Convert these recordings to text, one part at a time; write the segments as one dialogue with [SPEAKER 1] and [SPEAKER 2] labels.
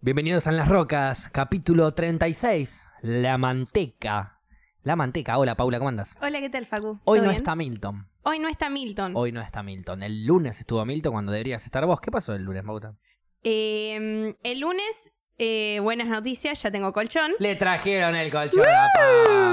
[SPEAKER 1] Bienvenidos a En las Rocas, capítulo 36, La Manteca. La Manteca, hola Paula, ¿cómo andas?
[SPEAKER 2] Hola, ¿qué tal, Facu?
[SPEAKER 1] Hoy
[SPEAKER 2] ¿Todo
[SPEAKER 1] no
[SPEAKER 2] bien?
[SPEAKER 1] está Milton,
[SPEAKER 2] Hoy no está Milton.
[SPEAKER 1] hoy no está Milton. El lunes estuvo Milton cuando deberías estar vos. ¿Qué pasó el lunes, Mauta?
[SPEAKER 2] Eh, el lunes, eh, buenas noticias, ya tengo colchón.
[SPEAKER 1] Le trajeron el colchón a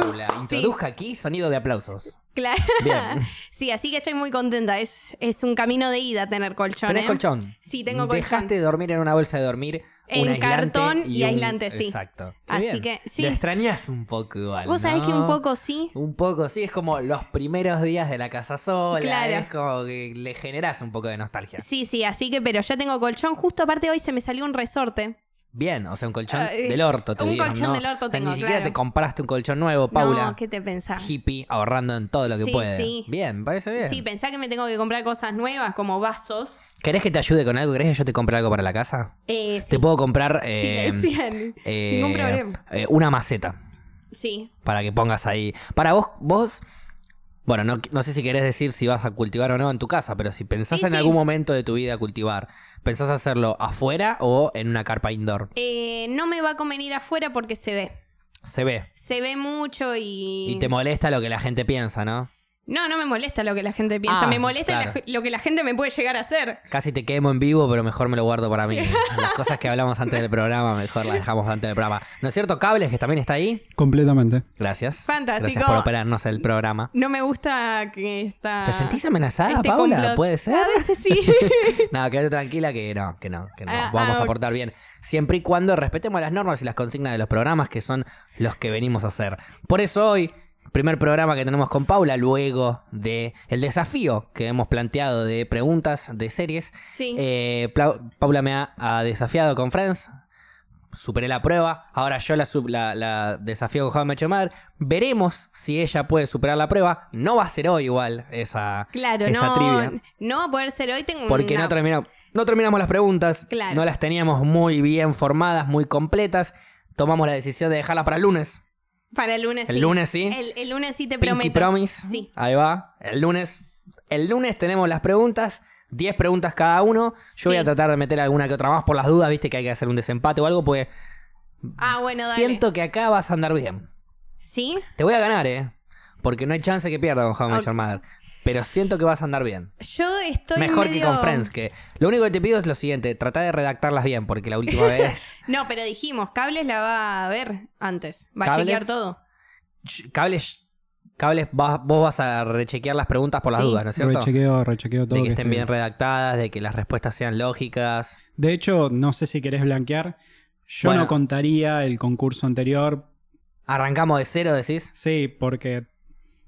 [SPEAKER 1] Paula.
[SPEAKER 2] Sí.
[SPEAKER 1] Introduzca aquí sonido de aplausos.
[SPEAKER 2] Claro.
[SPEAKER 1] Bien.
[SPEAKER 2] Sí, así que estoy muy contenta. Es, es un camino de ida tener colchón.
[SPEAKER 1] ¿Tenés
[SPEAKER 2] ¿eh?
[SPEAKER 1] colchón?
[SPEAKER 2] Sí, tengo colchón.
[SPEAKER 1] Dejaste de dormir en una bolsa de dormir.
[SPEAKER 2] En
[SPEAKER 1] un aislante
[SPEAKER 2] cartón y
[SPEAKER 1] un-
[SPEAKER 2] aislante, sí.
[SPEAKER 1] Exacto. Qué
[SPEAKER 2] Así
[SPEAKER 1] bien.
[SPEAKER 2] que, sí.
[SPEAKER 1] Lo extrañás un poco igual.
[SPEAKER 2] Vos sabés
[SPEAKER 1] ¿no?
[SPEAKER 2] que un poco sí.
[SPEAKER 1] Un poco, sí, es como los primeros días de la casa sola.
[SPEAKER 2] Claro.
[SPEAKER 1] Es como que le generás un poco de nostalgia.
[SPEAKER 2] Sí, sí, así que, pero ya tengo colchón. Justo aparte hoy se me salió un resorte.
[SPEAKER 1] Bien, o sea, un colchón
[SPEAKER 2] Ay,
[SPEAKER 1] del orto, te
[SPEAKER 2] Ah, eh, un
[SPEAKER 1] digo,
[SPEAKER 2] colchón
[SPEAKER 1] ¿no?
[SPEAKER 2] del orto
[SPEAKER 1] O sea,
[SPEAKER 2] tengo,
[SPEAKER 1] Ni siquiera
[SPEAKER 2] claro.
[SPEAKER 1] te compraste un colchón nuevo, Paula.
[SPEAKER 2] No, ¿qué te pensás?
[SPEAKER 1] Hippie, ahorrando en todo lo que
[SPEAKER 2] Sí,
[SPEAKER 1] puede.
[SPEAKER 2] sí.
[SPEAKER 1] Bien, me parece bien.
[SPEAKER 2] Sí, pensá que me tengo que comprar cosas nuevas, como vasos.
[SPEAKER 1] ¿Querés que te ayude con algo? ¿Querés que yo te compre algo para la casa?
[SPEAKER 2] Eh, sí.
[SPEAKER 1] Te puedo comprar
[SPEAKER 2] Sí,
[SPEAKER 1] eh,
[SPEAKER 2] le decían.
[SPEAKER 1] eh,
[SPEAKER 2] Ningún problema.
[SPEAKER 1] eh, una maceta.
[SPEAKER 2] Sí.
[SPEAKER 1] para que pongas ahí. Para vos, vos, bueno, no, no sé si querés decir si vas a cultivar o no en tu casa, pero si pensás
[SPEAKER 2] Sí,
[SPEAKER 1] en
[SPEAKER 2] sí.
[SPEAKER 1] algún momento de tu vida cultivar, ¿pensás hacerlo afuera o en una carpa indoor?
[SPEAKER 2] Eh, no me va a convenir afuera porque se ve.
[SPEAKER 1] Se ve.
[SPEAKER 2] Se ve mucho y...
[SPEAKER 1] Y te molesta lo que la gente piensa, ¿no?
[SPEAKER 2] No, no me molesta lo que la gente piensa.
[SPEAKER 1] Ah,
[SPEAKER 2] me molesta
[SPEAKER 1] claro.
[SPEAKER 2] la- lo que la gente me puede llegar a hacer.
[SPEAKER 1] Casi te quemo en vivo, pero mejor me lo guardo para mí. Las cosas que hablamos antes del programa, mejor las dejamos antes del programa. ¿No es cierto? Cables, que también está ahí.
[SPEAKER 3] Completamente.
[SPEAKER 1] Gracias.
[SPEAKER 2] Fantástico.
[SPEAKER 1] Gracias por operarnos el programa.
[SPEAKER 2] No me gusta que está...
[SPEAKER 1] ¿Te sentís amenazada,
[SPEAKER 2] Ah, este
[SPEAKER 1] Paula?
[SPEAKER 2] complot.
[SPEAKER 1] ¿Puede ser?
[SPEAKER 2] A veces sí.
[SPEAKER 1] No, quédate tranquila que no, que no, que no.
[SPEAKER 2] Ah,
[SPEAKER 1] Vamos
[SPEAKER 2] ah,
[SPEAKER 1] a
[SPEAKER 2] ok.
[SPEAKER 1] portar bien. Siempre y cuando respetemos las normas y las consignas de los programas que son los que venimos a hacer. Por eso hoy, primer programa que tenemos con Paula, luego de el desafío que hemos planteado de preguntas de series.
[SPEAKER 2] sí.
[SPEAKER 1] Eh, Pla- Paula me ha, ha desafiado con Friends. Superé la prueba. Ahora yo la, sub- la, la desafío con How I Met Your Mother. Veremos si ella puede superar la prueba. No va a ser hoy igual esa,
[SPEAKER 2] claro,
[SPEAKER 1] esa
[SPEAKER 2] no,
[SPEAKER 1] trivia.
[SPEAKER 2] no va a poder ser hoy. Tengo
[SPEAKER 1] Porque no,
[SPEAKER 2] una-
[SPEAKER 1] termina- no terminamos las preguntas.
[SPEAKER 2] Claro.
[SPEAKER 1] No las teníamos muy bien formadas, muy completas. Tomamos la decisión de dejarla para el lunes.
[SPEAKER 2] Para el lunes
[SPEAKER 1] El
[SPEAKER 2] sí.
[SPEAKER 1] lunes sí.
[SPEAKER 2] El, el lunes sí te
[SPEAKER 1] Pinky
[SPEAKER 2] prometo.
[SPEAKER 1] Promise.
[SPEAKER 2] Sí.
[SPEAKER 1] Ahí va. El lunes. El lunes tenemos las preguntas. 10 preguntas cada uno. Yo voy
[SPEAKER 2] Sí.
[SPEAKER 1] a tratar de meter alguna que otra más por las dudas, viste que hay que hacer un desempate o algo, porque
[SPEAKER 2] Ah, bueno, dale.
[SPEAKER 1] siento que acá vas a andar bien.
[SPEAKER 2] ¿Sí?
[SPEAKER 1] Te voy a ganar, ¿eh? Porque no hay chance que pierda con How I Met
[SPEAKER 2] Ok.
[SPEAKER 1] Your Mother. Pero siento que vas a andar bien.
[SPEAKER 2] Yo estoy
[SPEAKER 1] Mejor que
[SPEAKER 2] medio-
[SPEAKER 1] con Friends, que lo único que te pido es lo siguiente, trata de redactarlas bien, porque la última vez
[SPEAKER 2] No, pero dijimos, Cables la va a ver antes. Va a
[SPEAKER 1] ¿Cables?
[SPEAKER 2] chequear todo.
[SPEAKER 1] Ch- cables, cables va- vos vas a rechequear las preguntas por las
[SPEAKER 2] Sí.
[SPEAKER 1] dudas, ¿no es cierto?
[SPEAKER 3] Rechequeo, rechequeo todo.
[SPEAKER 1] de que estén
[SPEAKER 3] esté
[SPEAKER 1] bien redactadas, de que las respuestas sean lógicas.
[SPEAKER 3] De hecho, no sé si querés blanquear. Yo
[SPEAKER 1] Bueno.
[SPEAKER 3] no contaría el concurso anterior.
[SPEAKER 1] Arrancamos de cero, decís.
[SPEAKER 3] Sí, porque.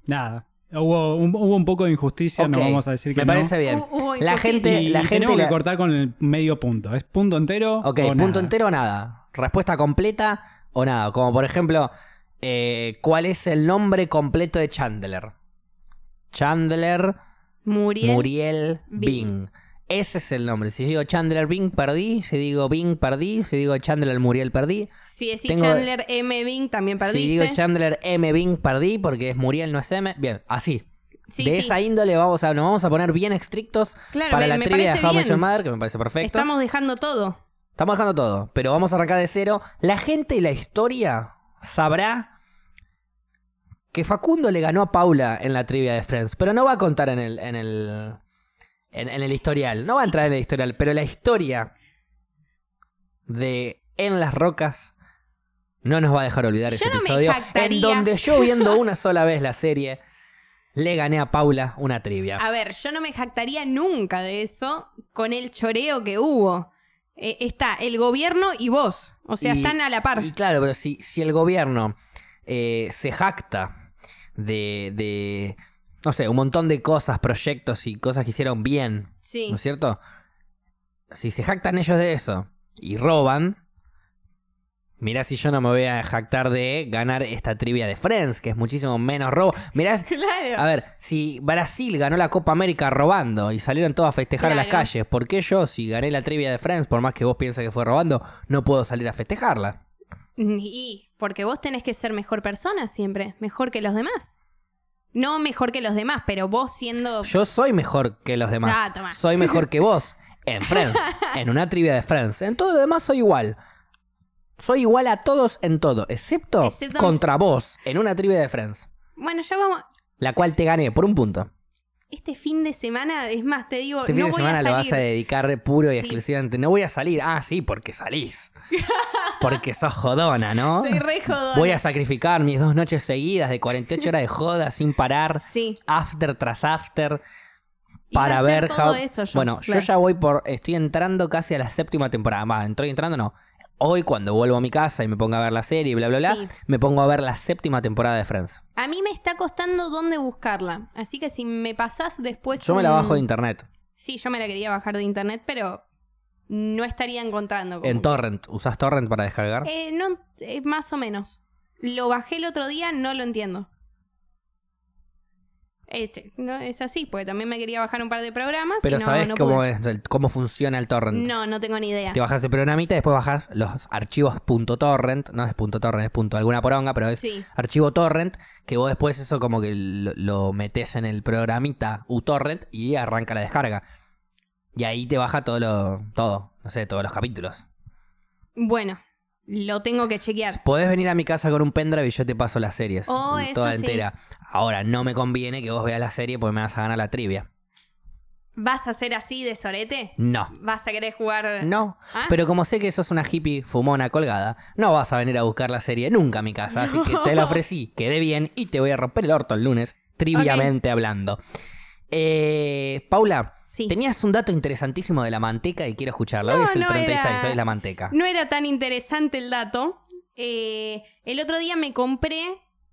[SPEAKER 3] Nada. Hubo un, hubo un poco de injusticia, no
[SPEAKER 1] Ok,
[SPEAKER 3] vamos a decir que
[SPEAKER 1] Me
[SPEAKER 3] no.
[SPEAKER 1] parece bien.
[SPEAKER 2] Hu- hubo
[SPEAKER 1] la
[SPEAKER 2] injusticia.
[SPEAKER 1] gente,
[SPEAKER 3] Y,
[SPEAKER 1] la
[SPEAKER 3] y
[SPEAKER 1] gente
[SPEAKER 3] tenemos
[SPEAKER 1] la-
[SPEAKER 3] que cortar con el medio punto. ¿Es punto entero?
[SPEAKER 1] Ok,
[SPEAKER 3] o
[SPEAKER 1] punto
[SPEAKER 3] nada?
[SPEAKER 1] entero o nada. Respuesta completa o nada. Como por ejemplo, eh, ¿cuál es el nombre completo de Chandler? Chandler
[SPEAKER 2] Muriel.
[SPEAKER 1] Muriel Bing.
[SPEAKER 2] Bing.
[SPEAKER 1] Ese es el nombre. Si yo digo Chandler Bing, perdí. Si digo Bing, perdí. Si digo Chandler Muriel, perdí.
[SPEAKER 2] Si decís
[SPEAKER 1] Tengo-
[SPEAKER 2] Chandler M. Bing, también
[SPEAKER 1] Si
[SPEAKER 2] perdiste.
[SPEAKER 1] digo Chandler M. Bing, perdí porque es Muriel, no es M. Bien, así.
[SPEAKER 2] Sí,
[SPEAKER 1] de
[SPEAKER 2] sí.
[SPEAKER 1] esa índole vamos a, nos vamos a poner bien estrictos
[SPEAKER 2] Claro,
[SPEAKER 1] para
[SPEAKER 2] me-
[SPEAKER 1] la
[SPEAKER 2] me
[SPEAKER 1] trivia de
[SPEAKER 2] parece
[SPEAKER 1] How I Met
[SPEAKER 2] bien.
[SPEAKER 1] Your Mother, que me parece perfecto.
[SPEAKER 2] Estamos dejando todo.
[SPEAKER 1] Estamos dejando todo, pero vamos a arrancar de cero. La gente y la historia sabrá que Facundo le ganó a Paula en la trivia de Friends, pero no va a contar en el, en el, en, en el historial, no va a entrar en el historial, pero la historia de En las Rocas no nos va a dejar olvidar
[SPEAKER 2] Yo
[SPEAKER 1] ese
[SPEAKER 2] no me
[SPEAKER 1] episodio, en
[SPEAKER 2] jactaría.
[SPEAKER 1] donde yo viendo una sola vez la serie, le gané a Paula una trivia.
[SPEAKER 2] A ver, yo no me jactaría nunca de eso con el choreo que hubo. Eh, está el gobierno y vos. O sea,
[SPEAKER 1] Y-
[SPEAKER 2] están a la par.
[SPEAKER 1] Y claro, pero si, si el gobierno eh, se jacta de, de, no sé, un montón de cosas, proyectos y cosas que hicieron bien,
[SPEAKER 2] Sí.
[SPEAKER 1] ¿no es cierto? Si se jactan ellos de eso y roban, mirá si yo no me voy a jactar de ganar esta trivia de Friends, que es muchísimo menos robo. Mirá,
[SPEAKER 2] Claro.
[SPEAKER 1] a ver, si Brasil ganó la Copa América robando y salieron todos a festejar a las
[SPEAKER 2] Claro.
[SPEAKER 1] calles, ¿por qué yo, si gané la trivia de Friends, por más que vos pienses que fue robando, no puedo salir a festejarla?
[SPEAKER 2] Y porque vos tenés que ser mejor persona siempre. Mejor que los demás. No mejor que los demás, pero vos siendo.
[SPEAKER 1] Yo soy mejor que los demás.
[SPEAKER 2] Ah, tomá.
[SPEAKER 1] soy mejor que vos en Friends, en una trivia de Friends. En todo lo demás soy igual. Soy igual a todos en todo, excepto,
[SPEAKER 2] Excepto-
[SPEAKER 1] contra vos, en una trivia de Friends.
[SPEAKER 2] Bueno, ya vamos.
[SPEAKER 1] La cual te gané por un punto.
[SPEAKER 2] Este fin de semana, es más, te digo,
[SPEAKER 1] Este
[SPEAKER 2] no
[SPEAKER 1] fin de
[SPEAKER 2] voy
[SPEAKER 1] semana
[SPEAKER 2] a
[SPEAKER 1] lo vas
[SPEAKER 2] salir.
[SPEAKER 1] a dedicar puro y
[SPEAKER 2] Sí.
[SPEAKER 1] exclusivamente. No voy a salir. Ah, sí, porque salís. Porque sos jodona, ¿no?
[SPEAKER 2] Soy re jodona.
[SPEAKER 1] Voy a sacrificar mis dos noches seguidas de 48 horas de joda sin parar,
[SPEAKER 2] Sí.
[SPEAKER 1] after tras after,
[SPEAKER 2] Iba a
[SPEAKER 1] para
[SPEAKER 2] hacer
[SPEAKER 1] ver
[SPEAKER 2] todo
[SPEAKER 1] how.
[SPEAKER 2] eso yo,
[SPEAKER 1] bueno,
[SPEAKER 2] claro.
[SPEAKER 1] yo ya voy por. Estoy entrando casi a la séptima temporada. Va, estoy entrando, no. Hoy, cuando vuelvo a mi casa y me pongo a ver la serie y bla, bla, bla,
[SPEAKER 2] Sí.
[SPEAKER 1] me pongo a ver la séptima temporada de Friends.
[SPEAKER 2] A mí me está costando dónde buscarla. Así que si me pasás después.
[SPEAKER 1] Yo me la
[SPEAKER 2] un-
[SPEAKER 1] bajo de internet.
[SPEAKER 2] Sí, yo me la quería bajar de internet, pero no estaría encontrando. como-
[SPEAKER 1] En Torrent. ¿Usás Torrent para descargar?
[SPEAKER 2] Eh, no, eh, más o menos. Lo bajé el otro día, no lo entiendo. Este, no, es así, porque también me quería bajar un par de programas. y
[SPEAKER 1] Pero
[SPEAKER 2] no,
[SPEAKER 1] ¿sabés
[SPEAKER 2] no
[SPEAKER 1] cómo,
[SPEAKER 2] pude.
[SPEAKER 1] es el- cómo funciona el torrent?
[SPEAKER 2] No, no tengo ni idea.
[SPEAKER 1] Te bajas el programita y después bajas los archivos .torrent, no es .torrent, es punto alguna poronga, pero es
[SPEAKER 2] Sí.
[SPEAKER 1] archivo torrent, que vos después eso como que lo, lo metes en el programita uTorrent y arranca la descarga. Y ahí te baja todo lo, todo, no sé, todos los capítulos.
[SPEAKER 2] Bueno, lo tengo que chequear.
[SPEAKER 1] Podés venir a mi casa con un pendrive y yo te paso las series.
[SPEAKER 2] Oh,
[SPEAKER 1] mm,
[SPEAKER 2] eso
[SPEAKER 1] toda
[SPEAKER 2] sí.
[SPEAKER 1] entera. Ahora, no me conviene que vos veas la serie porque me vas a ganar la trivia.
[SPEAKER 2] ¿Vas a ser así de sorete?
[SPEAKER 1] No.
[SPEAKER 2] ¿Vas a querer jugar?
[SPEAKER 1] No,
[SPEAKER 2] Ah.
[SPEAKER 1] pero como sé que sos una hippie fumona colgada, no vas a venir a buscar la serie nunca a mi casa, así que te la ofrecí, quedé bien y te voy a romper el orto el lunes, triviamente hablando. Eh, Paula,
[SPEAKER 2] Sí.
[SPEAKER 1] tenías un dato interesantísimo de la manteca y quiero escucharlo.
[SPEAKER 2] No,
[SPEAKER 1] hoy es el
[SPEAKER 2] no
[SPEAKER 1] 36,
[SPEAKER 2] era-
[SPEAKER 1] hoy es la manteca.
[SPEAKER 2] No era tan interesante el dato. Eh, el otro día me compré,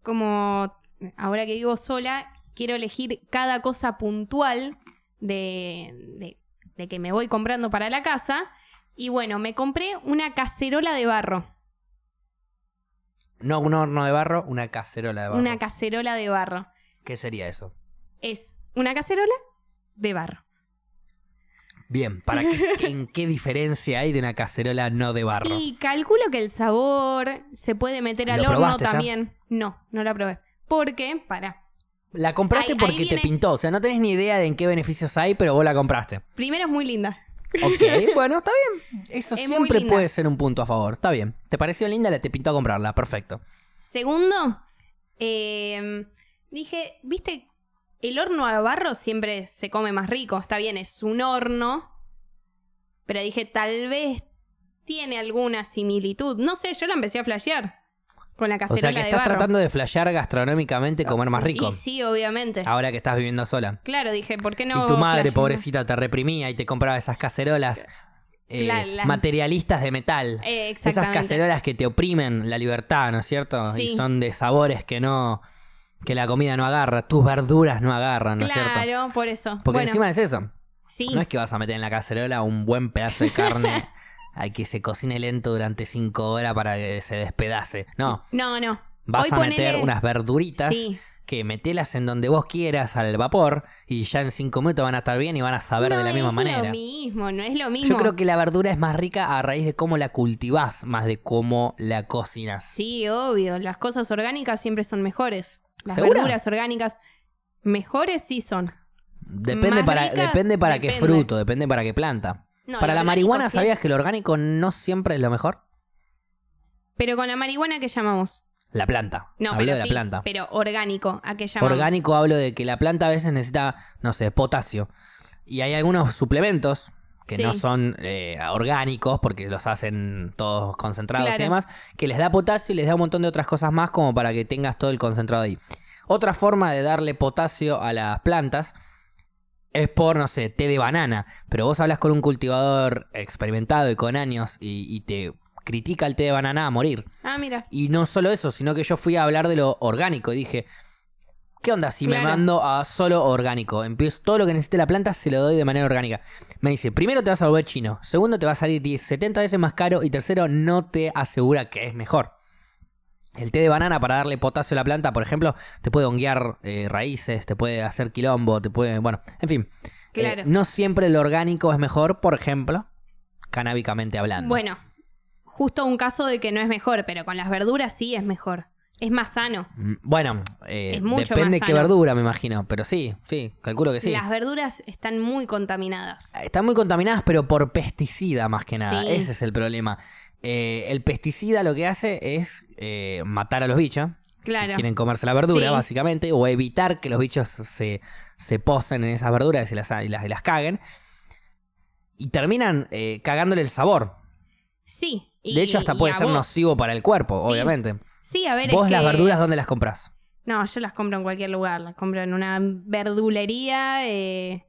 [SPEAKER 2] como ahora que vivo sola, quiero elegir cada cosa puntual de, de- de que me voy comprando para la casa. Y bueno, me compré una cacerola de barro.
[SPEAKER 1] No un horno de barro, una cacerola de barro.
[SPEAKER 2] Una cacerola de barro.
[SPEAKER 1] ¿Qué sería eso?
[SPEAKER 2] Es una cacerola de barro.
[SPEAKER 1] Bien, ¿para qué, qué- en qué diferencia hay de una cacerola no de barro?
[SPEAKER 2] Y calculo que el sabor se puede meter
[SPEAKER 1] ¿Lo
[SPEAKER 2] al horno
[SPEAKER 1] probaste ya?
[SPEAKER 2] también. No, no la probé. Porque, para,
[SPEAKER 1] La compraste
[SPEAKER 2] Ahí- ahí
[SPEAKER 1] porque te
[SPEAKER 2] viene-
[SPEAKER 1] pintó, o sea, no tenés ni idea de en qué beneficios hay, pero vos la compraste.
[SPEAKER 2] primero es muy linda.
[SPEAKER 1] Ok, bueno, está bien. Eso
[SPEAKER 2] Es muy
[SPEAKER 1] siempre
[SPEAKER 2] linda.
[SPEAKER 1] puede ser un punto a favor. Está bien. ¿Te pareció linda? La te pintó a comprarla. Perfecto.
[SPEAKER 2] Segundo, eh, dije, viste, el horno a barro siempre se come más rico, está bien, es un horno, pero dije, tal vez tiene alguna similitud. No sé, yo la empecé a flashear con la
[SPEAKER 1] O
[SPEAKER 2] cacerola
[SPEAKER 1] sea que
[SPEAKER 2] de
[SPEAKER 1] estás
[SPEAKER 2] barro.
[SPEAKER 1] tratando de flashear gastronómicamente comer más rico.
[SPEAKER 2] Y sí, obviamente.
[SPEAKER 1] Ahora que estás viviendo sola.
[SPEAKER 2] Claro, dije, ¿por qué no?
[SPEAKER 1] y tu madre,
[SPEAKER 2] flasheo?
[SPEAKER 1] pobrecita, te reprimía y te compraba esas cacerolas eh,
[SPEAKER 2] La- la-
[SPEAKER 1] materialistas de metal.
[SPEAKER 2] Eh,
[SPEAKER 1] esas
[SPEAKER 2] exactamente.
[SPEAKER 1] cacerolas que te oprimen la libertad, ¿no es cierto?
[SPEAKER 2] Sí.
[SPEAKER 1] Y son de sabores que no. que la comida no agarra, tus verduras no agarran, ¿no es cierto?
[SPEAKER 2] Claro, por eso.
[SPEAKER 1] Porque
[SPEAKER 2] bueno,
[SPEAKER 1] encima es eso.
[SPEAKER 2] sí,
[SPEAKER 1] No es que vas a meter en la cacerola un buen pedazo de carne a que se cocine lento durante cinco horas para que se despedace. No,
[SPEAKER 2] no, no.
[SPEAKER 1] vas
[SPEAKER 2] Hoy
[SPEAKER 1] a meter
[SPEAKER 2] ponele-
[SPEAKER 1] unas verduritas
[SPEAKER 2] Sí.
[SPEAKER 1] que metelas en donde vos quieras al vapor y ya en cinco minutos van a estar bien y van a saber
[SPEAKER 2] No
[SPEAKER 1] de la misma
[SPEAKER 2] es
[SPEAKER 1] manera.
[SPEAKER 2] lo mismo, no es lo mismo.
[SPEAKER 1] Yo creo que la verdura es más rica a raíz de cómo la cultivás, más de cómo la cocinas.
[SPEAKER 2] Sí, obvio. Las cosas orgánicas siempre son mejores. Las
[SPEAKER 1] ¿Segura?
[SPEAKER 2] verduras orgánicas mejores sí son.
[SPEAKER 1] Depende
[SPEAKER 2] Más
[SPEAKER 1] para,
[SPEAKER 2] ricas,
[SPEAKER 1] depende para qué
[SPEAKER 2] depende.
[SPEAKER 1] fruto, depende para qué planta.
[SPEAKER 2] No,
[SPEAKER 1] para
[SPEAKER 2] lo
[SPEAKER 1] la
[SPEAKER 2] orgánico
[SPEAKER 1] marihuana,
[SPEAKER 2] sí.
[SPEAKER 1] ¿sabías que lo orgánico no siempre es lo mejor?
[SPEAKER 2] Pero con la marihuana, ¿qué llamamos?
[SPEAKER 1] La planta.
[SPEAKER 2] No,
[SPEAKER 1] Hablé
[SPEAKER 2] pero
[SPEAKER 1] de la
[SPEAKER 2] sí,
[SPEAKER 1] planta.
[SPEAKER 2] Pero orgánico, ¿a qué llamamos?
[SPEAKER 1] Orgánico hablo de que la planta a veces necesita, no sé, potasio. Y hay algunos suplementos que
[SPEAKER 2] Sí.
[SPEAKER 1] no son eh, orgánicos porque los hacen todos concentrados y
[SPEAKER 2] Claro.
[SPEAKER 1] demás, que les da potasio y les da un montón de otras cosas más como para que tengas todo el concentrado ahí. Otra forma de darle potasio a las plantas es por, no sé, té de banana. Pero vos hablas con un cultivador experimentado y con años y, y te critica el té de banana a morir.
[SPEAKER 2] Ah, mira.
[SPEAKER 1] Y no solo eso, sino que yo fui a hablar de lo orgánico y dije, ¿qué onda si me
[SPEAKER 2] Claro.
[SPEAKER 1] mando a solo orgánico? Empiezo todo lo que necesite la planta, se lo doy de manera orgánica. Me dice, primero te vas a volver chino, segundo te va a salir 10, 70 veces más caro y tercero no te asegura que es mejor. El té de banana para darle potasio a la planta, por ejemplo, te puede honguear eh, raíces, te puede hacer quilombo, te puede... Bueno, en fin. Eh,
[SPEAKER 2] Claro.
[SPEAKER 1] no siempre lo orgánico es mejor, por ejemplo, canábicamente hablando.
[SPEAKER 2] Bueno, justo un caso de que no es mejor, pero con las verduras sí es mejor. Es más sano.
[SPEAKER 1] Mm, Bueno, eh,
[SPEAKER 2] Es mucho
[SPEAKER 1] depende
[SPEAKER 2] más
[SPEAKER 1] qué
[SPEAKER 2] sano.
[SPEAKER 1] verdura, me imagino. Pero sí, sí, calculo que sí.
[SPEAKER 2] Las verduras están muy contaminadas.
[SPEAKER 1] Están muy contaminadas, pero por pesticida más que nada.
[SPEAKER 2] Sí.
[SPEAKER 1] Ese es el problema. eh, el pesticida lo que hace es eh, matar a los bichos.
[SPEAKER 2] Claro.
[SPEAKER 1] Quieren comerse la verdura,
[SPEAKER 2] Sí.
[SPEAKER 1] básicamente, o evitar que los bichos se, se posen en esas verduras y, se las, y, las, y las caguen. Y terminan eh, cagándole el sabor.
[SPEAKER 2] Sí. y-
[SPEAKER 1] De hecho, hasta
[SPEAKER 2] y
[SPEAKER 1] puede
[SPEAKER 2] a
[SPEAKER 1] ser
[SPEAKER 2] vos.
[SPEAKER 1] nocivo para el cuerpo,
[SPEAKER 2] Sí.
[SPEAKER 1] obviamente.
[SPEAKER 2] Sí, a ver.
[SPEAKER 1] Vos
[SPEAKER 2] es
[SPEAKER 1] las
[SPEAKER 2] que-
[SPEAKER 1] verduras, ¿dónde las compras?
[SPEAKER 2] No, yo las compro en cualquier lugar. Las compro en una verdulería. eh,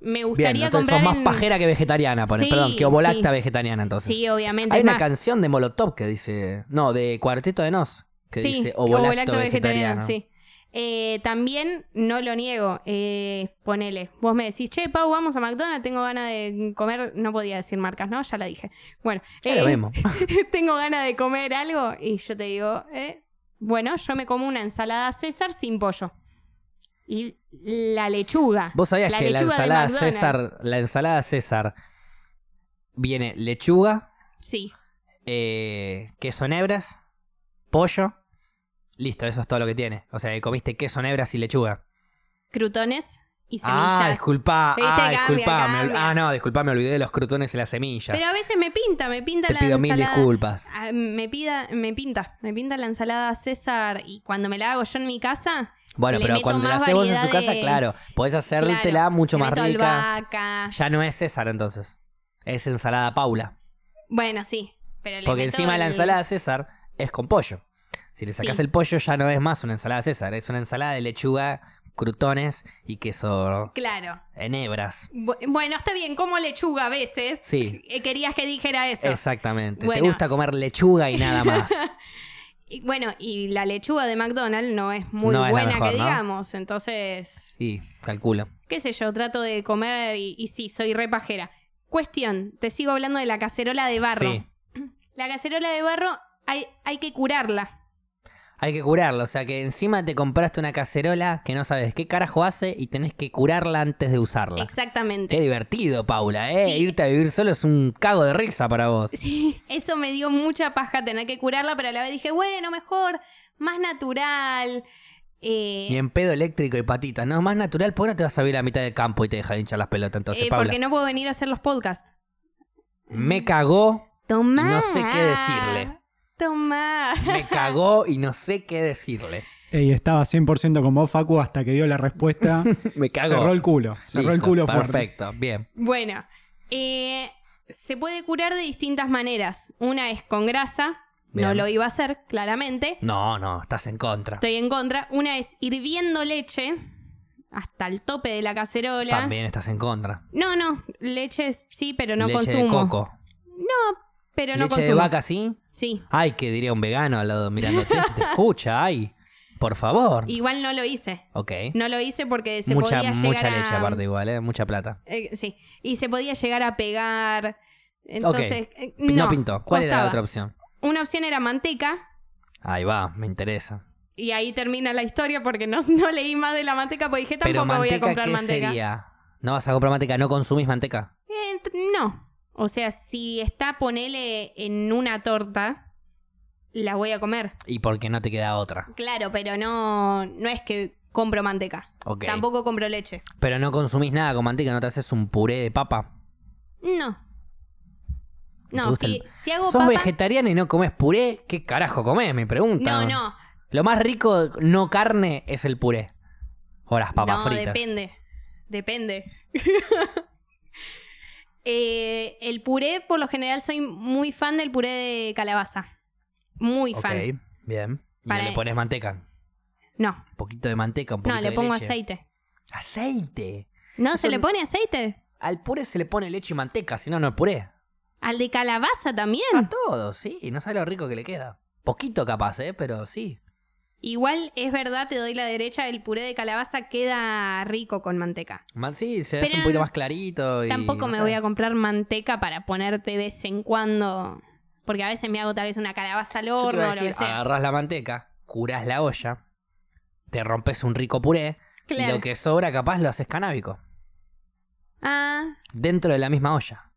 [SPEAKER 2] Me
[SPEAKER 1] Bien,
[SPEAKER 2] gustaría
[SPEAKER 1] entonces
[SPEAKER 2] comprar.
[SPEAKER 1] sos más
[SPEAKER 2] en-
[SPEAKER 1] pajera que vegetariana, pone-
[SPEAKER 2] Sí,
[SPEAKER 1] perdón, que ovolacta
[SPEAKER 2] sí.
[SPEAKER 1] vegetariana entonces.
[SPEAKER 2] Sí, obviamente.
[SPEAKER 1] Hay
[SPEAKER 2] es
[SPEAKER 1] una
[SPEAKER 2] más,
[SPEAKER 1] canción de Molotov que dice, no, de Cuarteto de Nos, que
[SPEAKER 2] sí,
[SPEAKER 1] dice
[SPEAKER 2] ovolacto
[SPEAKER 1] ovolacto, vegetariano.
[SPEAKER 2] sí. Eh, también, no lo niego, eh, ponele, vos me decís, che, Pau, vamos a McDonald's, tengo ganas de comer, no podía decir marcas, ¿no? Ya la dije. Bueno,
[SPEAKER 1] Ya
[SPEAKER 2] eh,
[SPEAKER 1] lo vemos.
[SPEAKER 2] tengo ganas de comer algo y yo te digo, eh, bueno, yo me como una ensalada César sin pollo. Y la lechuga.
[SPEAKER 1] Vos sabías que la
[SPEAKER 2] lechuga de
[SPEAKER 1] ensalada
[SPEAKER 2] McDonald's.
[SPEAKER 1] César, la ensalada César viene lechuga,
[SPEAKER 2] Sí.
[SPEAKER 1] eh, queso nebras, pollo, listo, eso es todo lo que tiene. O sea, que comiste queso nebras y lechuga.
[SPEAKER 2] Crutones y
[SPEAKER 1] Ah,
[SPEAKER 2] semillas.
[SPEAKER 1] disculpa,
[SPEAKER 2] Viste,
[SPEAKER 1] ah,
[SPEAKER 2] cambia,
[SPEAKER 1] disculpa,
[SPEAKER 2] cambia.
[SPEAKER 1] ah, no, disculpa, me olvidé de los crutones y las semillas.
[SPEAKER 2] Pero a veces me pinta, me pinta
[SPEAKER 1] Te
[SPEAKER 2] la
[SPEAKER 1] pido mil
[SPEAKER 2] ensalada.
[SPEAKER 1] disculpas.
[SPEAKER 2] Ah, Me, pida, me pinta, me pinta la ensalada César y cuando me la hago yo en mi casa,
[SPEAKER 1] Bueno,
[SPEAKER 2] Le
[SPEAKER 1] pero
[SPEAKER 2] meto
[SPEAKER 1] cuando la
[SPEAKER 2] más
[SPEAKER 1] haces vos en su
[SPEAKER 2] variedad
[SPEAKER 1] casa,
[SPEAKER 2] de-
[SPEAKER 1] claro, podés hacértela
[SPEAKER 2] claro,
[SPEAKER 1] mucho
[SPEAKER 2] le
[SPEAKER 1] más
[SPEAKER 2] meto
[SPEAKER 1] rica.
[SPEAKER 2] albahaca.
[SPEAKER 1] Ya no es César entonces. Es ensalada Paula.
[SPEAKER 2] Bueno, sí, pero le
[SPEAKER 1] Porque
[SPEAKER 2] meto
[SPEAKER 1] encima la
[SPEAKER 2] el-
[SPEAKER 1] ensalada César es con pollo. Si le sacas
[SPEAKER 2] Sí.
[SPEAKER 1] el pollo ya no es más una ensalada César, es una ensalada de lechuga, crutones y queso
[SPEAKER 2] Claro.
[SPEAKER 1] en hebras.
[SPEAKER 2] Bu- Bueno, está bien, como lechuga a veces.
[SPEAKER 1] Sí.
[SPEAKER 2] Eh, Querías que dijera eso.
[SPEAKER 1] Exactamente.
[SPEAKER 2] Bueno.
[SPEAKER 1] Te gusta comer lechuga y nada más.
[SPEAKER 2] Y, bueno, y la lechuga de McDonald's no es muy
[SPEAKER 1] No es la
[SPEAKER 2] buena
[SPEAKER 1] mejor,
[SPEAKER 2] que
[SPEAKER 1] ¿no?
[SPEAKER 2] digamos, entonces,
[SPEAKER 1] Sí, calculo.
[SPEAKER 2] qué sé yo, trato de comer y, y sí, soy repajera. Cuestión, te sigo hablando de la cacerola de barro.
[SPEAKER 1] Sí.
[SPEAKER 2] La cacerola de barro hay, hay que curarla.
[SPEAKER 1] Hay que curarlo, o sea que encima te compraste una cacerola que no sabes qué carajo hace y tenés que curarla antes de usarla.
[SPEAKER 2] Exactamente.
[SPEAKER 1] Qué divertido, Paula, ¿eh?
[SPEAKER 2] Sí.
[SPEAKER 1] Irte a vivir solo es un cago de risa para vos.
[SPEAKER 2] Sí, eso me dio mucha paja tener que curarla, pero a la vez dije, bueno, mejor, más natural. Eh,
[SPEAKER 1] Ni en pedo eléctrico y patitas, ¿no? Más natural, ¿por qué no te vas a vivir a mitad de campo y te deja de hinchar las pelotas entonces,
[SPEAKER 2] eh,
[SPEAKER 1] Paula?
[SPEAKER 2] porque no puedo venir a hacer los podcasts.
[SPEAKER 1] Me cagó,
[SPEAKER 2] Tomá.
[SPEAKER 1] No sé qué decirle.
[SPEAKER 2] Tomá.
[SPEAKER 1] me cagó y no sé qué decirle.
[SPEAKER 3] Ey, estaba 100% con vos, Facu, hasta que dio la respuesta.
[SPEAKER 1] Me cagó.
[SPEAKER 3] cerró el culo. Cerró el
[SPEAKER 1] Listo,
[SPEAKER 3] culo fuerte.
[SPEAKER 1] Perfecto, bien.
[SPEAKER 2] Bueno, eh, se puede curar de distintas maneras. Una es con grasa, no
[SPEAKER 1] Bien.
[SPEAKER 2] lo iba a hacer, claramente.
[SPEAKER 1] No, no, estás en contra.
[SPEAKER 2] Estoy en contra. Una es hirviendo leche hasta el tope de la cacerola.
[SPEAKER 1] También estás en contra.
[SPEAKER 2] No, no, leche es- sí, pero no
[SPEAKER 1] Leche
[SPEAKER 2] consumo.
[SPEAKER 1] de coco.
[SPEAKER 2] Pero no
[SPEAKER 1] Leche
[SPEAKER 2] consumo.
[SPEAKER 1] de vaca, ¿sí?
[SPEAKER 2] Sí.
[SPEAKER 1] Ay, que diría un vegano al lado mirándote si te escucha, ay. Por favor.
[SPEAKER 2] Igual no lo hice.
[SPEAKER 1] Ok.
[SPEAKER 2] No lo hice porque se
[SPEAKER 1] mucha
[SPEAKER 2] podía llegar
[SPEAKER 1] mucha
[SPEAKER 2] a-
[SPEAKER 1] leche aparte igual, ¿eh? Mucha plata.
[SPEAKER 2] Eh, sí. Y se podía llegar a pegar. Entonces, eh,
[SPEAKER 1] Pi-
[SPEAKER 2] no,
[SPEAKER 1] No, pintó. ¿Cuál era la
[SPEAKER 2] costaba.
[SPEAKER 1] otra opción?
[SPEAKER 2] Una opción era manteca.
[SPEAKER 1] Ahí va, me interesa.
[SPEAKER 2] Y ahí termina la historia porque no, no leí más de la manteca porque dije
[SPEAKER 1] Pero
[SPEAKER 2] tampoco voy a
[SPEAKER 1] manteca,
[SPEAKER 2] comprar
[SPEAKER 1] ¿qué
[SPEAKER 2] manteca.
[SPEAKER 1] sería? No vas a comprar manteca, no consumís manteca.
[SPEAKER 2] Eh, t- no. O sea, si está ponele en una torta, la voy a comer.
[SPEAKER 1] Y porque no te queda otra.
[SPEAKER 2] Claro, pero no, no es que compro manteca.
[SPEAKER 1] Ok.
[SPEAKER 2] Tampoco compro leche.
[SPEAKER 1] Pero no consumís nada con manteca, no te haces un puré de papa.
[SPEAKER 2] No.
[SPEAKER 1] ¿Te
[SPEAKER 2] No,
[SPEAKER 1] gusta
[SPEAKER 2] si,
[SPEAKER 1] el-
[SPEAKER 2] si hago
[SPEAKER 1] Sos
[SPEAKER 2] papa...
[SPEAKER 1] vegetariana y no comes puré, ¿qué carajo comes? Me pregunta.
[SPEAKER 2] No, no.
[SPEAKER 1] Lo más rico no carne es el puré. O las papas
[SPEAKER 2] no,
[SPEAKER 1] fritas.
[SPEAKER 2] depende. Depende. Eh, el puré, por lo general, soy muy fan del puré de calabaza. Muy
[SPEAKER 1] Ok,
[SPEAKER 2] fan.
[SPEAKER 1] bien. Y
[SPEAKER 2] Para-
[SPEAKER 1] no le pones manteca.
[SPEAKER 2] No,
[SPEAKER 1] Un poquito de manteca, un poquito
[SPEAKER 2] no, le
[SPEAKER 1] de
[SPEAKER 2] pongo
[SPEAKER 1] leche.
[SPEAKER 2] aceite.
[SPEAKER 1] ¿Aceite?
[SPEAKER 2] ¿No
[SPEAKER 1] Eso
[SPEAKER 2] se le
[SPEAKER 1] no-
[SPEAKER 2] pone aceite?
[SPEAKER 1] Al puré se le pone leche y manteca, si no, no es puré.
[SPEAKER 2] Al de calabaza
[SPEAKER 1] A
[SPEAKER 2] también.
[SPEAKER 1] todo, sí. No sabe lo rico que le queda. Poquito capaz, ¿eh? Pero sí.
[SPEAKER 2] Igual es verdad, te doy la derecha, el puré de calabaza queda rico con manteca.
[SPEAKER 1] Man, sí, se hace
[SPEAKER 2] Pero
[SPEAKER 1] un poquito más clarito. Y,
[SPEAKER 2] Tampoco
[SPEAKER 1] no
[SPEAKER 2] me
[SPEAKER 1] sé.
[SPEAKER 2] voy a comprar manteca para ponerte de vez en cuando. Porque a veces me hago tal vez una calabaza al
[SPEAKER 1] Yo te
[SPEAKER 2] horno,
[SPEAKER 1] iba a
[SPEAKER 2] lo que
[SPEAKER 1] decir,
[SPEAKER 2] sea.
[SPEAKER 1] agarras la manteca, curás la olla, te rompes un rico puré y
[SPEAKER 2] Claro.
[SPEAKER 1] lo que sobra capaz lo haces canábico.
[SPEAKER 2] Ah,
[SPEAKER 1] Dentro de la misma olla.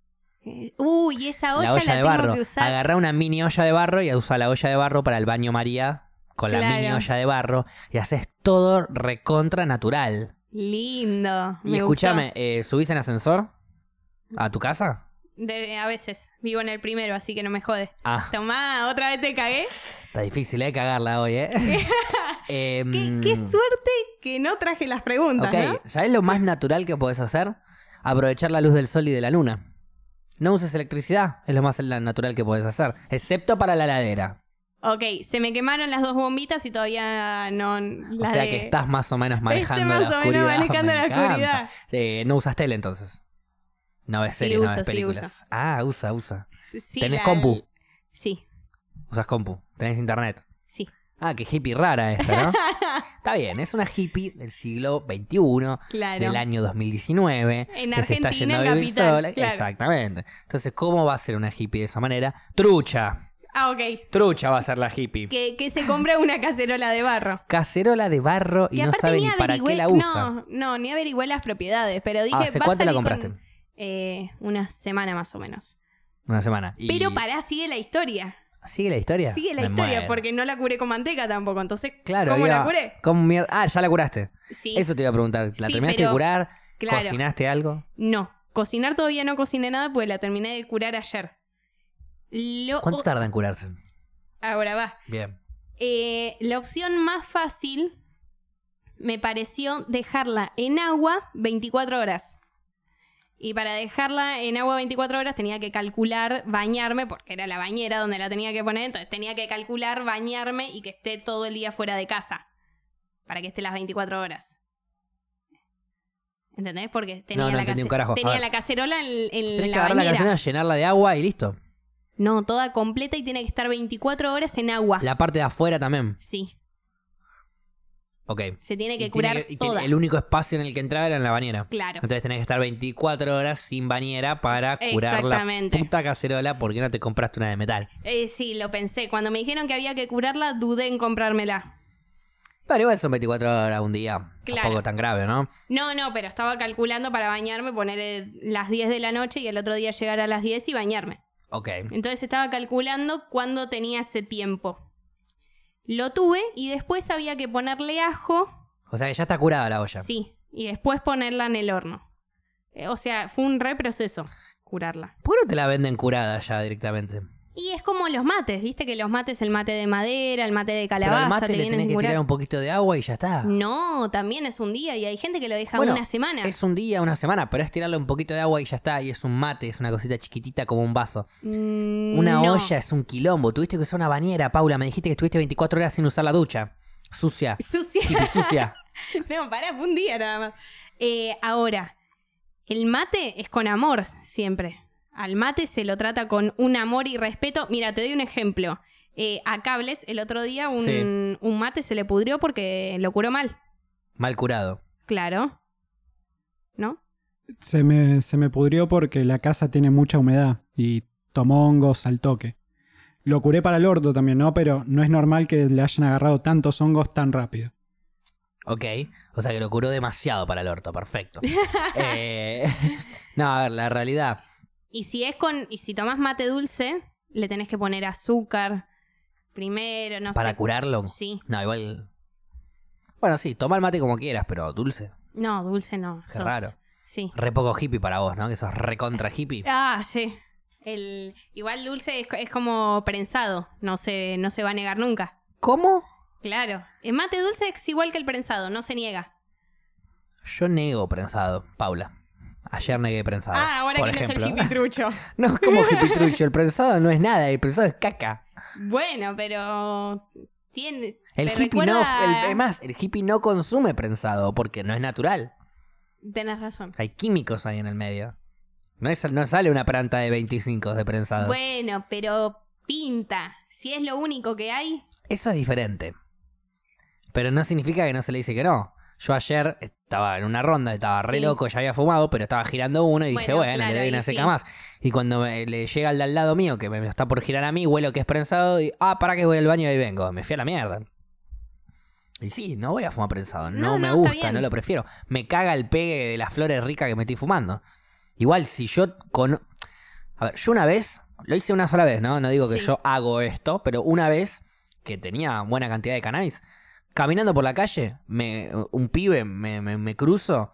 [SPEAKER 2] eh, uy, esa olla
[SPEAKER 1] la
[SPEAKER 2] la,
[SPEAKER 1] olla de
[SPEAKER 2] tengo
[SPEAKER 1] barro.
[SPEAKER 2] que usar.
[SPEAKER 1] Agarrá una mini olla de barro y usa la olla de barro para el baño María con la mini
[SPEAKER 2] Claro.
[SPEAKER 1] olla de barro y haces todo recontra natural.
[SPEAKER 2] Lindo.
[SPEAKER 1] Y
[SPEAKER 2] me
[SPEAKER 1] escúchame, eh, ¿subís en ascensor a tu casa?
[SPEAKER 2] gustó. De- a veces. Vivo en el primero, así que no me jode.
[SPEAKER 1] Ah,
[SPEAKER 2] Tomá, otra vez te cagué.
[SPEAKER 1] está difícil, ¿eh? Cagarla hoy, ¿eh? Em,
[SPEAKER 2] Qué, qué suerte que no traje las preguntas,
[SPEAKER 1] Ok,
[SPEAKER 2] ¿no?
[SPEAKER 1] ya es lo más natural que podés hacer? Aprovechar la luz del sol y de la luna. No uses electricidad, es lo más la- natural que podés hacer, excepto para la ladera.
[SPEAKER 2] Ok, se me quemaron las dos bombitas y todavía no...
[SPEAKER 1] O
[SPEAKER 2] las
[SPEAKER 1] sea
[SPEAKER 2] de- este
[SPEAKER 1] que estás más o menos manejando
[SPEAKER 2] más
[SPEAKER 1] la
[SPEAKER 2] o menos
[SPEAKER 1] oscuridad.
[SPEAKER 2] manejando
[SPEAKER 1] me
[SPEAKER 2] la
[SPEAKER 1] encanta.
[SPEAKER 2] oscuridad.
[SPEAKER 1] Eh, no usas tele entonces. No ves
[SPEAKER 2] Sí,
[SPEAKER 1] series, no
[SPEAKER 2] uso,
[SPEAKER 1] ves
[SPEAKER 2] sí,
[SPEAKER 1] películas. Ah, usa, usa.
[SPEAKER 2] Sí, sí,
[SPEAKER 1] ¿Tenés
[SPEAKER 2] la-
[SPEAKER 1] compu?
[SPEAKER 2] Sí,
[SPEAKER 1] Usas compu, tenés internet.
[SPEAKER 2] sí.
[SPEAKER 1] Ah, qué hippie rara esta, ¿no? Está bien, es una hippie del siglo XXI.
[SPEAKER 2] Claro.
[SPEAKER 1] del año 2019.
[SPEAKER 2] En
[SPEAKER 1] que se está
[SPEAKER 2] Argentina,
[SPEAKER 1] yendo a vivir
[SPEAKER 2] capital,
[SPEAKER 1] sola.
[SPEAKER 2] claro.
[SPEAKER 1] Exactamente. Entonces, ¿cómo va a ser una hippie de esa manera? Trucha.
[SPEAKER 2] Ah, ok.
[SPEAKER 1] Trucha va a ser la hippie.
[SPEAKER 2] Que, que se compra una cacerola de barro.
[SPEAKER 1] Cacerola de barro y
[SPEAKER 2] Que
[SPEAKER 1] no
[SPEAKER 2] aparte
[SPEAKER 1] sabe
[SPEAKER 2] ni
[SPEAKER 1] ni para qué
[SPEAKER 2] averigüé-
[SPEAKER 1] la usa. Ah,
[SPEAKER 2] No, no, ni averigüé las propiedades, pero dije...
[SPEAKER 1] ¿Hace
[SPEAKER 2] va a
[SPEAKER 1] cuánto la
[SPEAKER 2] salir con,
[SPEAKER 1] compraste?
[SPEAKER 2] eh, una semana más o menos.
[SPEAKER 1] Una semana. Y-
[SPEAKER 2] Pero pará, sigue la historia.
[SPEAKER 1] ¿Sigue la historia?
[SPEAKER 2] Sigue la
[SPEAKER 1] Me
[SPEAKER 2] historia,
[SPEAKER 1] muero.
[SPEAKER 2] porque no la curé con manteca tampoco. Entonces,
[SPEAKER 1] Claro,
[SPEAKER 2] ¿cómo la
[SPEAKER 1] iba-
[SPEAKER 2] curé?
[SPEAKER 1] ¿cómo mier- Ah, ya la curaste.
[SPEAKER 2] Sí,
[SPEAKER 1] Eso te iba a preguntar. ¿La
[SPEAKER 2] Sí,
[SPEAKER 1] terminaste
[SPEAKER 2] pero-
[SPEAKER 1] de curar?
[SPEAKER 2] claro.
[SPEAKER 1] ¿Cocinaste algo?
[SPEAKER 2] No, cocinar todavía no cociné nada porque la terminé de curar ayer. Lo...
[SPEAKER 1] ¿Cuánto
[SPEAKER 2] o-
[SPEAKER 1] tarda en curarse?
[SPEAKER 2] Ahora va.
[SPEAKER 1] Bien.
[SPEAKER 2] Eh, la opción más fácil me pareció dejarla en agua 24 horas. Y para dejarla en agua 24 horas tenía que calcular bañarme, porque era la bañera donde la tenía que poner, entonces tenía que calcular bañarme y que esté todo el día fuera de casa, para que esté las 24 horas. ¿Entendés? Porque tenía,
[SPEAKER 1] no
[SPEAKER 2] la,
[SPEAKER 1] entendí un
[SPEAKER 2] case-
[SPEAKER 1] carajo. A
[SPEAKER 2] tenía
[SPEAKER 1] ver.
[SPEAKER 2] la cacerola en, en
[SPEAKER 1] Tenés que
[SPEAKER 2] la
[SPEAKER 1] agarrar la
[SPEAKER 2] bañera.
[SPEAKER 1] cacerola, llenarla de agua y listo.
[SPEAKER 2] no, toda completa y tiene que estar 24 horas en agua.
[SPEAKER 1] La parte de afuera también.
[SPEAKER 2] Sí,
[SPEAKER 1] Ok.
[SPEAKER 2] se tiene que
[SPEAKER 1] Y
[SPEAKER 2] curar
[SPEAKER 1] tiene que- y tiene-
[SPEAKER 2] toda.
[SPEAKER 1] el único espacio en el que entraba era en la bañera.
[SPEAKER 2] Claro.
[SPEAKER 1] Entonces tenés que estar 24 horas sin bañera para curar la
[SPEAKER 2] Exactamente.
[SPEAKER 1] puta cacerola porque no te compraste una de metal.
[SPEAKER 2] Eh, sí, lo pensé. Cuando me dijeron que había que curarla, dudé en comprármela.
[SPEAKER 1] Pero igual son 24 horas un día.
[SPEAKER 2] Claro.
[SPEAKER 1] Tampoco tan grave, ¿no?
[SPEAKER 2] No, no, pero estaba calculando para bañarme, poner las 10 de la noche y el otro día llegar a las 10 y bañarme.
[SPEAKER 1] Ok.
[SPEAKER 2] Entonces estaba calculando cuándo tenía ese tiempo. Lo tuve y después había que ponerle ajo.
[SPEAKER 1] O sea que ya está curada la olla.
[SPEAKER 2] Sí, y después ponerla en el horno. Eh, O sea, fue un reproceso curarla.
[SPEAKER 1] ¿Por qué no te la venden curada ya directamente?
[SPEAKER 2] Y es como los mates, viste que los mates, el mate de madera, el mate de
[SPEAKER 1] Pero
[SPEAKER 2] calabaza,
[SPEAKER 1] al mate
[SPEAKER 2] te
[SPEAKER 1] le
[SPEAKER 2] vienen
[SPEAKER 1] tenés que
[SPEAKER 2] curar-
[SPEAKER 1] tirar un poquito de agua y ya está.
[SPEAKER 2] No, también es un día y hay gente que lo deja
[SPEAKER 1] Ah. Bueno,
[SPEAKER 2] una semana.
[SPEAKER 1] Es un día, una semana, pero es tirarle un poquito de agua y ya está. Y es un mate, es una cosita chiquitita como un vaso. Una
[SPEAKER 2] Una
[SPEAKER 1] olla es un quilombo. Tuviste que usar una bañera, Paula. Me dijiste que estuviste 24 horas sin usar la ducha. Sucia.
[SPEAKER 2] Sucia.
[SPEAKER 1] Hippie sucia.
[SPEAKER 2] no, pará, fue un día nada más. Eh, ahora, el mate es con amor siempre. Al mate se lo trata con un amor y respeto. Mira, te doy un ejemplo. Eh, a Cables, el otro día un,
[SPEAKER 1] Sí.
[SPEAKER 2] un mate se le pudrió porque lo curó mal.
[SPEAKER 1] Mal curado.
[SPEAKER 2] Claro. ¿No?
[SPEAKER 3] Se me, se me pudrió porque la casa tiene mucha humedad y tomó hongos al toque. Lo curé para el orto también, ¿no? Pero no es normal que le hayan agarrado tantos hongos tan rápido.
[SPEAKER 1] Ok. O sea que lo curó demasiado para el orto. Perfecto. Eh, no, a ver, la realidad.
[SPEAKER 2] Y si es con. Y si tomás mate dulce, le tenés que poner azúcar primero, no
[SPEAKER 1] para
[SPEAKER 2] sé.
[SPEAKER 1] curarlo.
[SPEAKER 2] Sí.
[SPEAKER 1] No, igual. Bueno, sí, toma el mate como quieras, pero dulce.
[SPEAKER 2] No, dulce no.
[SPEAKER 1] Qué raro.
[SPEAKER 2] Sí.
[SPEAKER 1] Re poco hippie para vos, ¿no? Que sos re contra hippie.
[SPEAKER 2] Ah, sí. El, igual dulce es, co- es como prensado, no se, no se va a negar nunca.
[SPEAKER 1] ¿Cómo?
[SPEAKER 2] Claro. El mate dulce es igual que el prensado, no se niega.
[SPEAKER 1] Yo nego prensado, Paula. Ayer negué prensado.
[SPEAKER 2] Ah, ahora
[SPEAKER 1] por
[SPEAKER 2] que
[SPEAKER 1] ejemplo.
[SPEAKER 2] el hipitrucho.
[SPEAKER 1] No, como hippie trucho. El prensado no es nada. El prensado es caca.
[SPEAKER 2] bueno, pero tiene.
[SPEAKER 1] El
[SPEAKER 2] te
[SPEAKER 1] hippie no,
[SPEAKER 2] recuerda-
[SPEAKER 1] el- es más, el hippie no consume prensado porque no es natural.
[SPEAKER 2] Tenés razón.
[SPEAKER 1] Hay químicos ahí en el medio. No, es- no sale una planta de 25 de prensado.
[SPEAKER 2] Bueno, pero pinta. Si es lo único que hay,
[SPEAKER 1] Eso es diferente. Pero no significa que no se le dice que no. Yo ayer estaba en una ronda, estaba re
[SPEAKER 2] Sí.
[SPEAKER 1] loco, ya había fumado, pero estaba girando uno y dije,
[SPEAKER 2] Bueno,
[SPEAKER 1] bueno,
[SPEAKER 2] claro,
[SPEAKER 1] le doy
[SPEAKER 2] ahí
[SPEAKER 1] una seca
[SPEAKER 2] sí.
[SPEAKER 1] más. Y cuando me- le llega al de al lado mío, que me lo está por girar a mí, huelo que es prensado y, ah, para que voy al baño y vengo. Me fui a la mierda. Y sí, no voy a fumar prensado. No,
[SPEAKER 2] No,
[SPEAKER 1] me
[SPEAKER 2] no, está
[SPEAKER 1] gusta, no
[SPEAKER 2] bien.
[SPEAKER 1] lo prefiero. Me caga el pegue de las flores ricas que me estoy fumando. Igual, si yo con... A ver, yo una vez, lo hice una sola vez, ¿no? No digo que
[SPEAKER 2] Sí.
[SPEAKER 1] yo hago esto, pero una vez que tenía buena cantidad de cannabis, caminando por la calle, me, un pibe me, me, me cruzo,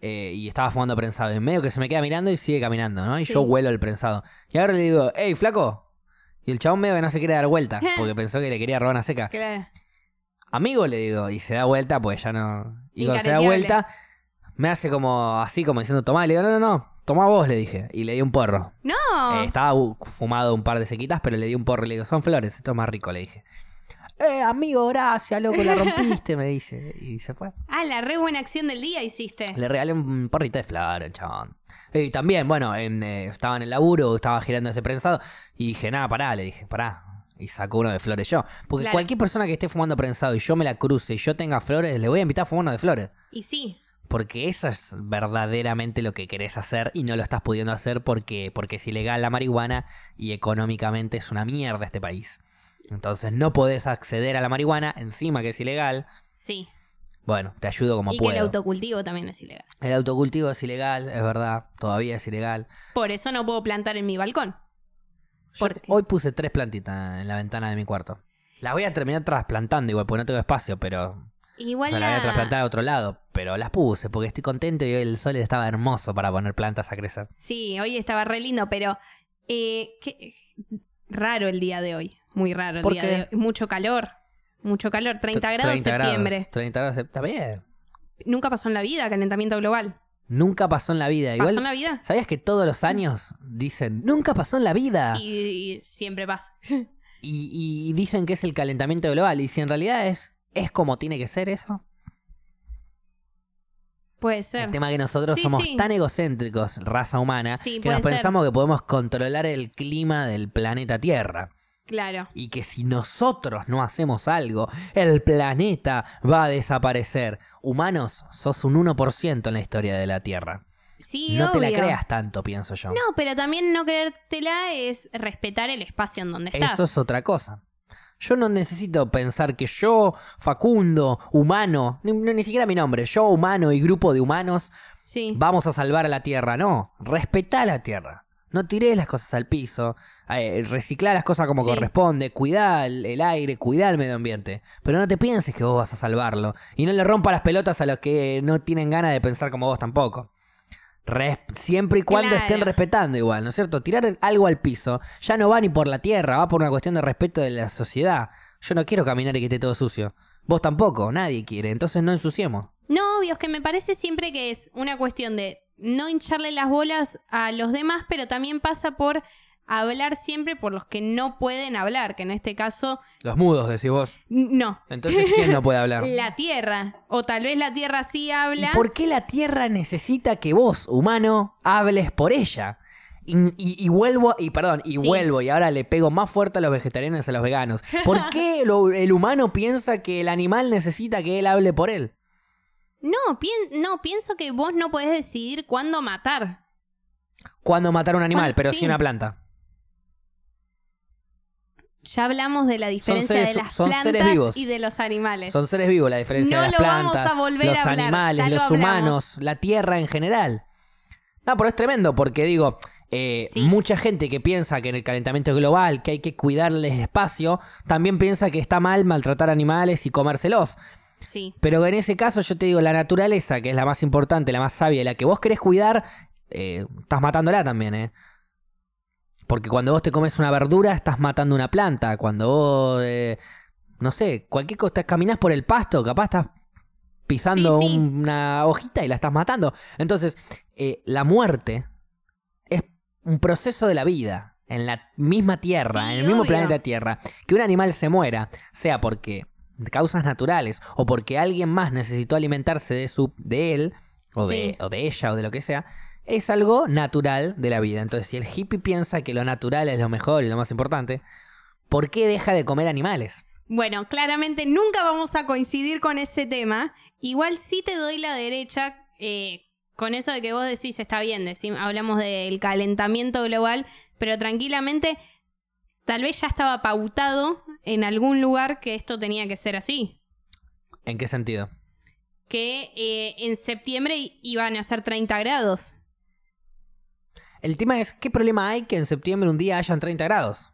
[SPEAKER 1] eh, y estaba fumando prensado. Y medio que se me queda mirando y sigue caminando, ¿no? Y yo
[SPEAKER 2] Sí.
[SPEAKER 1] huelo el prensado. Y ahora le digo, hey, flaco. Y el chabón medio que no se quiere dar vuelta, porque pensó que le quería robar una seca.
[SPEAKER 2] Claro.
[SPEAKER 1] Amigo, le digo, y se da vuelta, pues ya no. Y cuando se da
[SPEAKER 2] Incareteable.
[SPEAKER 1] vuelta, me hace como así, como diciendo, tomá. Le digo, no, no, no, tomá vos, le dije. Y le di un porro.
[SPEAKER 2] No.
[SPEAKER 1] Eh, estaba uh, fumado un par de sequitas, pero le di un porro y le digo, son flores, esto es más rico, le dije. Eh, amigo, gracias, loco, la rompiste, me dice. Y se fue.
[SPEAKER 2] Ah, la re buena acción del día hiciste.
[SPEAKER 1] Le regalé un porrito de flores, chabón. Y también, bueno, en, eh, estaba en el laburo, estaba girando ese prensado, y dije, nada, pará, le dije, pará. Y sacó uno de flores yo. Porque
[SPEAKER 2] Claro.
[SPEAKER 1] cualquier persona que esté fumando prensado y yo me la cruce y yo tenga flores, le voy a invitar a fumar uno de flores.
[SPEAKER 2] Y sí.
[SPEAKER 1] Porque eso es verdaderamente lo que querés hacer y no lo estás pudiendo hacer porque, porque es ilegal la marihuana y económicamente es una mierda este país. Entonces no podés acceder a la marihuana, encima que es ilegal.
[SPEAKER 2] Sí.
[SPEAKER 1] Bueno, te ayudo como
[SPEAKER 2] y
[SPEAKER 1] puedo.
[SPEAKER 2] que el autocultivo también es ilegal.
[SPEAKER 1] El autocultivo es ilegal, es verdad, todavía es ilegal.
[SPEAKER 2] Por eso no puedo plantar en mi balcón.
[SPEAKER 1] Yo
[SPEAKER 2] ¿Por
[SPEAKER 1] te-
[SPEAKER 2] qué?
[SPEAKER 1] hoy puse tres plantitas en la ventana de mi cuarto. Las voy a terminar trasplantando igual, porque no tengo espacio, pero... O
[SPEAKER 2] Igual
[SPEAKER 1] sea, las voy a trasplantar a otro lado, pero las puse porque estoy contento y hoy el sol estaba hermoso para poner plantas a crecer.
[SPEAKER 2] Sí, hoy estaba re lindo, pero eh, qué- raro el día de hoy. Muy raro el
[SPEAKER 1] ¿Por
[SPEAKER 2] día
[SPEAKER 1] qué?
[SPEAKER 2] de hoy. Mucho calor. Mucho calor. 30
[SPEAKER 1] Tre-
[SPEAKER 2] grados
[SPEAKER 1] 30
[SPEAKER 2] septiembre.
[SPEAKER 1] 30 grados, está bien.
[SPEAKER 2] Nunca pasó en la vida calentamiento global.
[SPEAKER 1] Nunca pasó en la vida. Ah, Igual,
[SPEAKER 2] ¿Pasó en la vida?
[SPEAKER 1] ¿sabías que todos los años dicen, nunca pasó en la vida? Y,
[SPEAKER 2] Y, y siempre pasa.
[SPEAKER 1] y- y dicen que es el calentamiento global. Y si en realidad es, es como tiene que ser eso.
[SPEAKER 2] Puede
[SPEAKER 1] El
[SPEAKER 2] ser.
[SPEAKER 1] tema que nosotros
[SPEAKER 2] Sí,
[SPEAKER 1] somos
[SPEAKER 2] sí.
[SPEAKER 1] tan egocéntricos, raza humana,
[SPEAKER 2] Sí,
[SPEAKER 1] que nos
[SPEAKER 2] puede ser.
[SPEAKER 1] pensamos que podemos controlar el clima del planeta Tierra.
[SPEAKER 2] Claro.
[SPEAKER 1] Y que si nosotros no hacemos algo, el planeta va a desaparecer. Humanos, sos un 1% en la historia de la Tierra.
[SPEAKER 2] Sí,
[SPEAKER 1] no te la
[SPEAKER 2] obvio.
[SPEAKER 1] creas tanto, pienso yo.
[SPEAKER 2] No, pero también no creértela es respetar el espacio en donde estás.
[SPEAKER 1] Eso es otra cosa. Yo no necesito pensar que yo, Facundo, humano, ni, no- ni siquiera mi nombre, yo, humano y grupo de humanos,
[SPEAKER 2] Sí.
[SPEAKER 1] vamos a salvar a la Tierra. No, respetá la Tierra. No tirés las cosas al piso, eh, reciclá las cosas como
[SPEAKER 2] Sí.
[SPEAKER 1] corresponde, cuidá el, el aire, cuidá el medio ambiente. Pero no te pienses que vos vas a salvarlo. Y no le rompa las pelotas a los que no tienen ganas de pensar como vos tampoco. Res- siempre y cuando
[SPEAKER 2] Claro.
[SPEAKER 1] estén respetando igual, ¿no es cierto? Tirar algo al piso ya no va ni por la tierra, va por una cuestión de respeto de la sociedad. Yo no quiero caminar y que esté todo sucio. Vos tampoco, nadie quiere, entonces no ensuciemos.
[SPEAKER 2] No, obvio, es que me parece siempre que es una cuestión de no hincharle las bolas a los demás, pero también pasa por hablar siempre por los que no pueden hablar, que en este caso,
[SPEAKER 1] Los mudos, decís vos.
[SPEAKER 2] n- no.
[SPEAKER 1] Entonces, ¿quién no puede hablar?
[SPEAKER 2] La tierra. O tal vez la tierra sí
[SPEAKER 1] ¿Y
[SPEAKER 2] habla.
[SPEAKER 1] por qué la Tierra necesita que vos, humano, hables por ella? Y, y- y vuelvo, y perdón, y
[SPEAKER 2] Sí.
[SPEAKER 1] vuelvo, y ahora le pego más fuerte a los vegetarianos y a los veganos. ¿Por qué lo- el humano piensa que el animal necesita que él hable por él?
[SPEAKER 2] No, pien- no, pienso que vos no podés decidir cuándo matar.
[SPEAKER 1] Cuando matar a un animal,
[SPEAKER 2] Bueno,
[SPEAKER 1] pero
[SPEAKER 2] sí.
[SPEAKER 1] sí una planta.
[SPEAKER 2] Ya hablamos de la diferencia
[SPEAKER 1] seres-
[SPEAKER 2] de las
[SPEAKER 1] son seres
[SPEAKER 2] plantas
[SPEAKER 1] vivos.
[SPEAKER 2] y de los animales.
[SPEAKER 1] Son seres vivos, la diferencia
[SPEAKER 2] No
[SPEAKER 1] de las
[SPEAKER 2] lo vamos
[SPEAKER 1] plantas,
[SPEAKER 2] a volver a
[SPEAKER 1] los
[SPEAKER 2] hablar,
[SPEAKER 1] animales,
[SPEAKER 2] ya lo
[SPEAKER 1] los
[SPEAKER 2] hablamos.
[SPEAKER 1] humanos, la tierra en general. No, pero es tremendo porque digo, eh,
[SPEAKER 2] Sí.
[SPEAKER 1] mucha gente que piensa que en el calentamiento global, que hay que cuidarles el espacio, también piensa que está mal maltratar animales y comérselos.
[SPEAKER 2] Sí.
[SPEAKER 1] Pero en ese caso yo te digo, la naturaleza, que es la más importante, la más sabia, y la que vos querés cuidar, eh, estás matándola también, ¿eh? Porque cuando vos te comes una verdura, estás matando una planta. Cuando vos, eh, no sé, cualquier cosa, caminás por el pasto, capaz estás pisando
[SPEAKER 2] Sí, sí.
[SPEAKER 1] una hojita y la estás matando. Entonces, eh, la muerte es un proceso de la vida en la misma tierra,
[SPEAKER 2] Sí,
[SPEAKER 1] en el mismo
[SPEAKER 2] obvio.
[SPEAKER 1] planeta Tierra. Que un animal se muera, sea porque de causas naturales o porque alguien más necesitó alimentarse de, su, de él o,
[SPEAKER 2] Sí.
[SPEAKER 1] de, o de ella o de lo que sea, es algo natural de la vida. Entonces, si el hippie piensa que lo natural es lo mejor y lo más importante, ¿por qué deja de comer animales?
[SPEAKER 2] Bueno, claramente nunca vamos a coincidir con ese tema. Igual sí te doy la derecha eh, con eso de que vos decís, está bien, decim- hablamos del calentamiento global, pero tranquilamente tal vez ya estaba pautado en algún lugar que esto tenía que ser así.
[SPEAKER 1] ¿En qué sentido?
[SPEAKER 2] Que eh, en septiembre i- iban a ser 30 grados.
[SPEAKER 1] El tema es, ¿qué problema hay que en septiembre un día hayan 30 grados?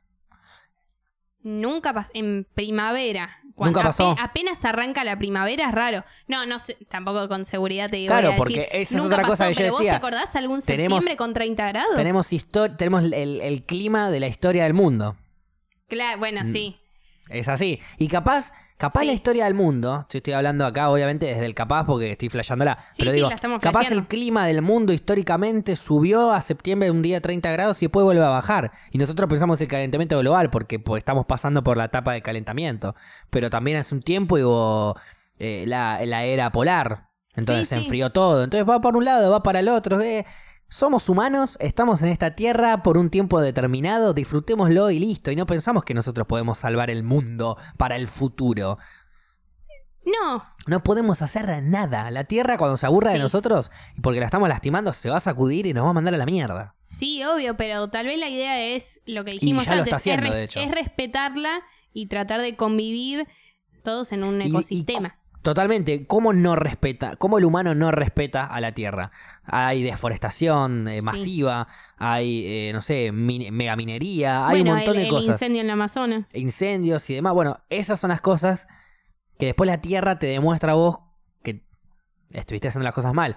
[SPEAKER 2] Nunca pasó. En primavera.
[SPEAKER 1] Nunca pasó.
[SPEAKER 2] ape- apenas arranca la primavera es raro. No, no sé. Tampoco con seguridad te digo.
[SPEAKER 1] Claro,
[SPEAKER 2] voy a decir,
[SPEAKER 1] porque esa es
[SPEAKER 2] nunca
[SPEAKER 1] otra cosa
[SPEAKER 2] pasó,
[SPEAKER 1] que yo
[SPEAKER 2] pero
[SPEAKER 1] decía.
[SPEAKER 2] ¿Vos te acordás algún
[SPEAKER 1] Tenemos-
[SPEAKER 2] septiembre con 30 grados?
[SPEAKER 1] Tenemos, histo- tenemos el, el clima de la historia del mundo.
[SPEAKER 2] Claro, bueno,
[SPEAKER 1] Mm.
[SPEAKER 2] sí.
[SPEAKER 1] Es así. Y capaz, capaz
[SPEAKER 2] Sí.
[SPEAKER 1] la historia del mundo, yo estoy hablando acá obviamente desde el capaz porque estoy flasheándola,
[SPEAKER 2] Sí,
[SPEAKER 1] pero
[SPEAKER 2] sí,
[SPEAKER 1] digo,
[SPEAKER 2] la estamos
[SPEAKER 1] capaz
[SPEAKER 2] flasheando.
[SPEAKER 1] el clima del mundo históricamente subió a septiembre un día 30 grados y después vuelve a bajar. Y nosotros pensamos el calentamiento global porque pues, estamos pasando por la etapa de calentamiento. Pero también hace un tiempo hubo eh, la, la era polar. Entonces
[SPEAKER 2] Sí,
[SPEAKER 1] se
[SPEAKER 2] sí.
[SPEAKER 1] enfrió todo. Entonces va por un lado, va para el otro. eh, somos humanos, estamos en esta tierra por un tiempo determinado, disfrutémoslo y listo. Y no pensamos que nosotros podemos salvar el mundo para el futuro.
[SPEAKER 2] No,
[SPEAKER 1] No podemos hacer nada. La tierra cuando se aburra de
[SPEAKER 2] Sí.
[SPEAKER 1] nosotros, y porque la estamos lastimando, se va a sacudir y nos va a mandar a la mierda.
[SPEAKER 2] Sí, obvio, pero tal vez la idea es lo que dijimos
[SPEAKER 1] ya lo
[SPEAKER 2] antes,
[SPEAKER 1] está haciendo,
[SPEAKER 2] es, res-
[SPEAKER 1] de hecho.
[SPEAKER 2] es respetarla y tratar de convivir todos en un
[SPEAKER 1] Y- y
[SPEAKER 2] ecosistema.
[SPEAKER 1] Totalmente, ¿cómo no respeta? ¿Cómo el humano no respeta a la tierra? Hay deforestación eh,
[SPEAKER 2] Sí.
[SPEAKER 1] masiva, hay, eh, no sé, min- megaminería, hay
[SPEAKER 2] bueno,
[SPEAKER 1] un montón
[SPEAKER 2] el,
[SPEAKER 1] de
[SPEAKER 2] el
[SPEAKER 1] cosas.
[SPEAKER 2] incendio en la Amazonas.
[SPEAKER 1] incendios y demás. Bueno, esas son las cosas que después la Tierra te demuestra a vos que estuviste haciendo las cosas mal.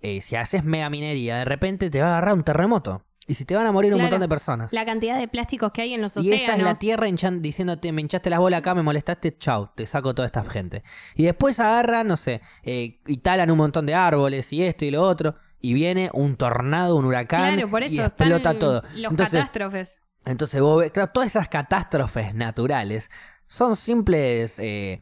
[SPEAKER 1] Eh, si haces mega minería, de repente te va a agarrar un terremoto. Y si te van a morir un
[SPEAKER 2] Claro.
[SPEAKER 1] montón de personas.
[SPEAKER 2] La cantidad de plásticos que hay en los
[SPEAKER 1] y esa es la
[SPEAKER 2] océanos.
[SPEAKER 1] Tierra hinchan- diciéndote, me hinchaste las bolas acá, me molestaste, chau, te saco toda esta gente. Y después agarran, no sé, eh, y talan un montón de árboles y esto y lo otro. Y viene un tornado, un huracán.
[SPEAKER 2] claro, por
[SPEAKER 1] y
[SPEAKER 2] eso están
[SPEAKER 1] explota todo.
[SPEAKER 2] los
[SPEAKER 1] Entonces,
[SPEAKER 2] catástrofes.
[SPEAKER 1] entonces, vos ves- claro, todas esas catástrofes naturales son simples eh,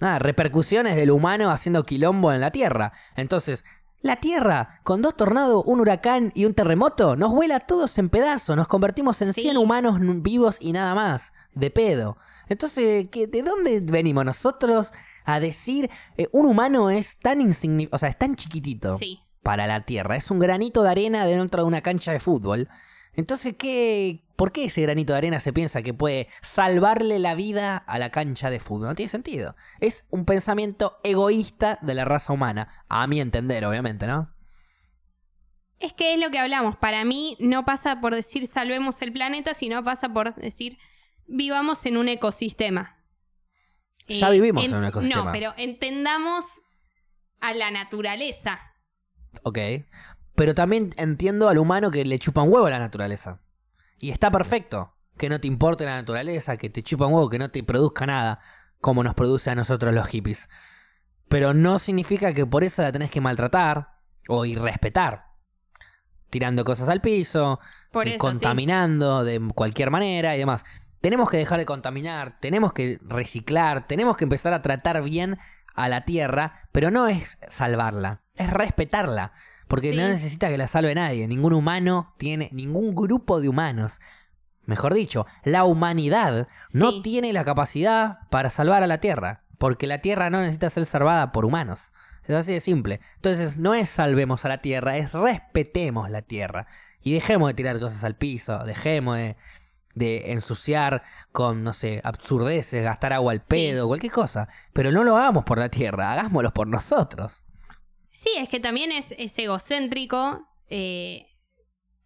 [SPEAKER 1] nada, repercusiones del humano haciendo quilombo en la Tierra. Entonces, la Tierra, con dos tornados, un huracán y un terremoto, nos vuela a todos en pedazos, nos convertimos en
[SPEAKER 2] Sí.
[SPEAKER 1] 100 humanos n- vivos y nada más, de pedo. Entonces, ¿qué- ¿de dónde venimos nosotros a decir eh, un humano es tan insignificante, o sea, es tan chiquitito?
[SPEAKER 2] Sí.
[SPEAKER 1] para la Tierra. Es un granito de arena dentro de una cancha de fútbol. Entonces, ¿qué, ¿por qué ese granito de arena se piensa que puede salvarle la vida a la cancha de fútbol? No tiene sentido. Es un pensamiento egoísta de la raza humana. A mi entender, obviamente, ¿no?
[SPEAKER 2] Es que es lo que hablamos. Para mí no pasa por decir salvemos el planeta, sino pasa por decir vivamos en un ecosistema. Eh,
[SPEAKER 1] Ya vivimos en un ecosistema.
[SPEAKER 2] No, pero entendamos a la naturaleza.
[SPEAKER 1] Ok. Pero también entiendo al humano que le chupa un huevo a la naturaleza. Y está perfecto. Que no te importe la naturaleza, que te chupa un huevo, que no te produzca nada, como nos produce a nosotros los hippies. Pero no significa que por eso la tenés que maltratar o irrespetar. Tirando cosas al piso,
[SPEAKER 2] Por
[SPEAKER 1] eh,
[SPEAKER 2] eso, sí.
[SPEAKER 1] contaminando de cualquier manera y demás. Tenemos que dejar de contaminar, tenemos que reciclar, tenemos que empezar a tratar bien a la tierra, pero no es salvarla, es respetarla, porque
[SPEAKER 2] Sí.
[SPEAKER 1] no necesita que la salve nadie, ningún humano tiene, ningún grupo de humanos, mejor dicho, la humanidad
[SPEAKER 2] Sí.
[SPEAKER 1] no tiene la capacidad para salvar a la tierra, porque la tierra no necesita ser salvada por humanos. Es así de simple. Entonces, no es salvemos a la tierra, es respetemos la tierra. Y dejemos de tirar cosas al piso, dejemos de, de ensuciar con, no sé, absurdeces, gastar agua al
[SPEAKER 2] Sí.
[SPEAKER 1] pedo, cualquier cosa. Pero no lo hagamos por la tierra, hagámoslo por nosotros.
[SPEAKER 2] Sí, es que también es, es egocéntrico, eh,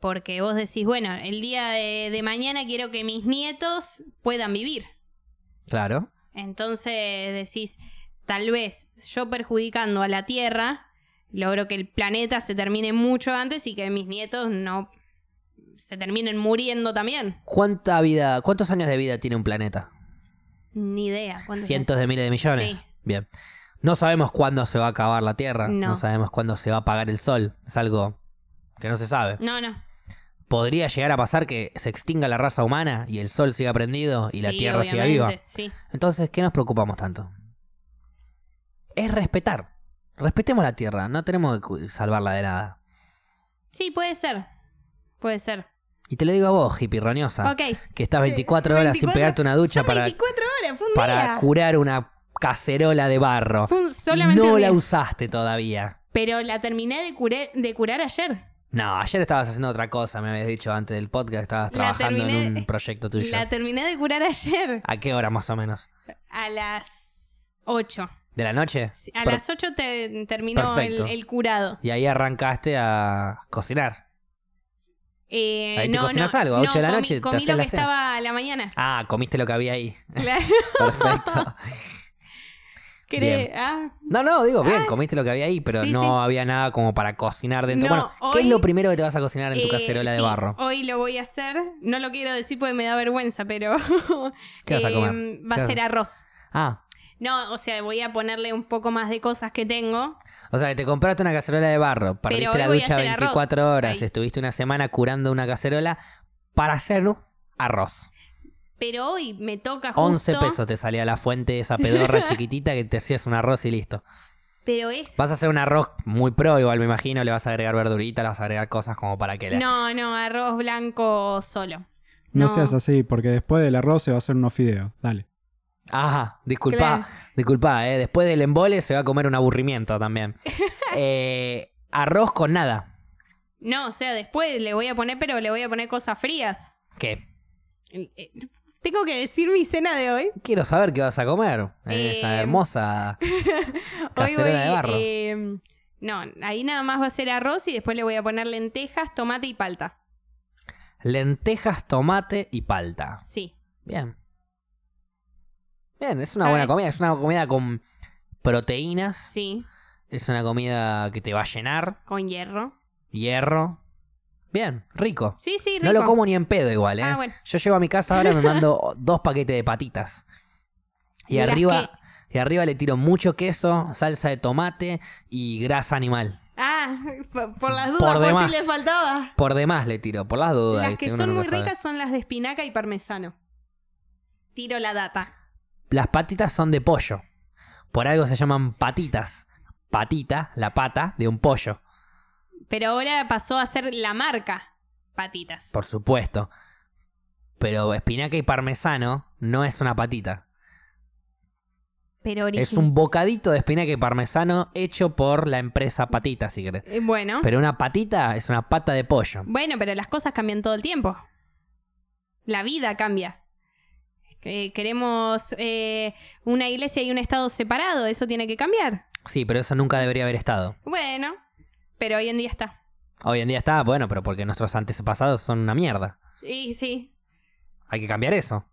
[SPEAKER 2] porque vos decís, bueno, el día de, de mañana quiero que mis nietos puedan vivir.
[SPEAKER 1] Claro.
[SPEAKER 2] Entonces decís, tal vez yo perjudicando a la Tierra, logro que el planeta se termine mucho antes y que mis nietos no se terminen muriendo también.
[SPEAKER 1] ¿Cuánta vida, cuántos años de vida tiene un planeta?
[SPEAKER 2] Ni idea. ¿cuántos
[SPEAKER 1] Cientos de miles de millones.
[SPEAKER 2] Sí.
[SPEAKER 1] Bien. No sabemos cuándo se va a acabar la Tierra,
[SPEAKER 2] No.
[SPEAKER 1] no sabemos cuándo se va a apagar el sol. Es algo que no se sabe.
[SPEAKER 2] años? No, no.
[SPEAKER 1] podría llegar a pasar que se extinga la raza humana y el sol siga prendido y la
[SPEAKER 2] Sí,
[SPEAKER 1] tierra siga viva.
[SPEAKER 2] obviamente, Sí.
[SPEAKER 1] Entonces, ¿qué nos preocupamos tanto? Es respetar. Respetemos la tierra, no tenemos que cu- salvarla de nada.
[SPEAKER 2] sí, puede ser. Puede ser.
[SPEAKER 1] Y te lo digo a vos, hippie roñosa,
[SPEAKER 2] ok.
[SPEAKER 1] que estás 24 Ah. horas sin
[SPEAKER 2] 24
[SPEAKER 1] pegarte una ducha
[SPEAKER 2] Son
[SPEAKER 1] para,
[SPEAKER 2] 24 horas, fue un
[SPEAKER 1] para
[SPEAKER 2] día.
[SPEAKER 1] curar una cacerola de barro.
[SPEAKER 2] Fue un-
[SPEAKER 1] Y
[SPEAKER 2] solamente
[SPEAKER 1] no
[SPEAKER 2] un día.
[SPEAKER 1] la usaste todavía.
[SPEAKER 2] Pero la terminé de, curé- de curar ayer.
[SPEAKER 1] No, ayer estabas haciendo otra cosa, me habías dicho antes del podcast, estabas
[SPEAKER 2] La
[SPEAKER 1] trabajando en
[SPEAKER 2] terminé-
[SPEAKER 1] un proyecto tuyo.
[SPEAKER 2] La terminé de curar ayer
[SPEAKER 1] ¿A qué hora más o menos?
[SPEAKER 2] a las 8.
[SPEAKER 1] ¿De la noche?
[SPEAKER 2] Sí, A
[SPEAKER 1] Pero-
[SPEAKER 2] las 8 te terminó el,
[SPEAKER 1] Perfecto.
[SPEAKER 2] el curado.
[SPEAKER 1] Y ahí arrancaste a cocinar.
[SPEAKER 2] Eh,
[SPEAKER 1] Ahí te
[SPEAKER 2] no,
[SPEAKER 1] cocinas
[SPEAKER 2] no,
[SPEAKER 1] algo, a
[SPEAKER 2] no,
[SPEAKER 1] ocho de la
[SPEAKER 2] comí-
[SPEAKER 1] noche te
[SPEAKER 2] Comí
[SPEAKER 1] haces
[SPEAKER 2] lo
[SPEAKER 1] la
[SPEAKER 2] que
[SPEAKER 1] cena.
[SPEAKER 2] estaba a la mañana.
[SPEAKER 1] Ah, comiste lo que había ahí.
[SPEAKER 2] Claro.
[SPEAKER 1] Perfecto.
[SPEAKER 2] ¿Querés?
[SPEAKER 1] Bien.
[SPEAKER 2] Ah,
[SPEAKER 1] No, no, digo, bien, comiste lo que había ahí, pero
[SPEAKER 2] Sí,
[SPEAKER 1] no
[SPEAKER 2] sí.
[SPEAKER 1] había nada como para cocinar dentro.
[SPEAKER 2] No,
[SPEAKER 1] bueno, ¿qué es
[SPEAKER 2] hoy-
[SPEAKER 1] lo primero que te vas a cocinar en tu
[SPEAKER 2] eh,
[SPEAKER 1] cacerola de
[SPEAKER 2] sí,
[SPEAKER 1] barro?
[SPEAKER 2] Hoy lo voy a hacer. No lo quiero decir porque me da vergüenza, pero.
[SPEAKER 1] ¿Qué vas a
[SPEAKER 2] eh,
[SPEAKER 1] comer?
[SPEAKER 2] va
[SPEAKER 1] ¿Qué vas-
[SPEAKER 2] a ser arroz.
[SPEAKER 1] Ah,
[SPEAKER 2] No, o sea, voy a ponerle un poco más de cosas que tengo.
[SPEAKER 1] o sea, que te compraste una cacerola de barro, perdiste
[SPEAKER 2] hoy
[SPEAKER 1] la
[SPEAKER 2] voy a
[SPEAKER 1] ducha
[SPEAKER 2] hacer arroz.
[SPEAKER 1] 24 horas,
[SPEAKER 2] Ahí.
[SPEAKER 1] estuviste una semana curando una cacerola para hacer arroz.
[SPEAKER 2] Pero hoy me toca justo.
[SPEAKER 1] 11 pesos te salía la fuente de esa pedorra chiquitita que te hacías un arroz y listo.
[SPEAKER 2] Pero es.
[SPEAKER 1] Vas a hacer un arroz muy pro, igual me imagino, le vas a agregar verdurita, le vas a agregar cosas como para que la...
[SPEAKER 2] No, no, arroz blanco solo.
[SPEAKER 3] No,
[SPEAKER 2] No.
[SPEAKER 3] seas así, porque después del arroz se va a hacer unos fideos. Dale.
[SPEAKER 1] Ajá, disculpa,
[SPEAKER 2] Claro.
[SPEAKER 1] disculpa, eh, después del embole se va a comer un aburrimiento también. Eh, arroz con nada.
[SPEAKER 2] No, o sea, después le voy a poner, pero le voy a poner cosas frías.
[SPEAKER 1] ¿Qué?
[SPEAKER 2] Eh, eh, Tengo que decir mi cena de hoy.
[SPEAKER 1] Quiero saber qué vas a comer. en Esa
[SPEAKER 2] Eh,
[SPEAKER 1] hermosa
[SPEAKER 2] Hoy voy,
[SPEAKER 1] cacerola de barro.
[SPEAKER 2] eh, no, ahí nada más va a ser arroz y después le voy a poner lentejas, tomate y palta.
[SPEAKER 1] Lentejas, tomate y palta.
[SPEAKER 2] Sí.
[SPEAKER 1] Bien. Bien, es una
[SPEAKER 2] A
[SPEAKER 1] buena
[SPEAKER 2] ver.
[SPEAKER 1] comida. Es una comida con proteínas.
[SPEAKER 2] Sí,
[SPEAKER 1] Es una comida que te va a llenar.
[SPEAKER 2] con hierro.
[SPEAKER 1] Hierro. Bien, rico.
[SPEAKER 2] Sí, sí, rico.
[SPEAKER 1] No lo como ni en pedo igual, ¿eh?
[SPEAKER 2] Ah, bueno.
[SPEAKER 1] Yo llego a mi casa ahora me mando dos paquetes de patitas. Y
[SPEAKER 2] Mirá
[SPEAKER 1] arriba y arriba le tiro mucho queso, salsa de tomate y grasa animal.
[SPEAKER 2] Ah, po- por las
[SPEAKER 1] Por
[SPEAKER 2] dudas, por,
[SPEAKER 1] demás.
[SPEAKER 2] si le faltaba.
[SPEAKER 1] Por demás le tiro, por las dudas.
[SPEAKER 2] Las
[SPEAKER 1] ¿viste?
[SPEAKER 2] que
[SPEAKER 1] Uno
[SPEAKER 2] son
[SPEAKER 1] nunca
[SPEAKER 2] muy
[SPEAKER 1] sabe.
[SPEAKER 2] ricas son las de espinaca y parmesano. Tiro la data.
[SPEAKER 1] Las patitas son de pollo. Por algo se llaman patitas. Patita, la pata de un pollo,
[SPEAKER 2] Pero ahora pasó a ser la marca Patitas.
[SPEAKER 1] por supuesto. Pero espinaca y parmesano no es una patita.
[SPEAKER 2] Pero
[SPEAKER 1] Es
[SPEAKER 2] original.
[SPEAKER 1] un bocadito de espinaca y parmesano hecho por la empresa Patita, si querés.
[SPEAKER 2] Eh, Bueno.
[SPEAKER 1] Pero una patita es una pata de pollo.
[SPEAKER 2] Bueno, pero las cosas cambian todo el tiempo. La vida cambia. Eh, queremos eh, una iglesia y un Estado separado, eso tiene que cambiar.
[SPEAKER 1] Sí, pero eso nunca debería haber estado.
[SPEAKER 2] Bueno, pero hoy en día está.
[SPEAKER 1] Hoy en día está, bueno, pero porque nuestros antepasados son una mierda.
[SPEAKER 2] Y sí.
[SPEAKER 1] Hay que cambiar eso.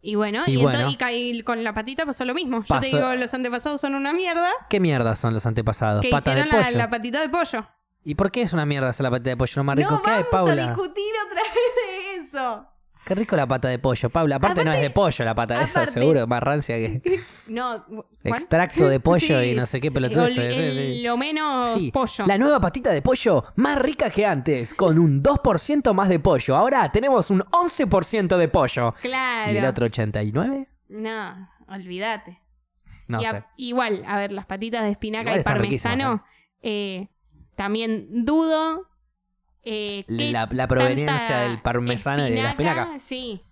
[SPEAKER 2] Y bueno,
[SPEAKER 1] Y
[SPEAKER 2] y, ento-
[SPEAKER 1] bueno.
[SPEAKER 2] y ca- y con la patita pasó lo mismo. Yo
[SPEAKER 1] Pasó-
[SPEAKER 2] te digo, los antepasados son una mierda
[SPEAKER 1] ¿Qué mierda son los antepasados?
[SPEAKER 2] que
[SPEAKER 1] Patas de
[SPEAKER 2] hicieron la,
[SPEAKER 1] pollo.
[SPEAKER 2] la patita de pollo.
[SPEAKER 1] ¿Y por qué es una mierda hacer la pata de pollo? Lo más rico
[SPEAKER 2] no
[SPEAKER 1] que hay,
[SPEAKER 2] vamos a
[SPEAKER 1] Paula.
[SPEAKER 2] discutir otra vez de eso.
[SPEAKER 1] Qué rico la pata de pollo, Paula. Aparte, no es de pollo la pata de eso,
[SPEAKER 2] aparte-
[SPEAKER 1] seguro. Más rancia que
[SPEAKER 2] No, ¿cuál?
[SPEAKER 1] extracto de pollo
[SPEAKER 2] Sí,
[SPEAKER 1] y no sé qué
[SPEAKER 2] sí,
[SPEAKER 1] pelotudo.
[SPEAKER 2] ol- el- Lo menos
[SPEAKER 1] Sí,
[SPEAKER 2] pollo.
[SPEAKER 1] La nueva patita de pollo más rica que antes, con un 2% más de pollo. Ahora tenemos un 11% de pollo.
[SPEAKER 2] Claro.
[SPEAKER 1] ¿Y el otro 89?
[SPEAKER 2] No, olvídate.
[SPEAKER 1] No
[SPEAKER 2] Y a-
[SPEAKER 1] sé.
[SPEAKER 2] Igual, a ver, las patitas de espinaca
[SPEAKER 1] Igual
[SPEAKER 2] y
[SPEAKER 1] están
[SPEAKER 2] parmesano, eh, también dudo. eh, qué
[SPEAKER 1] La, la proveniencia
[SPEAKER 2] tanta
[SPEAKER 1] del parmesano y de la espinaca.
[SPEAKER 2] Sí,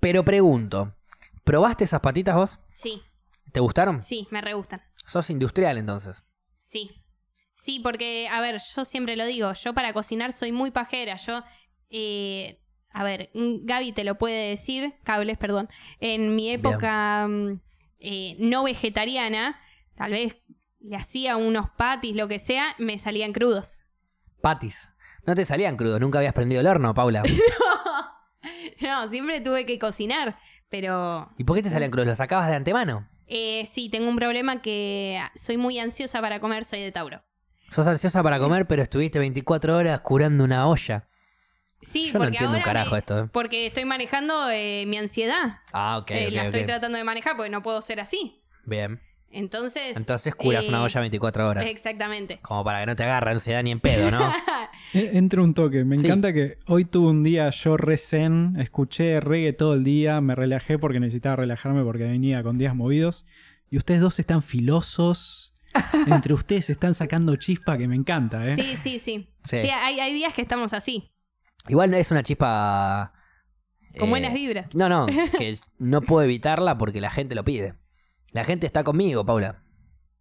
[SPEAKER 1] Pero pregunto, ¿probaste esas patitas vos?
[SPEAKER 2] sí,
[SPEAKER 1] ¿Te gustaron?
[SPEAKER 2] sí, me re gustan.
[SPEAKER 1] Sos industrial entonces.
[SPEAKER 2] Sí. Sí, porque, a ver, yo siempre lo digo, yo para cocinar soy muy pajera. Yo, eh, a ver, mm, Gaby te lo puede decir, cables, perdón. En mi época mm, eh, no vegetariana, tal vez le hacía unos patis, lo que sea, me salían crudos.
[SPEAKER 1] Patis. No te salían crudos, nunca habías prendido el horno, Paula.
[SPEAKER 2] No, siempre tuve que cocinar, pero
[SPEAKER 1] ¿Y por qué te salían crudos? ¿Los sacabas de antemano?
[SPEAKER 2] eh, sí, tengo un problema que soy muy ansiosa para comer, soy de Tauro.
[SPEAKER 1] Sos ansiosa para comer, pero estuviste 24 horas curando una olla.
[SPEAKER 2] Sí,
[SPEAKER 1] Yo no
[SPEAKER 2] porque
[SPEAKER 1] entiendo un
[SPEAKER 2] ahora
[SPEAKER 1] carajo
[SPEAKER 2] me-
[SPEAKER 1] esto. ¿eh?
[SPEAKER 2] Porque estoy manejando eh, mi ansiedad.
[SPEAKER 1] Ah, ok,
[SPEAKER 2] Eh,
[SPEAKER 1] ok,
[SPEAKER 2] la estoy
[SPEAKER 1] ok.
[SPEAKER 2] tratando de manejar porque no puedo ser así.
[SPEAKER 1] Bien.
[SPEAKER 2] Entonces.
[SPEAKER 1] Entonces curas
[SPEAKER 2] eh,
[SPEAKER 1] una olla 24 horas.
[SPEAKER 2] Exactamente.
[SPEAKER 1] Como para que no te agarre ansiedad ni en pedo, ¿no?
[SPEAKER 3] E- Entra un toque. Me
[SPEAKER 1] Sí.
[SPEAKER 3] encanta que hoy tuve un día yo re zen, escuché reggae todo el día, me relajé porque necesitaba relajarme porque venía con días movidos. Y ustedes dos están filosos. Entre ustedes están sacando chispa que me encanta, ¿eh?
[SPEAKER 2] Sí, sí, sí.
[SPEAKER 1] Sí.
[SPEAKER 2] Sí, hay, hay días que estamos así,
[SPEAKER 1] Igual no es una chispa...
[SPEAKER 2] con
[SPEAKER 1] eh,
[SPEAKER 2] buenas vibras.
[SPEAKER 1] No, no, que no puedo evitarla porque la gente lo pide. La gente está conmigo, Paula.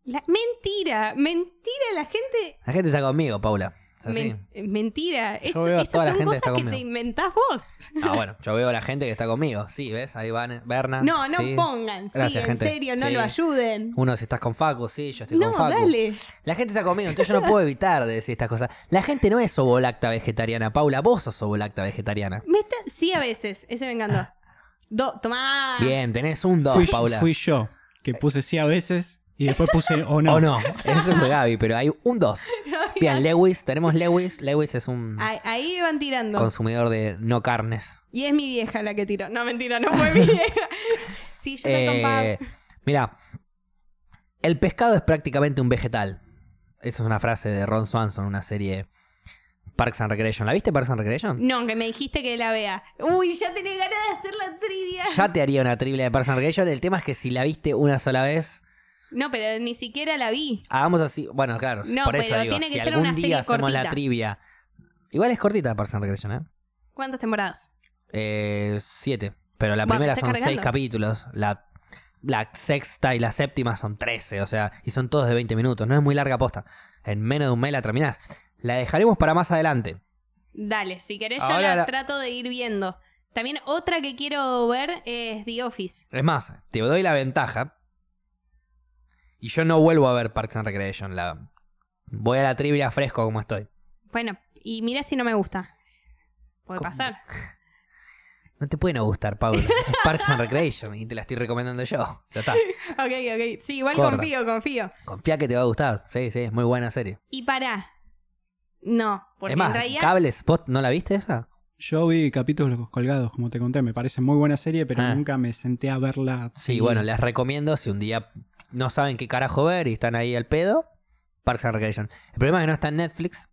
[SPEAKER 2] La- mentira, mentira, la gente.
[SPEAKER 1] La gente está conmigo, Paula. así.
[SPEAKER 2] Men- mentira. Es-
[SPEAKER 1] Yo veo a
[SPEAKER 2] esas
[SPEAKER 1] toda la gente
[SPEAKER 2] son
[SPEAKER 1] que
[SPEAKER 2] cosas
[SPEAKER 1] está
[SPEAKER 2] que
[SPEAKER 1] conmigo.
[SPEAKER 2] te inventás vos.
[SPEAKER 1] Ah, bueno, yo veo a la gente que está conmigo. Sí, ¿ves? Ahí van, Berna.
[SPEAKER 2] No, no
[SPEAKER 1] Ah, sí.
[SPEAKER 2] pongan. Sí,
[SPEAKER 1] Gracias,
[SPEAKER 2] en
[SPEAKER 1] gente.
[SPEAKER 2] serio, no
[SPEAKER 1] Sí.
[SPEAKER 2] lo ayuden.
[SPEAKER 1] Uno, si estás con Facu, sí, yo estoy
[SPEAKER 2] No,
[SPEAKER 1] con Facu.
[SPEAKER 2] dale.
[SPEAKER 1] La gente está conmigo, entonces yo no puedo evitar de decir estas cosas. La gente no es ovolacta vegetariana, Paula. Vos sos ovolacta vegetariana.
[SPEAKER 2] Me está- Sí, a veces. Ese me encantó. Do... Tomá.
[SPEAKER 1] Ah. Bien, tenés un dos,
[SPEAKER 3] fui,
[SPEAKER 1] Paula.
[SPEAKER 3] fui yo, que puse sí a veces y después puse o no.
[SPEAKER 1] O no, eso fue Gaby, pero hay un dos. Bien, Lewis, tenemos Lewis. Lewis es un
[SPEAKER 2] Ahí, ahí van tirando.
[SPEAKER 1] consumidor de no carnes.
[SPEAKER 2] Y es mi vieja la que tiró. No, mentira, no fue mi vieja. Sí, yo estoy con
[SPEAKER 1] Eh,
[SPEAKER 2] Pau.
[SPEAKER 1] mira, el pescado es prácticamente un vegetal. Esa es una frase de Ron Swanson, una serie Parks and Recreation. ¿La viste Parks and Recreation?
[SPEAKER 2] No, que me dijiste que la vea. Uy, ya tenés ganas de hacer la trivia.
[SPEAKER 1] Ya te haría una trivia de Parks and Recreation. El tema es que si la viste una sola vez,
[SPEAKER 2] No, pero ni siquiera la vi.
[SPEAKER 1] hagamos así. Bueno, claro,
[SPEAKER 2] No,
[SPEAKER 1] por eso
[SPEAKER 2] pero
[SPEAKER 1] digo,
[SPEAKER 2] tiene que
[SPEAKER 1] si
[SPEAKER 2] ser
[SPEAKER 1] algún
[SPEAKER 2] una serie
[SPEAKER 1] día hacemos la
[SPEAKER 2] cortita.
[SPEAKER 1] trivia. Igual es cortita Parks and Recreation, ¿eh?
[SPEAKER 2] ¿Cuántas temporadas?
[SPEAKER 1] Eh, siete. Pero la
[SPEAKER 2] Bueno,
[SPEAKER 1] primera
[SPEAKER 2] está
[SPEAKER 1] son seis
[SPEAKER 2] cargando.
[SPEAKER 1] capítulos. La, la sexta y la séptima son trece. O sea, y son todos de 20 minutos. No es muy larga posta. En menos de un mes la terminás. La dejaremos para más adelante.
[SPEAKER 2] Dale, si querés yo
[SPEAKER 1] Ahora
[SPEAKER 2] la,
[SPEAKER 1] la-
[SPEAKER 2] trato de ir viendo. También otra que quiero ver es The Office.
[SPEAKER 1] Es más, te doy la ventaja. Y yo no vuelvo a ver Parks and Recreation. La... Voy a la trivia fresco como estoy.
[SPEAKER 2] Bueno, y mira si no me gusta. Puede
[SPEAKER 1] ¿Cómo?
[SPEAKER 2] pasar.
[SPEAKER 1] No te puede no gustar, Pablo. Es Parks and Recreation y te la estoy recomendando yo. Ya está.
[SPEAKER 2] Ok, ok. Sí, igual
[SPEAKER 1] Corta.
[SPEAKER 2] confío, confío.
[SPEAKER 1] Confía que te va a gustar. Sí, sí, es muy buena serie.
[SPEAKER 2] Y pará. No, porque
[SPEAKER 1] es más,
[SPEAKER 2] en realidad.
[SPEAKER 1] Cables, ¿vos no la viste esa?
[SPEAKER 3] Yo vi capítulos colgados, como te conté, me parece muy buena serie, pero
[SPEAKER 1] Ah.
[SPEAKER 3] nunca me senté a verla.
[SPEAKER 1] Sí,
[SPEAKER 3] Y-
[SPEAKER 1] bueno, les recomiendo si un día no saben qué carajo ver y están ahí al pedo, Parks and Recreation. El problema es que no está en Netflix.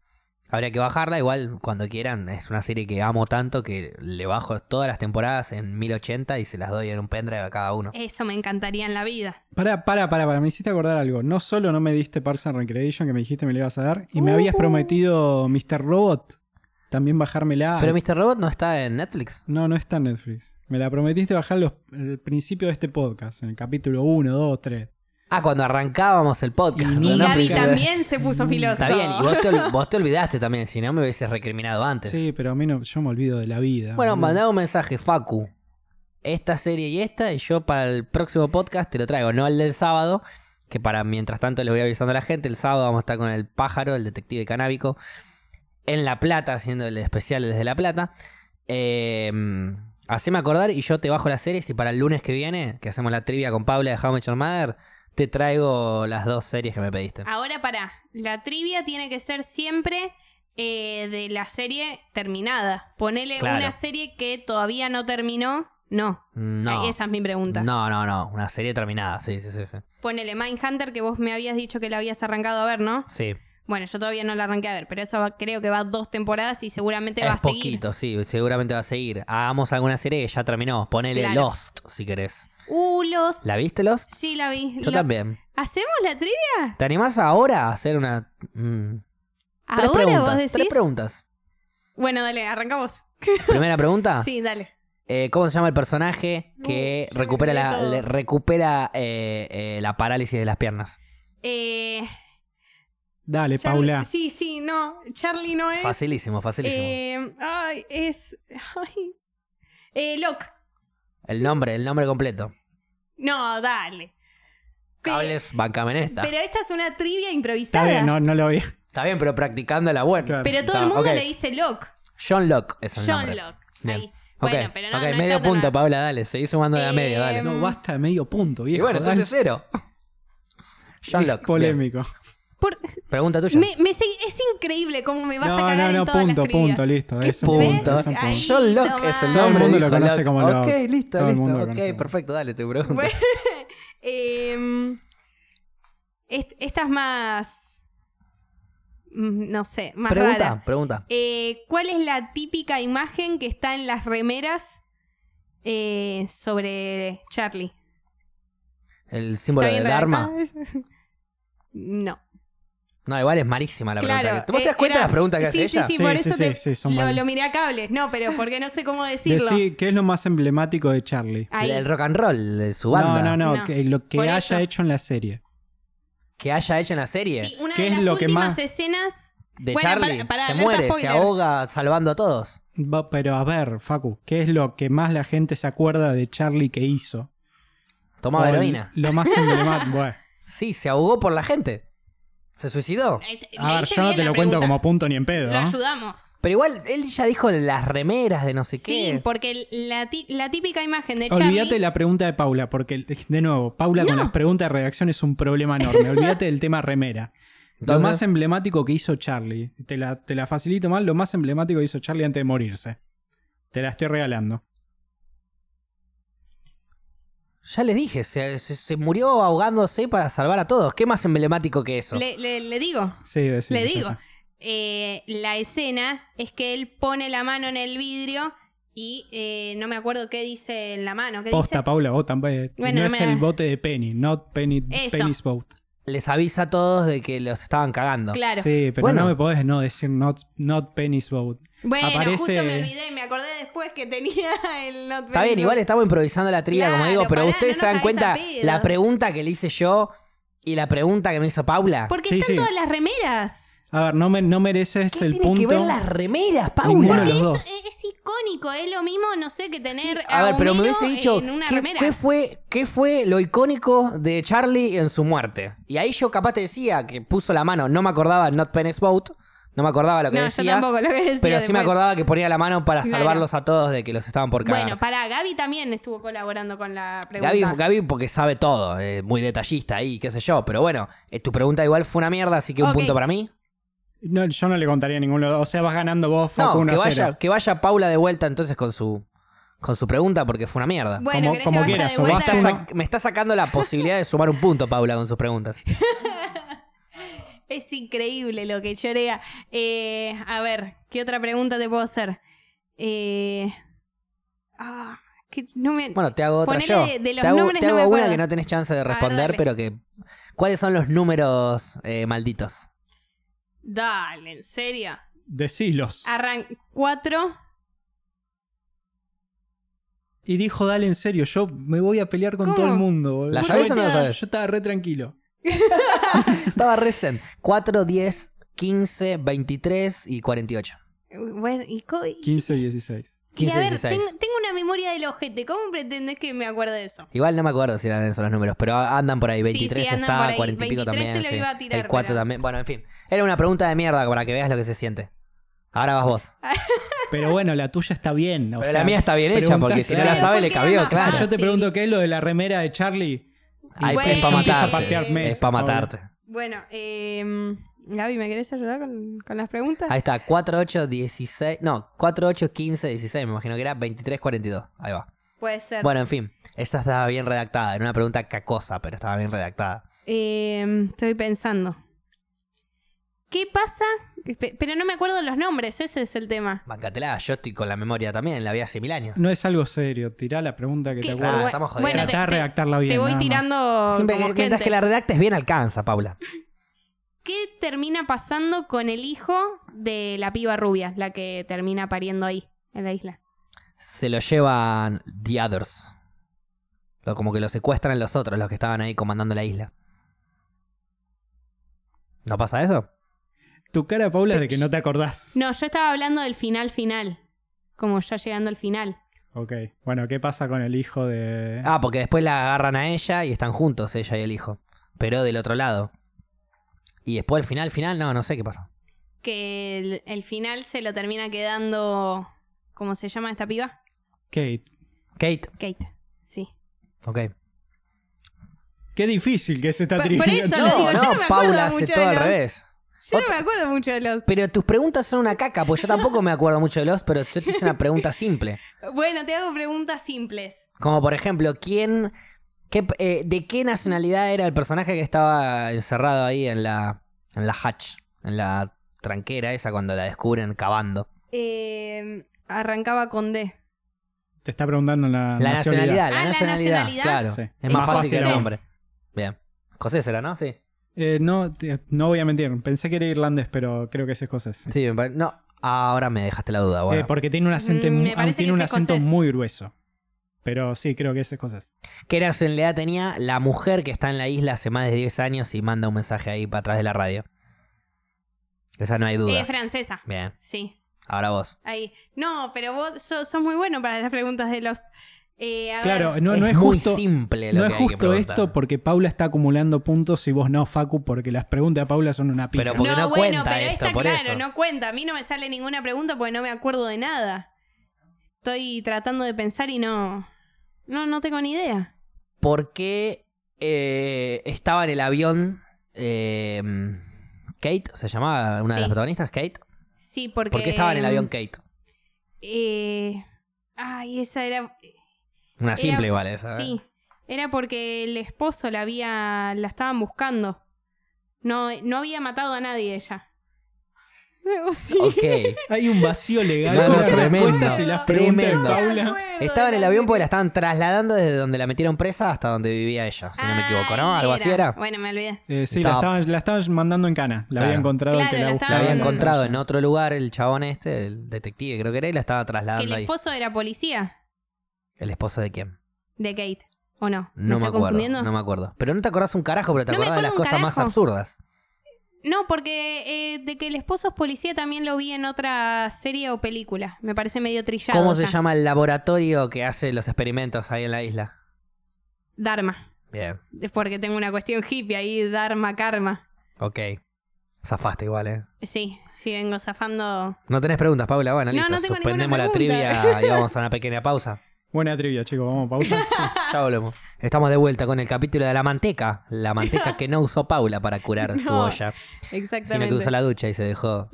[SPEAKER 1] Habría que bajarla, igual cuando quieran. Es una serie que amo tanto que le bajo todas las temporadas en 1080 y se las doy en un pendrive a cada uno.
[SPEAKER 2] Eso me encantaría en la vida.
[SPEAKER 3] Para, para, para, para, me hiciste acordar algo. No solo no me diste Parks and Recreation, que me dijiste me la ibas a dar, y me
[SPEAKER 2] Uh.
[SPEAKER 3] habías prometido Mr. Robot, también bajármela.
[SPEAKER 1] Pero Mr. Robot no está en Netflix.
[SPEAKER 3] No, no está en Netflix. Me la prometiste bajar los, el principio de este podcast, en el capítulo 1, 2, 3.
[SPEAKER 1] Ah, cuando arrancábamos el podcast.
[SPEAKER 3] Y ni
[SPEAKER 1] ¿no?
[SPEAKER 2] Gaby
[SPEAKER 1] Porque-
[SPEAKER 2] también se puso filoso.
[SPEAKER 1] Está bien, y vos te, ol- vos te olvidaste también, si no me hubieses recriminado antes.
[SPEAKER 3] Sí, pero a mí no, yo me olvido de la vida.
[SPEAKER 1] Bueno,
[SPEAKER 3] Ah, boludo.
[SPEAKER 1] mandá un mensaje, Facu. Esta serie y esta, y yo para el próximo podcast te lo traigo, no el del sábado, que para mientras tanto les voy avisando a la gente, el sábado vamos a estar con el pájaro, el detective canábico, en La Plata, haciendo el especial desde La Plata. Eh, haceme acordar y yo te bajo las series y para el lunes que viene, que hacemos la trivia con Paula de How I Met Your Mother, te traigo las dos series que me pediste.
[SPEAKER 2] Ahora pará. La trivia tiene que ser siempre eh, de la serie terminada. Ponele
[SPEAKER 1] Claro.
[SPEAKER 2] una serie que todavía no terminó. No.
[SPEAKER 1] No.
[SPEAKER 2] Esa es mi pregunta.
[SPEAKER 1] No, no, no, una serie terminada, sí, sí, sí. Sí.
[SPEAKER 2] Ponele Mindhunter que vos me habías dicho que la habías arrancado a ver, ¿no?
[SPEAKER 1] sí.
[SPEAKER 2] Bueno, yo todavía no la arranqué a ver, pero eso va- creo que va dos temporadas y seguramente va
[SPEAKER 1] Es
[SPEAKER 2] a seguir.
[SPEAKER 1] poquito, sí, seguramente va a seguir. Hagamos alguna serie que ya terminó. Ponele
[SPEAKER 2] Claro.
[SPEAKER 1] Lost, si querés.
[SPEAKER 2] Uh, los...
[SPEAKER 1] ¿La viste, Lost?
[SPEAKER 2] Sí, Ah. la vi.
[SPEAKER 1] Yo
[SPEAKER 2] Lo-
[SPEAKER 1] también.
[SPEAKER 2] ¿Hacemos la trivia?
[SPEAKER 1] ¿Te animás ahora a hacer una. mm, tres
[SPEAKER 2] ¿Ahora
[SPEAKER 1] preguntas.
[SPEAKER 2] vos decís?
[SPEAKER 1] Tres preguntas.
[SPEAKER 2] Bueno, dale, arrancamos.
[SPEAKER 1] Primera pregunta.
[SPEAKER 2] Sí, dale.
[SPEAKER 1] Eh, ¿Cómo se llama el personaje que
[SPEAKER 2] No, ya me
[SPEAKER 1] recupera,
[SPEAKER 2] olvidé
[SPEAKER 1] la,
[SPEAKER 2] todo.
[SPEAKER 1] le- recupera eh, eh, la parálisis de las piernas?
[SPEAKER 2] Eh,
[SPEAKER 3] Dale,
[SPEAKER 2] Charlie-
[SPEAKER 3] Paula.
[SPEAKER 2] Sí, sí, no. Charlie no es.
[SPEAKER 1] Facilísimo, facilísimo.
[SPEAKER 2] Eh, ay, es. Ay. Eh, Locke.
[SPEAKER 1] El nombre, el nombre completo.
[SPEAKER 2] No, dale. Pe-
[SPEAKER 1] Cables, bancame en esta.
[SPEAKER 2] Pero esta es una trivia
[SPEAKER 3] Está
[SPEAKER 2] improvisada.
[SPEAKER 3] bien, no, no lo vi.
[SPEAKER 1] Está bien, pero practicando la buena.
[SPEAKER 3] Claro.
[SPEAKER 2] Pero todo
[SPEAKER 1] Está-
[SPEAKER 2] el mundo
[SPEAKER 1] ok.
[SPEAKER 2] le dice Locke.
[SPEAKER 1] John Locke es el
[SPEAKER 2] John
[SPEAKER 1] nombre.
[SPEAKER 2] Locke.
[SPEAKER 1] Bien.
[SPEAKER 2] Ahí.
[SPEAKER 1] Ok,
[SPEAKER 2] Bueno, pero no.
[SPEAKER 1] ok,
[SPEAKER 2] no
[SPEAKER 1] medio
[SPEAKER 2] está tan
[SPEAKER 1] punto,
[SPEAKER 2] mal.
[SPEAKER 1] Paula, dale. Seguí sumando de a medio, dale.
[SPEAKER 2] Em,
[SPEAKER 3] No, basta de medio punto,
[SPEAKER 1] Y
[SPEAKER 3] viejo.
[SPEAKER 1] bueno, entonces
[SPEAKER 3] dale.
[SPEAKER 1] cero. John
[SPEAKER 3] Es
[SPEAKER 1] Locke. bien.
[SPEAKER 3] Polémico.
[SPEAKER 2] Por-
[SPEAKER 1] Pregunta tuya.
[SPEAKER 2] me, me segui- es increíble cómo me vas a
[SPEAKER 3] No,
[SPEAKER 2] cagar
[SPEAKER 3] no, no,
[SPEAKER 2] en todas
[SPEAKER 3] punto,
[SPEAKER 2] las trivias.
[SPEAKER 3] punto, listo.
[SPEAKER 1] ¿Qué
[SPEAKER 3] es un
[SPEAKER 1] punto?
[SPEAKER 3] es un
[SPEAKER 2] Ahí.
[SPEAKER 3] punto.
[SPEAKER 1] John Locke
[SPEAKER 2] nomás.
[SPEAKER 1] es el
[SPEAKER 2] Todo el
[SPEAKER 1] nombre
[SPEAKER 3] mundo lo
[SPEAKER 1] dijo
[SPEAKER 3] conoce como Locke.
[SPEAKER 1] Ok, listo,
[SPEAKER 3] Todo el
[SPEAKER 1] listo.
[SPEAKER 3] mundo lo conoce
[SPEAKER 1] Ok,
[SPEAKER 3] como-
[SPEAKER 1] perfecto, dale tu pregunta.
[SPEAKER 2] Bueno, em, est- esta es más. mm, No sé, más
[SPEAKER 1] pregunta,
[SPEAKER 2] rara.
[SPEAKER 1] pregunta.
[SPEAKER 2] Eh, ¿Cuál es la típica imagen que está en las remeras eh, sobre Charlie?
[SPEAKER 1] El símbolo
[SPEAKER 2] ¿Está
[SPEAKER 1] de
[SPEAKER 2] bien
[SPEAKER 1] Dharma.
[SPEAKER 2] redactada? No.
[SPEAKER 1] No, igual es malísima la pregunta.
[SPEAKER 2] claro.
[SPEAKER 1] que- ¿Vos te das
[SPEAKER 2] eh,
[SPEAKER 1] cuenta de
[SPEAKER 2] era-
[SPEAKER 1] las preguntas que
[SPEAKER 2] sí,
[SPEAKER 1] hace ella?
[SPEAKER 2] Sí, sí,
[SPEAKER 3] Sí,
[SPEAKER 2] por
[SPEAKER 3] sí,
[SPEAKER 2] eso
[SPEAKER 3] sí,
[SPEAKER 2] te-
[SPEAKER 3] sí, son
[SPEAKER 2] lo,
[SPEAKER 3] mal-
[SPEAKER 2] lo miré a cables. No, pero porque no sé cómo decirlo.
[SPEAKER 3] Decí, ¿qué es lo más emblemático de Charlie?
[SPEAKER 2] Ahí.
[SPEAKER 1] El rock and roll, de su
[SPEAKER 3] No,
[SPEAKER 1] banda.
[SPEAKER 3] no, no,
[SPEAKER 2] No.
[SPEAKER 3] que lo que
[SPEAKER 2] Por
[SPEAKER 3] haya
[SPEAKER 2] eso.
[SPEAKER 3] hecho en la serie.
[SPEAKER 1] Que haya hecho en la serie.
[SPEAKER 2] Sí, una
[SPEAKER 3] ¿Qué
[SPEAKER 2] de
[SPEAKER 3] es
[SPEAKER 2] las
[SPEAKER 3] lo que
[SPEAKER 2] últimas
[SPEAKER 3] más-
[SPEAKER 2] escenas
[SPEAKER 1] de
[SPEAKER 2] Bueno,
[SPEAKER 1] Charlie.
[SPEAKER 2] pará, pará,
[SPEAKER 1] se
[SPEAKER 2] alerta
[SPEAKER 1] muere, se
[SPEAKER 2] spoiler.
[SPEAKER 1] ahoga salvando a todos.
[SPEAKER 3] Va, pero a ver, Facu, ¿qué es lo que más la gente se acuerda de Charlie que hizo?
[SPEAKER 1] Tomaba
[SPEAKER 3] O el-
[SPEAKER 1] heroína.
[SPEAKER 3] Lo más emblemático. bueno.
[SPEAKER 1] Sí, se ahogó por la gente. Se suicidó.
[SPEAKER 2] Ahí eh, te-
[SPEAKER 3] A
[SPEAKER 2] le
[SPEAKER 3] ver,
[SPEAKER 2] hice
[SPEAKER 3] yo no
[SPEAKER 2] bien
[SPEAKER 3] te
[SPEAKER 2] la
[SPEAKER 3] lo cuento
[SPEAKER 2] pregunta.
[SPEAKER 3] como punto ni en pedo.
[SPEAKER 2] Lo
[SPEAKER 3] ¿eh?
[SPEAKER 2] ayudamos.
[SPEAKER 1] Pero igual, él ya dijo las remeras de no sé
[SPEAKER 2] Sí,
[SPEAKER 1] qué.
[SPEAKER 2] porque la, ti- la típica imagen de Charlie.
[SPEAKER 3] Olvídate la pregunta de Paula, porque de nuevo, Paula con las preguntas de redacción es un problema enorme. Olvídate del tema remera.
[SPEAKER 1] Entonces-
[SPEAKER 3] Lo más emblemático que hizo Charlie, te la, te la facilito mal, lo más emblemático que hizo Charlie antes de morirse. Te la estoy regalando.
[SPEAKER 1] Ya les dije, se, se- se murió ahogándose para salvar a todos. ¿Qué más emblemático que eso?
[SPEAKER 2] Le, le- le digo,
[SPEAKER 3] Sí, decís,
[SPEAKER 2] le
[SPEAKER 3] ya
[SPEAKER 2] digo.
[SPEAKER 3] está.
[SPEAKER 2] Eh, la escena es que él pone la mano en el vidrio y eh, no me acuerdo qué dice en la mano. ¿qué
[SPEAKER 3] Posta, Paula, vos también.
[SPEAKER 2] Bueno,
[SPEAKER 3] no
[SPEAKER 2] me-
[SPEAKER 3] es el bote de Penny, not Penny,
[SPEAKER 2] Eso.
[SPEAKER 3] Penny's boat.
[SPEAKER 1] Les avisa a todos de que los estaban cagando.
[SPEAKER 2] dice? Claro.
[SPEAKER 3] Sí, pero
[SPEAKER 1] Bueno.
[SPEAKER 3] no me podés no decir not, not Penny's boat.
[SPEAKER 2] Bueno,
[SPEAKER 3] Aparece-
[SPEAKER 2] justo me olvidé, me acordé después que tenía el Not
[SPEAKER 1] Está
[SPEAKER 2] Very
[SPEAKER 1] bien,
[SPEAKER 2] Good.
[SPEAKER 1] igual estamos improvisando la trivia, como
[SPEAKER 2] Claro,
[SPEAKER 1] digo, pero
[SPEAKER 2] pará,
[SPEAKER 1] ustedes
[SPEAKER 2] no
[SPEAKER 1] se dan
[SPEAKER 2] nos cagues a
[SPEAKER 1] cuenta
[SPEAKER 2] pedo.
[SPEAKER 1] la pregunta que le hice yo y la pregunta que me hizo Paula.
[SPEAKER 2] Porque
[SPEAKER 3] Sí,
[SPEAKER 2] están
[SPEAKER 3] sí.
[SPEAKER 2] todas las remeras.
[SPEAKER 3] A ver, no, me, no mereces
[SPEAKER 1] ¿Qué
[SPEAKER 3] el
[SPEAKER 1] tiene
[SPEAKER 3] punto.
[SPEAKER 1] que ver las remeras,
[SPEAKER 3] Ninguno
[SPEAKER 1] Paula?
[SPEAKER 3] de los
[SPEAKER 2] Eso
[SPEAKER 3] dos.
[SPEAKER 2] es, es icónico, es lo mismo, no sé, que tener.
[SPEAKER 1] Sí, a ver, pero me
[SPEAKER 2] Homero
[SPEAKER 1] hubiese dicho,
[SPEAKER 2] En una
[SPEAKER 1] ¿qué,
[SPEAKER 2] remera.
[SPEAKER 1] qué fue, ¿qué fue lo icónico de Charlie en su muerte? Y ahí yo capaz te decía que puso la mano, no me acordaba Not Penny's Boat, no me acordaba lo que
[SPEAKER 2] no, yo
[SPEAKER 1] decía,
[SPEAKER 2] tampoco lo que decía.
[SPEAKER 1] pero sí me
[SPEAKER 2] después.
[SPEAKER 1] acordaba que ponía la mano para
[SPEAKER 2] Claro.
[SPEAKER 1] salvarlos a todos de que los estaban por cagar.
[SPEAKER 2] Bueno, para Gaby también estuvo colaborando con la pregunta.
[SPEAKER 1] Gaby, Gaby porque sabe todo, eh, muy detallista ahí, qué sé yo, pero bueno, eh, tu pregunta igual fue una mierda, así que un
[SPEAKER 2] Ok.
[SPEAKER 1] punto para mí.
[SPEAKER 3] No, yo no le contaría a ninguno. de los dos. O sea, vas ganando vos, Facu,
[SPEAKER 1] No,
[SPEAKER 3] 1
[SPEAKER 1] que
[SPEAKER 3] a
[SPEAKER 1] vaya,
[SPEAKER 3] 0.
[SPEAKER 1] que vaya Paula de vuelta entonces con su con su pregunta porque fue una mierda.
[SPEAKER 2] Bueno,
[SPEAKER 3] como-
[SPEAKER 2] ¿querés
[SPEAKER 3] como
[SPEAKER 2] que vaya
[SPEAKER 3] quieras,
[SPEAKER 2] de
[SPEAKER 3] o
[SPEAKER 1] Me
[SPEAKER 2] vuelta?
[SPEAKER 1] está,
[SPEAKER 3] uno.
[SPEAKER 1] sac- me está sacando la posibilidad de sumar un punto, Paula, con sus preguntas.
[SPEAKER 2] Es increíble lo que chorea. Eh, a ver, ¿qué otra pregunta te puedo hacer? Eh, ah, que no me...
[SPEAKER 1] Bueno, te hago otra
[SPEAKER 2] Ponele
[SPEAKER 1] yo.
[SPEAKER 2] de- de los
[SPEAKER 1] te hago,
[SPEAKER 2] nombres
[SPEAKER 1] te
[SPEAKER 2] no
[SPEAKER 1] hago
[SPEAKER 2] me
[SPEAKER 1] una
[SPEAKER 2] acuerdo.
[SPEAKER 1] que no tenés chance de
[SPEAKER 2] ver,
[SPEAKER 1] responder,
[SPEAKER 2] dale.
[SPEAKER 1] pero que... ¿Cuáles son los números eh, malditos?
[SPEAKER 2] Dale, en serio.
[SPEAKER 3] Decilos.
[SPEAKER 2] Arran... Cuatro.
[SPEAKER 3] Y dijo, dale en serio, yo me voy a pelear con
[SPEAKER 2] ¿Cómo?
[SPEAKER 3] todo el mundo. boludo.
[SPEAKER 1] ¿La
[SPEAKER 3] Yo
[SPEAKER 1] sabés
[SPEAKER 3] me-
[SPEAKER 1] o no la sabés?
[SPEAKER 3] Yo estaba re tranquilo.
[SPEAKER 1] Estaba recen. 4, 10, 15, 23 y 48.
[SPEAKER 2] Bueno, y, co- y-
[SPEAKER 3] 15 y 16.
[SPEAKER 2] y
[SPEAKER 1] 15,
[SPEAKER 2] a ver,
[SPEAKER 1] 16.
[SPEAKER 2] Tengo, tengo una memoria del ojete. ¿Cómo pretendes que me acuerde de eso?
[SPEAKER 1] Igual no me acuerdo si eran esos los números, pero andan por ahí.
[SPEAKER 2] Sí,
[SPEAKER 1] 23
[SPEAKER 2] sí, andan por
[SPEAKER 1] está,
[SPEAKER 2] ahí.
[SPEAKER 1] 40 y pico
[SPEAKER 2] 23
[SPEAKER 1] también.
[SPEAKER 2] te lo
[SPEAKER 1] sí.
[SPEAKER 2] iba a tirar,
[SPEAKER 1] el 4
[SPEAKER 2] pero-
[SPEAKER 1] también. Bueno, en fin. Era una pregunta de mierda para que veas lo que se siente. Ahora vas vos.
[SPEAKER 3] Pero bueno, la tuya está bien. o
[SPEAKER 1] Pero
[SPEAKER 3] sea,
[SPEAKER 1] la mía está bien hecha,
[SPEAKER 3] pregunta-
[SPEAKER 1] porque si no la
[SPEAKER 3] Claro.
[SPEAKER 1] sabe le
[SPEAKER 2] Pero
[SPEAKER 1] cabió,
[SPEAKER 2] ¿por qué era más
[SPEAKER 1] claro.
[SPEAKER 3] Si yo te
[SPEAKER 2] Sí.
[SPEAKER 3] pregunto qué es lo de la remera de Charlie.
[SPEAKER 1] Ahí
[SPEAKER 2] Bueno,
[SPEAKER 1] es para
[SPEAKER 2] empiezo a
[SPEAKER 1] matarte.
[SPEAKER 2] patear mes,
[SPEAKER 1] Es para
[SPEAKER 3] Paula.
[SPEAKER 1] matarte.
[SPEAKER 2] Bueno, eh, Gaby, ¿me querés ayudar con, con las preguntas?
[SPEAKER 1] Ahí está, 4, 8, 16. No, 4, 8, 15, 16. Me imagino que era 23, 42. Ahí va.
[SPEAKER 2] Puede ser.
[SPEAKER 1] Bueno, en fin. Esta estaba bien redactada. Era una pregunta cacosa, pero estaba bien redactada.
[SPEAKER 2] Eh, estoy pensando. ¿Qué pasa? Pe- Pero no me acuerdo los nombres, ese es el tema.
[SPEAKER 1] Bancatela, yo estoy con la memoria también. La vi hace mil años.
[SPEAKER 3] No es algo serio. Tirá la pregunta que
[SPEAKER 2] ¿Qué-
[SPEAKER 3] te
[SPEAKER 1] Ah,
[SPEAKER 2] Bueno,
[SPEAKER 3] acuerdas.
[SPEAKER 1] estamos jodiendo.
[SPEAKER 2] bueno,
[SPEAKER 3] Tratá de
[SPEAKER 2] te-
[SPEAKER 3] redactarla bien.
[SPEAKER 2] Te voy
[SPEAKER 3] nada más.
[SPEAKER 2] tirando.
[SPEAKER 1] Siempre
[SPEAKER 2] como
[SPEAKER 1] que, mientras
[SPEAKER 2] gente.
[SPEAKER 1] que la redactes bien alcanza, Paula.
[SPEAKER 2] ¿Qué termina pasando con el hijo de la piba rubia, la que termina pariendo ahí, en la isla?
[SPEAKER 1] Se lo llevan The Others. Lo- Como que lo secuestran los otros, los que estaban ahí comandando la isla. ¿No pasa eso?
[SPEAKER 3] Tu cara, Paula, es de que no te acordás.
[SPEAKER 2] No, yo estaba hablando del final final. Como ya llegando al final.
[SPEAKER 3] Ok. Bueno, ¿qué pasa con el hijo de.
[SPEAKER 1] Ah, porque después la agarran a ella y están juntos, ella y el hijo. Pero del otro lado. Y después al final, final, no, no sé qué pasa.
[SPEAKER 2] Que el, el final se lo termina quedando. ¿Cómo se llama esta piba?
[SPEAKER 3] Kate.
[SPEAKER 1] Kate,
[SPEAKER 2] Kate. Sí.
[SPEAKER 1] ok.
[SPEAKER 3] Qué difícil que es esta
[SPEAKER 2] Por- por
[SPEAKER 3] trivia.
[SPEAKER 2] eso
[SPEAKER 3] ¿no?
[SPEAKER 2] lo digo, yo no me acuerdo
[SPEAKER 1] Paula hace
[SPEAKER 2] mucho
[SPEAKER 1] todo
[SPEAKER 2] de
[SPEAKER 1] al
[SPEAKER 2] los-
[SPEAKER 1] revés.
[SPEAKER 2] Yo
[SPEAKER 1] Otra-
[SPEAKER 2] no me acuerdo mucho de los.
[SPEAKER 1] Pero tus preguntas son una caca, porque yo tampoco me acuerdo mucho de los, pero yo te hice una pregunta simple.
[SPEAKER 2] Bueno, te hago preguntas simples.
[SPEAKER 1] Como por ejemplo, ¿quién. Qué, eh, ¿De qué nacionalidad era el personaje que estaba encerrado ahí en la. en la hatch? En la tranquera esa cuando la descubren cavando.
[SPEAKER 2] Eh, arrancaba con D.
[SPEAKER 3] Te está preguntando la,
[SPEAKER 1] La nacionalidad, la
[SPEAKER 2] Ah, la
[SPEAKER 1] nacionalidad.
[SPEAKER 2] nacionalidad.
[SPEAKER 1] Claro.
[SPEAKER 3] Sí.
[SPEAKER 1] Es más
[SPEAKER 3] Escocés.
[SPEAKER 1] fácil que el nombre. Bien. Escocés era, ¿no? Sí.
[SPEAKER 3] Eh, no, te- no voy a mentir. Pensé que era irlandés, pero creo que es escocés. sí.
[SPEAKER 1] Sí, me pare- No. Ahora me dejaste la duda, bueno.
[SPEAKER 3] Eh, porque tiene un acento,
[SPEAKER 2] Mm, me
[SPEAKER 3] ah,
[SPEAKER 2] parece
[SPEAKER 3] tiene
[SPEAKER 2] que
[SPEAKER 3] un
[SPEAKER 2] es
[SPEAKER 3] acento
[SPEAKER 2] escocés.
[SPEAKER 3] muy grueso. Pero sí, creo que es escocés.
[SPEAKER 1] ¿Qué nacionalidad tenía la mujer que está en la isla hace más de 10 años y manda un mensaje ahí para atrás de la radio? Esa no hay duda.
[SPEAKER 2] Es francesa.
[SPEAKER 1] Bien,
[SPEAKER 2] Sí,
[SPEAKER 1] ahora vos.
[SPEAKER 2] ahí. No, pero vos sos, sos muy bueno para las preguntas de los. Eh, a
[SPEAKER 3] Claro,
[SPEAKER 2] ver.
[SPEAKER 3] no, no es
[SPEAKER 1] muy
[SPEAKER 3] justo,
[SPEAKER 1] simple lo que
[SPEAKER 3] no es
[SPEAKER 1] hay que
[SPEAKER 3] justo
[SPEAKER 1] preguntar.
[SPEAKER 3] esto porque Paula está acumulando puntos y vos no, Facu, porque las preguntas de Paula son una pija.
[SPEAKER 1] Pero porque no
[SPEAKER 2] bueno,
[SPEAKER 1] cuenta
[SPEAKER 2] pero
[SPEAKER 1] esto,
[SPEAKER 2] está
[SPEAKER 1] por
[SPEAKER 2] claro,
[SPEAKER 1] eso.
[SPEAKER 2] no cuenta. A mí no me sale ninguna pregunta porque no me acuerdo de nada. Estoy tratando de pensar y no. No, no tengo ni idea.
[SPEAKER 1] ¿Por qué eh, estaba en el avión eh, Kate? ¿Se llamaba una de
[SPEAKER 2] Sí.
[SPEAKER 1] las protagonistas? ¿Kate?
[SPEAKER 2] Sí, porque. em,
[SPEAKER 1] ¿Por qué estaba en el avión Kate?
[SPEAKER 2] Eh, ay, esa era.
[SPEAKER 1] Una
[SPEAKER 2] era- pues,
[SPEAKER 1] simple igual esa. ¿eh?
[SPEAKER 2] Sí. Era porque el esposo la había. la estaban buscando. No, no había matado a nadie ella. Sí.
[SPEAKER 1] Ok.
[SPEAKER 3] Hay un vacío legal.
[SPEAKER 1] No,
[SPEAKER 3] con
[SPEAKER 1] no,
[SPEAKER 3] las
[SPEAKER 1] tremendo,
[SPEAKER 3] respuestas y las preguntas de
[SPEAKER 1] tremendo.
[SPEAKER 3] Paula.
[SPEAKER 1] Estaba en el avión porque la estaban trasladando desde donde la metieron presa hasta donde vivía ella, si no me equivoco, ¿no?
[SPEAKER 2] Ah,
[SPEAKER 1] Algo así era.
[SPEAKER 2] Bueno, me olvidé.
[SPEAKER 3] Eh, sí,
[SPEAKER 1] Estaba-
[SPEAKER 3] la estaban, la estaban mandando en cana. La
[SPEAKER 1] Claro.
[SPEAKER 3] había encontrado el
[SPEAKER 2] Claro,
[SPEAKER 3] que la
[SPEAKER 2] la
[SPEAKER 1] La
[SPEAKER 3] buscaba.
[SPEAKER 1] había
[SPEAKER 2] estaban-
[SPEAKER 1] encontrado en otro lugar el chabón este, el detective creo que era, y la estaba
[SPEAKER 2] Que el
[SPEAKER 1] trasladando ahí.
[SPEAKER 2] esposo era policía
[SPEAKER 1] ¿El esposo de quién?
[SPEAKER 2] de Kate. ¿O no?
[SPEAKER 1] No me
[SPEAKER 2] estoy
[SPEAKER 1] acuerdo,
[SPEAKER 2] confundiendo?
[SPEAKER 1] no me acuerdo. Pero no te acordás un carajo, pero te
[SPEAKER 2] No me
[SPEAKER 1] acordás de las
[SPEAKER 2] acuerdo un
[SPEAKER 1] cosas más
[SPEAKER 2] carajo.
[SPEAKER 1] absurdas.
[SPEAKER 2] No, porque eh, de que el esposo es policía también lo vi en otra serie o película. Me parece medio trillado.
[SPEAKER 1] ¿Cómo se
[SPEAKER 2] ya.
[SPEAKER 1] llama el laboratorio que hace los experimentos ahí en la isla?
[SPEAKER 2] Dharma.
[SPEAKER 1] Bien,
[SPEAKER 2] Es porque tengo una cuestión hippie ahí, Dharma Karma.
[SPEAKER 1] ok. Zafaste igual, ¿eh?
[SPEAKER 2] Sí, sí, vengo zafando.
[SPEAKER 1] No tenés preguntas, Paula. Bueno,
[SPEAKER 2] No,
[SPEAKER 1] listo.
[SPEAKER 2] no tengo
[SPEAKER 1] Suspendemos
[SPEAKER 2] ninguna
[SPEAKER 1] la
[SPEAKER 2] pregunta.
[SPEAKER 1] trivia y vamos a una pequeña pausa.
[SPEAKER 3] Buena trivia, chicos. Vamos, Paula.
[SPEAKER 1] Ya volvemos. Estamos de vuelta con el capítulo de la manteca. La manteca que no usó Paula para curar su
[SPEAKER 2] No,
[SPEAKER 1] olla, sino que
[SPEAKER 2] Exactamente.
[SPEAKER 1] usó la ducha y se dejó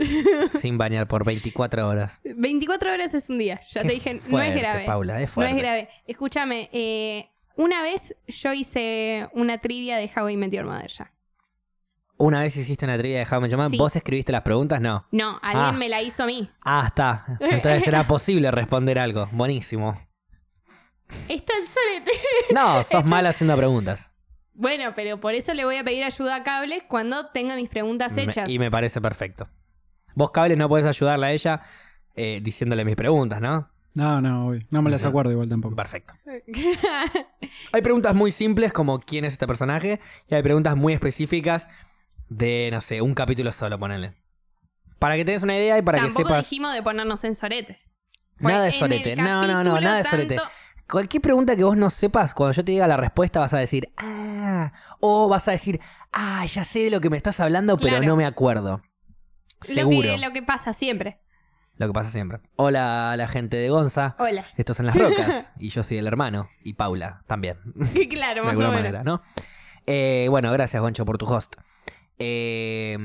[SPEAKER 1] sin bañar por 24 horas.
[SPEAKER 2] 24 horas es un día. Ya
[SPEAKER 1] Qué
[SPEAKER 2] te dije, no
[SPEAKER 1] fuerte,
[SPEAKER 2] es grave.
[SPEAKER 1] Paula, es
[SPEAKER 2] no
[SPEAKER 1] fuerte.
[SPEAKER 2] es grave. Escúchame, eh, una vez yo hice una trivia de How I Met Your Mother ya.
[SPEAKER 1] Una vez hiciste una trivia de How I Met Your Mother,
[SPEAKER 2] Sí.
[SPEAKER 1] ¿vos escribiste las preguntas? No.
[SPEAKER 2] No, alguien
[SPEAKER 1] Ah.
[SPEAKER 2] me la hizo a mí.
[SPEAKER 1] Ah, está. Entonces era posible responder algo. Buenísimo.
[SPEAKER 2] Está el solete.
[SPEAKER 1] No, sos mala haciendo preguntas.
[SPEAKER 2] Bueno, pero por eso le voy a pedir ayuda a Cable cuando tenga mis preguntas
[SPEAKER 1] Me-
[SPEAKER 2] hechas.
[SPEAKER 1] y me parece perfecto. Vos, Cables, no podés ayudarla a ella eh, diciéndole mis preguntas, ¿no?
[SPEAKER 3] No, no, obvio. No me las acuerdo igual tampoco.
[SPEAKER 1] Perfecto. Hay preguntas muy simples como quién es este personaje y hay preguntas muy específicas de, no sé, un capítulo solo, ponele. Para que tengas una idea y para
[SPEAKER 2] Tampoco
[SPEAKER 1] que sepas...
[SPEAKER 2] dijimos de ponernos en soretes.
[SPEAKER 1] Nada de
[SPEAKER 2] Pues en
[SPEAKER 1] solete.
[SPEAKER 2] el
[SPEAKER 1] No, no, no,
[SPEAKER 2] capítulo
[SPEAKER 1] nada de
[SPEAKER 2] tanto-
[SPEAKER 1] solete. Cualquier pregunta que vos no sepas, cuando yo te diga la respuesta vas a decir, ah, o vas a decir, ah, ya sé de lo que me estás hablando, pero
[SPEAKER 2] Claro.
[SPEAKER 1] no me acuerdo.
[SPEAKER 2] Lo
[SPEAKER 1] Seguro.
[SPEAKER 2] que, lo que pasa siempre.
[SPEAKER 1] Lo que pasa siempre. Hola, la gente de Gonza.
[SPEAKER 2] Hola.
[SPEAKER 1] Esto es en las rocas. y yo soy el hermano. Y Paula también.
[SPEAKER 2] claro,
[SPEAKER 1] de
[SPEAKER 2] más o
[SPEAKER 1] alguna
[SPEAKER 2] menos.
[SPEAKER 1] manera, ¿no? Eh, bueno, gracias, Goncho, por tu host. Eh,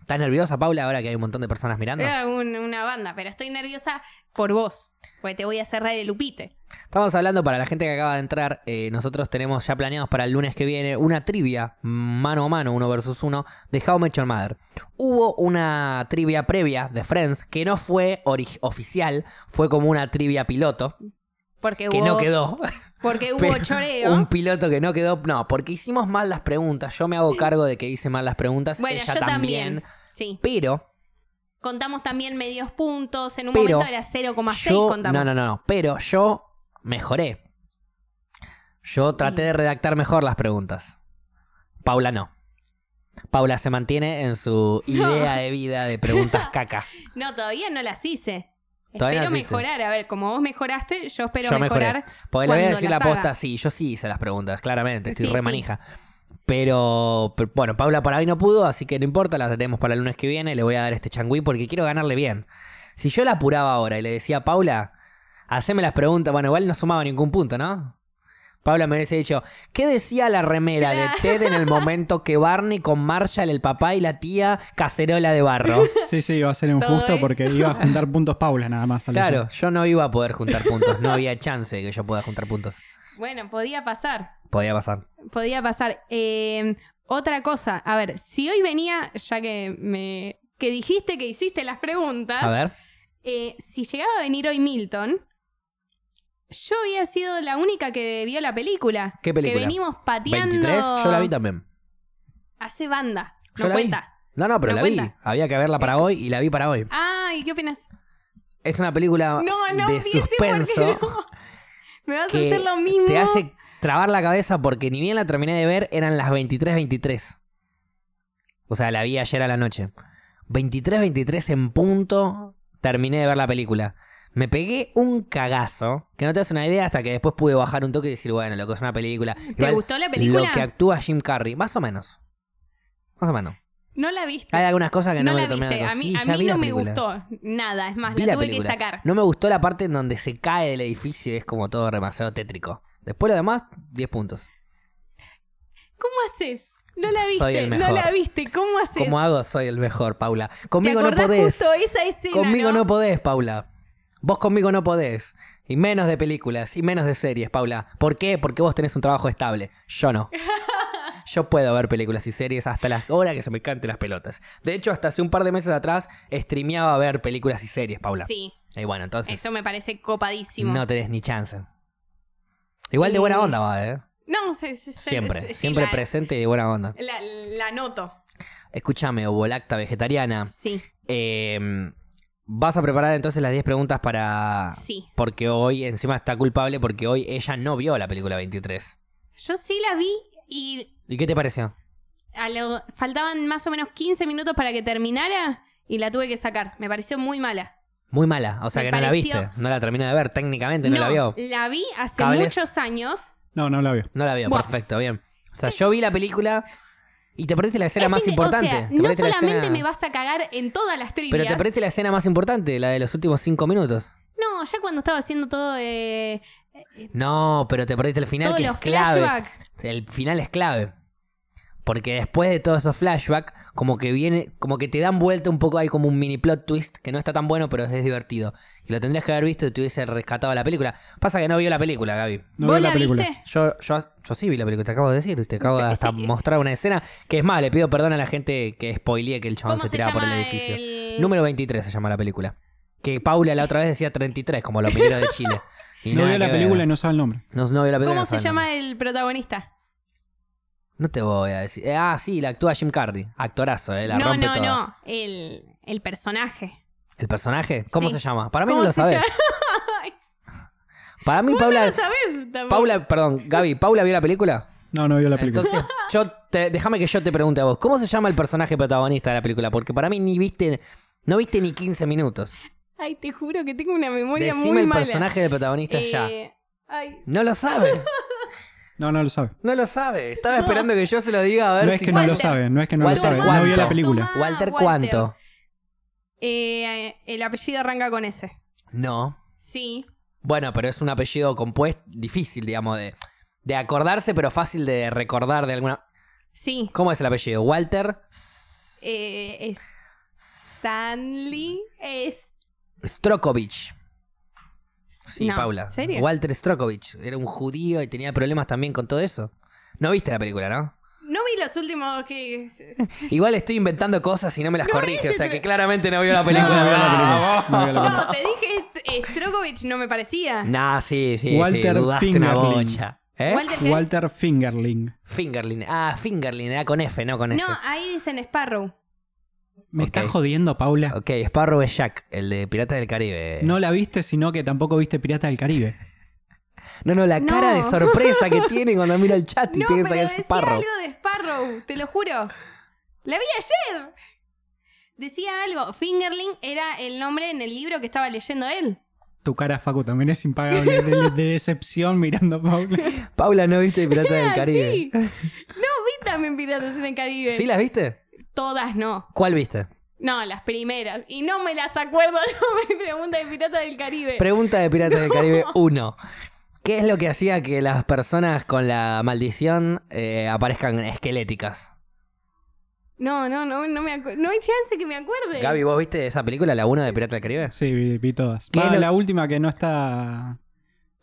[SPEAKER 1] ¿Estás nerviosa, Paula, ahora que hay un montón de personas mirando?
[SPEAKER 2] Era un- una banda, pero estoy nerviosa por vos. Porque te voy a cerrar el upite.
[SPEAKER 1] Estamos hablando para la gente que acaba de entrar. eh, nosotros tenemos ya planeados para el lunes que viene una trivia mano a mano, uno versus uno, de How I Met Your Mother. Hubo una trivia previa de Friends que no fue ori- oficial, fue como una trivia piloto
[SPEAKER 2] Porque
[SPEAKER 1] que
[SPEAKER 2] hubo,
[SPEAKER 1] no quedó.
[SPEAKER 2] Porque hubo
[SPEAKER 1] Pero
[SPEAKER 2] choreo.
[SPEAKER 1] Un piloto que no quedó. No, porque hicimos mal las preguntas. Yo me hago cargo de que hice mal las preguntas.
[SPEAKER 2] Bueno,
[SPEAKER 1] ella
[SPEAKER 2] yo
[SPEAKER 1] también.
[SPEAKER 2] también. Sí.
[SPEAKER 1] Pero
[SPEAKER 2] Contamos también medios puntos. En un
[SPEAKER 1] Pero
[SPEAKER 2] momento era 0,6
[SPEAKER 1] yo,
[SPEAKER 2] contamos.
[SPEAKER 1] No, no, no, no, pero yo mejoré. Yo traté de redactar mejor las preguntas. Paula no. Paula se mantiene en su idea de vida de preguntas caca.
[SPEAKER 2] No, todavía no las hice.
[SPEAKER 1] Todavía
[SPEAKER 2] espero
[SPEAKER 1] las hiciste.
[SPEAKER 2] mejorar. A ver, como vos mejoraste, yo espero
[SPEAKER 1] yo mejoré.
[SPEAKER 2] mejorar.
[SPEAKER 1] Porque le voy a
[SPEAKER 2] cuando
[SPEAKER 1] decir la
[SPEAKER 2] las
[SPEAKER 1] posta,
[SPEAKER 2] haga.
[SPEAKER 1] sí, yo sí hice las preguntas, claramente, estoy
[SPEAKER 2] Sí,
[SPEAKER 1] re
[SPEAKER 2] sí.
[SPEAKER 1] manija. Pero, pero, bueno, Paula para hoy no pudo, así que no importa, las haremos para el lunes que viene. Le voy a dar este changüí porque quiero ganarle bien. Si yo la apuraba ahora y le decía, Paula, haceme las preguntas, bueno, igual no sumaba ningún punto, ¿no? Paula me hubiese dicho, ¿qué decía la remera de Ted en el momento que Barney con Marshall, el papá y la tía, cacerola de barro?
[SPEAKER 3] Sí, sí, iba a ser injusto
[SPEAKER 2] eso.
[SPEAKER 3] porque iba a juntar puntos Paula nada más. al
[SPEAKER 1] Claro, yo no iba a poder juntar puntos, no había chance de que yo pueda juntar puntos.
[SPEAKER 2] Bueno, podía pasar.
[SPEAKER 1] Podía pasar.
[SPEAKER 2] Podía pasar. Eh, otra cosa. A ver, si hoy venía, ya que me. que dijiste que hiciste las preguntas.
[SPEAKER 1] A ver.
[SPEAKER 2] eh, si llegaba a venir hoy Milton. Yo había sido la única que vio la película.
[SPEAKER 1] ¿Qué película?
[SPEAKER 2] Que venimos pateando.
[SPEAKER 1] 23, yo la vi también.
[SPEAKER 2] Hace banda.
[SPEAKER 1] Yo
[SPEAKER 2] No
[SPEAKER 1] la vi.
[SPEAKER 2] cuenta.
[SPEAKER 1] No, no, pero
[SPEAKER 2] No
[SPEAKER 1] la vi.
[SPEAKER 2] cuenta. Eh.
[SPEAKER 1] Había que verla para hoy y la vi para hoy.
[SPEAKER 2] Ay, ¿qué opinas?
[SPEAKER 1] Es una película
[SPEAKER 2] No, no,
[SPEAKER 1] de
[SPEAKER 2] empiece porque
[SPEAKER 1] suspenso
[SPEAKER 2] no. Me vas a
[SPEAKER 1] que
[SPEAKER 2] hacer lo mismo.
[SPEAKER 1] te hace trabar la cabeza porque ni bien la terminé de ver, eran las 23.23. O sea, la vi ayer a la noche. 23, 23 en punto, terminé de ver la película. Me pegué un cagazo, que no te das una idea hasta que después pude bajar un toque y decir, bueno, lo que es una película.
[SPEAKER 2] ¿Te gustó la película?
[SPEAKER 1] Lo que actúa Jim Carrey, más o menos. Más o menos.
[SPEAKER 2] No la viste.
[SPEAKER 1] Hay algunas cosas que no,
[SPEAKER 2] no
[SPEAKER 1] me
[SPEAKER 2] la
[SPEAKER 1] terminan
[SPEAKER 2] viste.
[SPEAKER 1] de
[SPEAKER 2] A mí,
[SPEAKER 1] Sí,
[SPEAKER 2] a
[SPEAKER 1] ya
[SPEAKER 2] mí
[SPEAKER 1] vi la
[SPEAKER 2] no me
[SPEAKER 1] película.
[SPEAKER 2] gustó nada. Es más,
[SPEAKER 1] Vi
[SPEAKER 2] la
[SPEAKER 1] la
[SPEAKER 2] tuve
[SPEAKER 1] película.
[SPEAKER 2] que sacar.
[SPEAKER 1] No me gustó la parte en donde se cae del edificio y es como todo demasiado tétrico. Después lo demás, 10 puntos.
[SPEAKER 2] ¿Cómo haces? No la
[SPEAKER 1] Soy
[SPEAKER 2] viste.
[SPEAKER 1] el
[SPEAKER 2] No la
[SPEAKER 1] mejor.
[SPEAKER 2] viste. ¿Cómo haces?
[SPEAKER 1] ¿Cómo hago? Soy el mejor, Paula.
[SPEAKER 2] ¿Te
[SPEAKER 1] Conmigo no
[SPEAKER 2] acordás
[SPEAKER 1] podés.
[SPEAKER 2] justo esa escena,
[SPEAKER 1] Conmigo
[SPEAKER 2] no
[SPEAKER 1] no podés, Paula. Vos conmigo no podés. Y menos de películas, y menos de series, Paula. ¿Por qué? Porque vos tenés un trabajo estable. Yo no. Yo puedo ver películas y series hasta las horas que se me canten las pelotas. De hecho, hasta hace un par de meses atrás streameaba ver películas y series, Paula.
[SPEAKER 2] Sí,
[SPEAKER 1] Y bueno, entonces
[SPEAKER 2] eso me parece copadísimo.
[SPEAKER 1] no tenés ni chance. Igual de
[SPEAKER 2] Y-
[SPEAKER 1] buena onda va, ¿eh?
[SPEAKER 2] No, se- se- se-
[SPEAKER 1] Siempre,
[SPEAKER 2] se- sí,
[SPEAKER 1] siempre
[SPEAKER 2] la-
[SPEAKER 1] presente y de buena onda.
[SPEAKER 2] La, la noto.
[SPEAKER 1] Escúchame, ovolacta vegetariana.
[SPEAKER 2] Sí,
[SPEAKER 1] Eh, Vas a preparar entonces las 10 preguntas para.
[SPEAKER 2] sí.
[SPEAKER 1] Porque hoy, encima está culpable porque hoy ella no vio la película 23.
[SPEAKER 2] Yo sí la vi y
[SPEAKER 1] ¿Y qué te pareció?
[SPEAKER 2] a lo- faltaban más o menos 15 minutos para que terminara y la tuve que sacar. Me pareció muy mala.
[SPEAKER 1] Muy mala. O sea
[SPEAKER 2] Me
[SPEAKER 1] que no la
[SPEAKER 2] pareció-
[SPEAKER 1] viste. No la terminé de ver. Técnicamente no, la vio.
[SPEAKER 2] la vi hace
[SPEAKER 1] Cables.
[SPEAKER 2] muchos años.
[SPEAKER 3] No, no la vio.
[SPEAKER 1] No la vio.
[SPEAKER 2] Buah.
[SPEAKER 1] Perfecto, bien. O sea, yo vi la película y te perdiste la escena
[SPEAKER 2] Es
[SPEAKER 1] más
[SPEAKER 2] inde-
[SPEAKER 1] importante.
[SPEAKER 2] O sea,
[SPEAKER 1] Te
[SPEAKER 2] no
[SPEAKER 1] perdiste la
[SPEAKER 2] solamente
[SPEAKER 1] escena-
[SPEAKER 2] me vas a cagar en todas las trivias.
[SPEAKER 1] Pero te perdiste la escena más importante, la de los últimos 5 minutos.
[SPEAKER 2] No, ya cuando estaba haciendo todo eh,
[SPEAKER 1] No, pero te perdiste el final
[SPEAKER 2] todos
[SPEAKER 1] que es
[SPEAKER 2] los
[SPEAKER 1] clave.
[SPEAKER 2] flashbacks.
[SPEAKER 1] El final es clave. Porque después de todos esos flashbacks, como que viene, como que te dan vuelta un poco, hay como un mini plot twist que no está tan bueno, pero es divertido. Y lo tendrías que haber visto y te hubiese rescatado la película. Pasa que no vio la película, Gaby.
[SPEAKER 3] No
[SPEAKER 2] ¿Vos
[SPEAKER 3] vio la
[SPEAKER 2] la
[SPEAKER 3] película.
[SPEAKER 2] viste?
[SPEAKER 1] Yo, yo, yo sí vi la película, te acabo de decir, te acabo de
[SPEAKER 2] Sí.
[SPEAKER 1] hasta mostrar una escena. Que es más, le pido perdón a la gente que spoileé que el chabón
[SPEAKER 2] ¿Cómo
[SPEAKER 1] se
[SPEAKER 2] se
[SPEAKER 1] tiraba
[SPEAKER 2] llama
[SPEAKER 1] por el edificio.
[SPEAKER 2] el-
[SPEAKER 1] Número 23 se llama la película. Que Paula la otra vez decía 33, como los mineros de Chile. Y
[SPEAKER 3] no
[SPEAKER 1] nada
[SPEAKER 3] vio la
[SPEAKER 1] que ver.
[SPEAKER 3] película y no sabe el nombre.
[SPEAKER 1] No, no vio la película.
[SPEAKER 2] ¿Cómo
[SPEAKER 1] no
[SPEAKER 2] se
[SPEAKER 1] sabe nada.
[SPEAKER 2] llama el protagonista?
[SPEAKER 1] No te voy a decir. Eh, ah, sí, la actúa Jim Carrey. Actorazo, eh, la
[SPEAKER 2] no,
[SPEAKER 1] rompe
[SPEAKER 2] no,
[SPEAKER 1] toda.
[SPEAKER 2] no. El, el personaje.
[SPEAKER 1] ¿El personaje? ¿Cómo
[SPEAKER 2] Sí.
[SPEAKER 1] se llama? Para mí no
[SPEAKER 2] ¿Cómo
[SPEAKER 1] lo
[SPEAKER 2] se
[SPEAKER 1] sabes.
[SPEAKER 2] llama?
[SPEAKER 1] Para mí,
[SPEAKER 2] Vos no
[SPEAKER 1] Paula.
[SPEAKER 2] lo sabés tampoco.
[SPEAKER 1] Paula, perdón, Gaby, ¿Paula vio la película?
[SPEAKER 3] No, no vio la película.
[SPEAKER 1] Entonces, yo te, déjame que yo te pregunte a vos, ¿cómo se llama el personaje protagonista de la película? Porque para mí ni viste, no viste ni 15 minutos.
[SPEAKER 2] Ay, te juro que tengo una memoria muy
[SPEAKER 1] Decime el
[SPEAKER 2] mala.
[SPEAKER 1] personaje del protagonista ya.
[SPEAKER 2] Eh, Ay,
[SPEAKER 1] No lo sabe,
[SPEAKER 3] No, no lo sabe.
[SPEAKER 1] no lo sabe. Estaba esperando que yo se lo diga a ver
[SPEAKER 3] No es
[SPEAKER 1] si
[SPEAKER 3] que no lo
[SPEAKER 2] Walter.
[SPEAKER 3] sabe, no es que no
[SPEAKER 1] Walter
[SPEAKER 3] lo sabe. No
[SPEAKER 1] Cuanto.
[SPEAKER 3] vio la película.
[SPEAKER 2] Toma. Ah,
[SPEAKER 1] Walter
[SPEAKER 2] Walter.
[SPEAKER 1] cuánto.
[SPEAKER 2] eh, el apellido arranca con S.
[SPEAKER 1] No.
[SPEAKER 2] Sí.
[SPEAKER 1] Bueno, pero es un apellido compuesto, difícil, digamos, de, de acordarse, pero fácil de recordar de alguna.
[SPEAKER 2] Sí.
[SPEAKER 1] ¿Cómo es el apellido? Walter
[SPEAKER 2] Eh, es Stanley es
[SPEAKER 1] Strokovich. Sí,
[SPEAKER 2] no,
[SPEAKER 1] Paula.
[SPEAKER 2] ¿en serio?
[SPEAKER 1] Walter Strokovich. Era un judío y tenía problemas también con todo eso. No viste la película, ¿no?
[SPEAKER 2] No vi los últimos que
[SPEAKER 1] Igual estoy inventando cosas y no me las
[SPEAKER 2] No, este.
[SPEAKER 1] corrige, o
[SPEAKER 2] ese
[SPEAKER 1] sea
[SPEAKER 2] te-
[SPEAKER 1] que claramente no vio la
[SPEAKER 3] No,
[SPEAKER 1] película.
[SPEAKER 3] no vio la
[SPEAKER 1] Ah,
[SPEAKER 3] película. No vio la película.
[SPEAKER 2] No, te dije eh, Strokovich no me parecía.
[SPEAKER 1] Nah, sí, sí, sí,
[SPEAKER 3] Walter
[SPEAKER 1] dudaste una
[SPEAKER 3] Fingerling.
[SPEAKER 1] bocha. ¿Eh?
[SPEAKER 2] Walter qué?
[SPEAKER 3] Walter Fingerling.
[SPEAKER 1] Fingerling. Ah, Fingerling, era con F, no con S.
[SPEAKER 2] No, ahí dicen Sparrow.
[SPEAKER 3] Me
[SPEAKER 1] Ok.
[SPEAKER 3] estás jodiendo, Paula.
[SPEAKER 1] Ok, Sparrow es Jack, el de Piratas del Caribe.
[SPEAKER 3] No la viste, sino que tampoco viste Pirata del Caribe.
[SPEAKER 1] No, no, la
[SPEAKER 2] No.
[SPEAKER 1] cara de sorpresa que tiene cuando mira el chat y
[SPEAKER 2] No, pero
[SPEAKER 1] piensa Ah, que
[SPEAKER 2] decía
[SPEAKER 1] es Sparrow.
[SPEAKER 2] algo de Sparrow, te lo juro. La vi ayer. Decía algo. Fingerling era el nombre en el libro que estaba leyendo él.
[SPEAKER 3] Tu cara, Facu, también es impagable. De, de decepción mirando a Paula.
[SPEAKER 1] Paula, ¿no viste Piratas del
[SPEAKER 2] Ah,
[SPEAKER 1] Caribe?
[SPEAKER 2] sí. No vi también Piratas en el Caribe.
[SPEAKER 1] ¿Sí las viste?
[SPEAKER 2] Todas no.
[SPEAKER 1] ¿Cuál viste?
[SPEAKER 2] No, las primeras. Y no me las acuerdo, no me pregunta de Piratas del Caribe.
[SPEAKER 1] Pregunta de Piratas del Caribe 1. ¿Qué es lo que hacía que las personas con la maldición eh, aparezcan esqueléticas?
[SPEAKER 2] no, no, no, no me acu- No hay chance que me acuerde.
[SPEAKER 1] Gaby, ¿vos viste esa película, la 1 de Piratas del Caribe?
[SPEAKER 3] Sí, vi, vi todas.
[SPEAKER 1] ¿Qué
[SPEAKER 3] Va,
[SPEAKER 1] es lo-
[SPEAKER 3] La última que no está.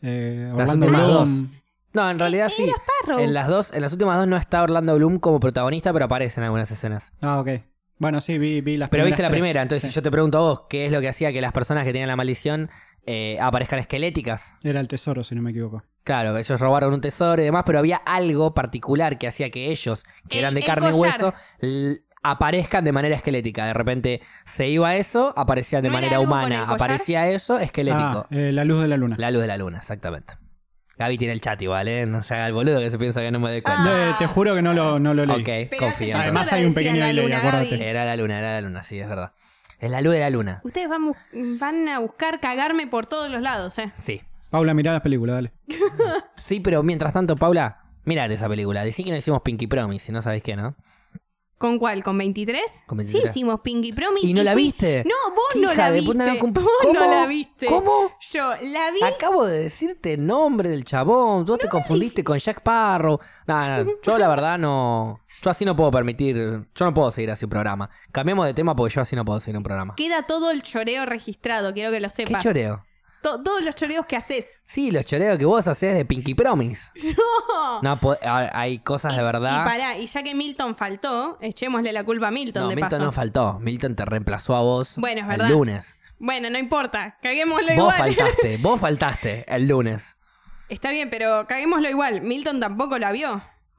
[SPEAKER 3] Eh,
[SPEAKER 1] Las
[SPEAKER 3] Orlando
[SPEAKER 1] últimas
[SPEAKER 3] Bloom.
[SPEAKER 1] dos. No,
[SPEAKER 2] E-, Eh,
[SPEAKER 1] en realidad sí.
[SPEAKER 2] Sparrow.
[SPEAKER 1] En las, dos, en las últimas dos no está Orlando Bloom como protagonista, pero aparecen algunas escenas.
[SPEAKER 3] Ah, ok. Bueno, sí, vi, vi las
[SPEAKER 1] Pero viste la
[SPEAKER 3] primeras
[SPEAKER 1] primera,
[SPEAKER 3] tres.
[SPEAKER 1] entonces
[SPEAKER 3] Sí.
[SPEAKER 1] si yo te pregunto a vos, ¿qué es lo que hacía que las personas que tenían la maldición eh, aparezcan esqueléticas?
[SPEAKER 3] Era el tesoro, si no me equivoco.
[SPEAKER 1] Claro, que ellos robaron un tesoro y demás, pero había algo particular que hacía que ellos, que
[SPEAKER 2] El-
[SPEAKER 1] eran de
[SPEAKER 2] el
[SPEAKER 1] carne y
[SPEAKER 2] collar.
[SPEAKER 1] hueso, l- aparezcan de manera esquelética. De repente se iba eso, aparecían de
[SPEAKER 2] ¿No era
[SPEAKER 1] manera
[SPEAKER 2] algo con el
[SPEAKER 1] humana.
[SPEAKER 2] collar?
[SPEAKER 1] Aparecía eso, esquelético.
[SPEAKER 3] Ah, eh, la luz de la luna.
[SPEAKER 1] La luz de la luna, exactamente. Gaby tiene el chat igual, ¿eh? No se haga el boludo que se piensa que no me doy cuenta.
[SPEAKER 2] Ah.
[SPEAKER 3] Eh, te juro que no lo, no lo leí.
[SPEAKER 1] ok,
[SPEAKER 4] Pero hace
[SPEAKER 1] confía.
[SPEAKER 4] caso
[SPEAKER 3] Además
[SPEAKER 4] la
[SPEAKER 3] hay un
[SPEAKER 4] decía
[SPEAKER 3] pequeño
[SPEAKER 4] la
[SPEAKER 3] delay,
[SPEAKER 4] luna,
[SPEAKER 3] acuérdate.
[SPEAKER 4] Gaby.
[SPEAKER 1] Era la luna, era la luna, sí, es verdad. Es la luz de la luna.
[SPEAKER 2] Ustedes van, bus- van a buscar cagarme por todos los lados, ¿eh?
[SPEAKER 1] Sí.
[SPEAKER 3] Paula, mirá la película, dale.
[SPEAKER 1] Sí, pero mientras tanto, Paula, mirate esa película. Decí que no hicimos Pinky Promise, si no sabéis qué, ¿no?
[SPEAKER 2] ¿Con cuál? ¿Con 23?
[SPEAKER 1] Con
[SPEAKER 2] Sí
[SPEAKER 1] 23.
[SPEAKER 2] hicimos Pinky Promise.
[SPEAKER 1] ¿Y no la
[SPEAKER 2] fui-
[SPEAKER 1] viste?
[SPEAKER 2] No, vos
[SPEAKER 1] ¿Qué
[SPEAKER 2] no
[SPEAKER 1] hija
[SPEAKER 2] la
[SPEAKER 1] de
[SPEAKER 2] viste.
[SPEAKER 1] puta, no comp-
[SPEAKER 2] vos no
[SPEAKER 1] ¿Cómo?
[SPEAKER 2] la viste.
[SPEAKER 1] ¿Cómo?
[SPEAKER 2] Yo la vi.
[SPEAKER 1] Acabo de decirte el nombre del chabón. Vos te confundiste con Jack Parro. No, no, yo la verdad no. Yo así no puedo permitir. Yo no puedo seguir así un programa. Cambiemos de tema porque yo así no puedo seguir un programa. ¿Qué,
[SPEAKER 2] Queda todo el choreo registrado, quiero que lo sepas.
[SPEAKER 1] choreo?
[SPEAKER 2] To- todos los choreos que haces.
[SPEAKER 1] Sí, los choreos que vos hacés de Pinky Promise. No. po- a- hay cosas de
[SPEAKER 2] Y
[SPEAKER 1] verdad.
[SPEAKER 2] pará, y ya que Milton faltó, echémosle la culpa a Milton
[SPEAKER 1] no,
[SPEAKER 2] de
[SPEAKER 1] Milton
[SPEAKER 2] paso.
[SPEAKER 1] no faltó. Milton te reemplazó a vos
[SPEAKER 2] Bueno, es verdad.
[SPEAKER 1] el lunes.
[SPEAKER 2] bueno, no importa, caguémoslo
[SPEAKER 1] vos
[SPEAKER 2] igual.
[SPEAKER 1] faltaste, vos faltaste el lunes.
[SPEAKER 2] Está bien, pero caguémoslo igual. Milton tampoco la vio.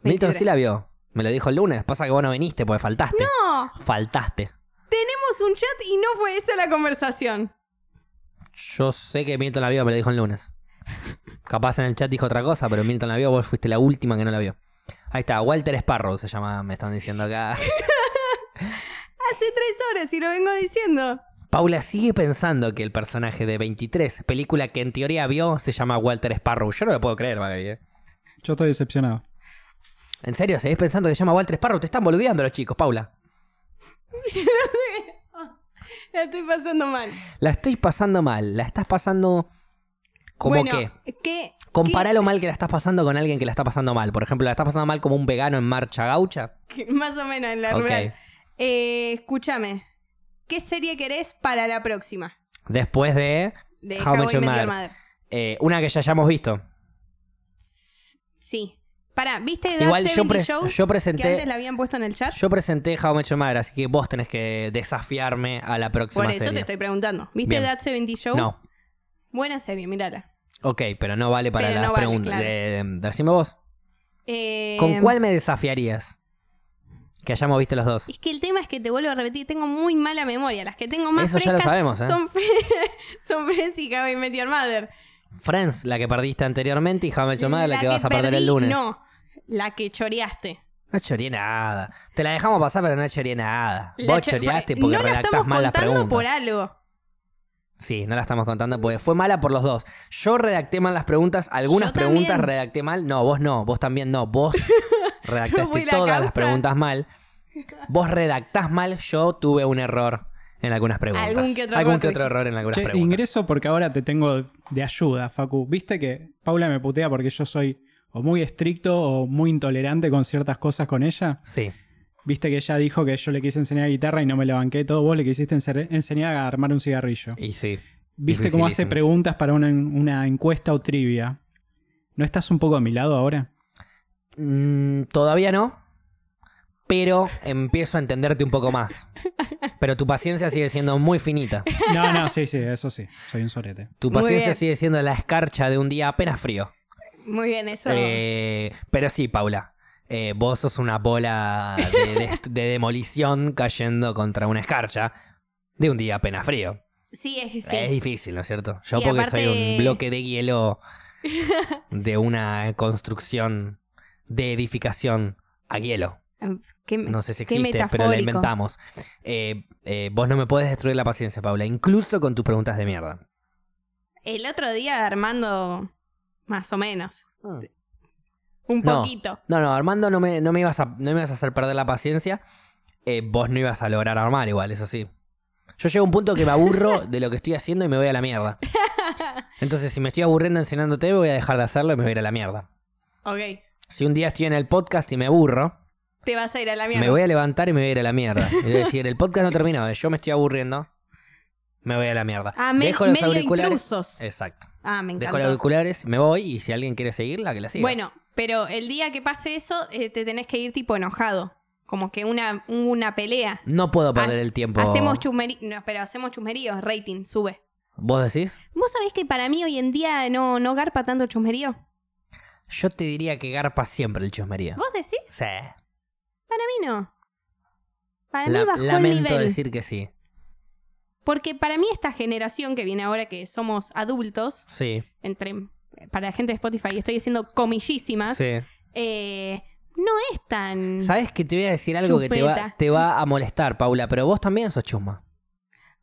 [SPEAKER 1] Milton
[SPEAKER 2] 23.
[SPEAKER 1] sí la vio. Me lo dijo el lunes. Pasa que vos no viniste porque faltaste.
[SPEAKER 2] No,
[SPEAKER 1] Faltaste.
[SPEAKER 2] tenemos un chat y no fue esa la conversación.
[SPEAKER 1] Yo sé que Milton la vio, me lo dijo el lunes. Capaz en el chat dijo otra cosa, pero Milton la vio, vos fuiste la última que no la vio. Ahí está, Walter Sparrow se llama, me están diciendo acá.
[SPEAKER 2] Hace tres horas y lo vengo diciendo.
[SPEAKER 1] Paula sigue pensando que el personaje de 23, película que en teoría vio, se llama Walter Sparrow. Yo no lo puedo creer, Magali, eh.
[SPEAKER 3] Yo estoy decepcionado.
[SPEAKER 1] En serio, seguís pensando que se llama Walter Sparrow. Te están boludeando los chicos, Paula.
[SPEAKER 2] La estoy pasando mal.
[SPEAKER 1] La estoy pasando mal, la estás pasando como
[SPEAKER 2] bueno,
[SPEAKER 1] que...
[SPEAKER 2] ¿qué-
[SPEAKER 1] Compara lo mal que la estás pasando con alguien que la está pasando mal. Por ejemplo, la estás pasando mal como un vegano en marcha gaucha.
[SPEAKER 2] qué- qué- más o menos en la
[SPEAKER 1] Ok.
[SPEAKER 2] rural. Eh, escúchame. ¿Qué serie querés para la próxima?
[SPEAKER 1] Después de,
[SPEAKER 2] De
[SPEAKER 1] How I Met Your Mother. Eh, una que ya hayamos visto.
[SPEAKER 2] Sí. Pará, ¿viste That
[SPEAKER 1] Igual yo,
[SPEAKER 2] 70
[SPEAKER 1] pres-
[SPEAKER 2] Show?
[SPEAKER 1] yo
[SPEAKER 2] que antes
[SPEAKER 1] presenté
[SPEAKER 2] la habían puesto en el chat.
[SPEAKER 1] yo presenté How I Met Your Mother, así que vos tenés que desafiarme a la próxima
[SPEAKER 2] Por eso
[SPEAKER 1] serie.
[SPEAKER 2] te estoy preguntando. ¿Viste
[SPEAKER 1] Bien.
[SPEAKER 2] That 70 Show?
[SPEAKER 1] No,
[SPEAKER 2] Buena serie, mírala.
[SPEAKER 1] ok, pero no vale para
[SPEAKER 2] Pero
[SPEAKER 1] las
[SPEAKER 2] no vale,
[SPEAKER 1] preguntas.
[SPEAKER 2] claro.
[SPEAKER 1] Eh, decime vos,
[SPEAKER 2] Eh,
[SPEAKER 1] ¿con cuál me desafiarías? Que hayamos visto los dos.
[SPEAKER 2] Es que el tema es que te vuelvo a repetir, tengo muy mala memoria. Las que tengo más
[SPEAKER 1] Eso ya lo
[SPEAKER 2] frescas
[SPEAKER 1] sabemos, ¿eh?
[SPEAKER 2] son, Fre son Friends y How I Met Your Mother.
[SPEAKER 1] Friends, la que perdiste anteriormente, y How I Met Your Mother, la, que, vas a perder
[SPEAKER 2] perdí,
[SPEAKER 1] el lunes.
[SPEAKER 2] No, la que choreaste.
[SPEAKER 1] No choreé nada. Te la dejamos pasar, pero no choreé nada.
[SPEAKER 2] La
[SPEAKER 1] Vos
[SPEAKER 2] cho-
[SPEAKER 1] choreaste
[SPEAKER 2] pa-
[SPEAKER 1] porque
[SPEAKER 2] no la
[SPEAKER 1] redactás
[SPEAKER 2] estamos
[SPEAKER 1] mal las
[SPEAKER 2] contando
[SPEAKER 1] preguntas.
[SPEAKER 2] por algo.
[SPEAKER 1] Sí, no la estamos contando porque fue mala por los dos. Yo redacté mal las preguntas, algunas
[SPEAKER 2] Yo
[SPEAKER 1] preguntas
[SPEAKER 2] también.
[SPEAKER 1] redacté mal. No, vos no, vos también no. Vos redactaste
[SPEAKER 2] Fui la
[SPEAKER 1] todas las
[SPEAKER 2] causa.
[SPEAKER 1] preguntas mal. Vos redactás mal, yo tuve un error en algunas preguntas.
[SPEAKER 2] Algún que otro error tuviste.
[SPEAKER 1] error en algunas
[SPEAKER 3] Che,
[SPEAKER 1] preguntas.
[SPEAKER 3] ingreso porque ahora te tengo de ayuda, Facu. Viste que Paula me putea porque yo soy o muy estricto o muy intolerante con ciertas cosas con ella.
[SPEAKER 1] Sí.
[SPEAKER 3] Viste que ella dijo que yo le quise enseñar guitarra y no me la banqué todo. Vos le quisiste ense- enseñar a armar un cigarrillo.
[SPEAKER 1] Y sí.
[SPEAKER 3] Viste cómo hace
[SPEAKER 1] Dificilísimo.
[SPEAKER 3] preguntas para una, una encuesta o trivia. ¿No estás un poco a mi lado ahora?
[SPEAKER 1] Mm, todavía no, pero empiezo a entenderte un poco más. Pero tu paciencia sigue siendo muy finita.
[SPEAKER 3] No, no, sí, sí, eso sí. Soy un sorete.
[SPEAKER 1] Tu
[SPEAKER 2] Muy
[SPEAKER 1] paciencia
[SPEAKER 2] bien.
[SPEAKER 1] sigue siendo la escarcha de un día apenas frío.
[SPEAKER 2] Muy bien, eso.
[SPEAKER 1] Eh, pero sí, Paula. eh, vos sos una bola de, de- de demolición cayendo contra una escarcha de un día apenas frío.
[SPEAKER 2] sí, es que sí.
[SPEAKER 1] Es difícil, ¿no es cierto? Yo
[SPEAKER 2] Sí,
[SPEAKER 1] porque
[SPEAKER 2] aparte-
[SPEAKER 1] soy un bloque de hielo de una construcción de edificación a hielo.
[SPEAKER 2] Qué-
[SPEAKER 1] No sé si
[SPEAKER 2] qué
[SPEAKER 1] existe, pero la
[SPEAKER 2] metafórico.
[SPEAKER 1] inventamos. Eh, eh, vos no me podés destruir la paciencia, Paula, incluso con tus preguntas de mierda.
[SPEAKER 2] El otro día Armando, más o menos. Un
[SPEAKER 1] No.
[SPEAKER 2] poquito.
[SPEAKER 1] No, no, Armando no me, no me ibas a, no me ibas a hacer perder la paciencia. Eh, vos no ibas a lograr armar igual, eso sí. Yo llego a un punto que me aburro de lo que estoy haciendo y me voy a la mierda. Entonces, si me estoy aburriendo enseñándote, voy a dejar de hacerlo y me voy a ir a la mierda.
[SPEAKER 2] Ok.
[SPEAKER 1] Si un día estoy en el podcast y me aburro,
[SPEAKER 2] Te vas a ir a la mierda.
[SPEAKER 1] me voy a levantar y me voy a ir a la mierda. Es decir, el podcast no terminó, de yo me estoy aburriendo, me voy a la mierda.
[SPEAKER 2] Ah, me-
[SPEAKER 1] Dejo los
[SPEAKER 2] medio
[SPEAKER 1] auriculares.
[SPEAKER 2] intrusos.
[SPEAKER 1] Exacto.
[SPEAKER 2] Ah, me
[SPEAKER 1] Dejo
[SPEAKER 2] encanta.
[SPEAKER 1] los auriculares, me voy y si alguien quiere seguirla, que la siga.
[SPEAKER 2] Bueno, pero el día que pase eso, eh, te tenés que ir tipo enojado. Como que una, una pelea.
[SPEAKER 1] no puedo perder
[SPEAKER 2] Ha-
[SPEAKER 1] el tiempo.
[SPEAKER 2] Hacemos chumeríos. No, pero hacemos chumeríos. Rating, sube.
[SPEAKER 1] ¿Vos decís?
[SPEAKER 2] ¿Vos sabés que para mí hoy en día no, no garpa tanto el chusmerío?
[SPEAKER 1] Yo te diría que garpa siempre el chusmería.
[SPEAKER 2] ¿Vos decís?
[SPEAKER 1] Sí.
[SPEAKER 2] Para mí no. Para
[SPEAKER 1] La-
[SPEAKER 2] mí bajó el
[SPEAKER 1] lamento
[SPEAKER 2] nivel.
[SPEAKER 1] decir que sí.
[SPEAKER 2] Porque para mí esta generación que viene ahora, que somos adultos,
[SPEAKER 1] Sí.
[SPEAKER 2] entre para la gente de Spotify, estoy diciendo comillísimas, eh, no es tan...
[SPEAKER 1] Sabes que te voy a decir algo que te va,
[SPEAKER 2] Chupeta.
[SPEAKER 1] te va a molestar, Paula, pero vos también sos chusma.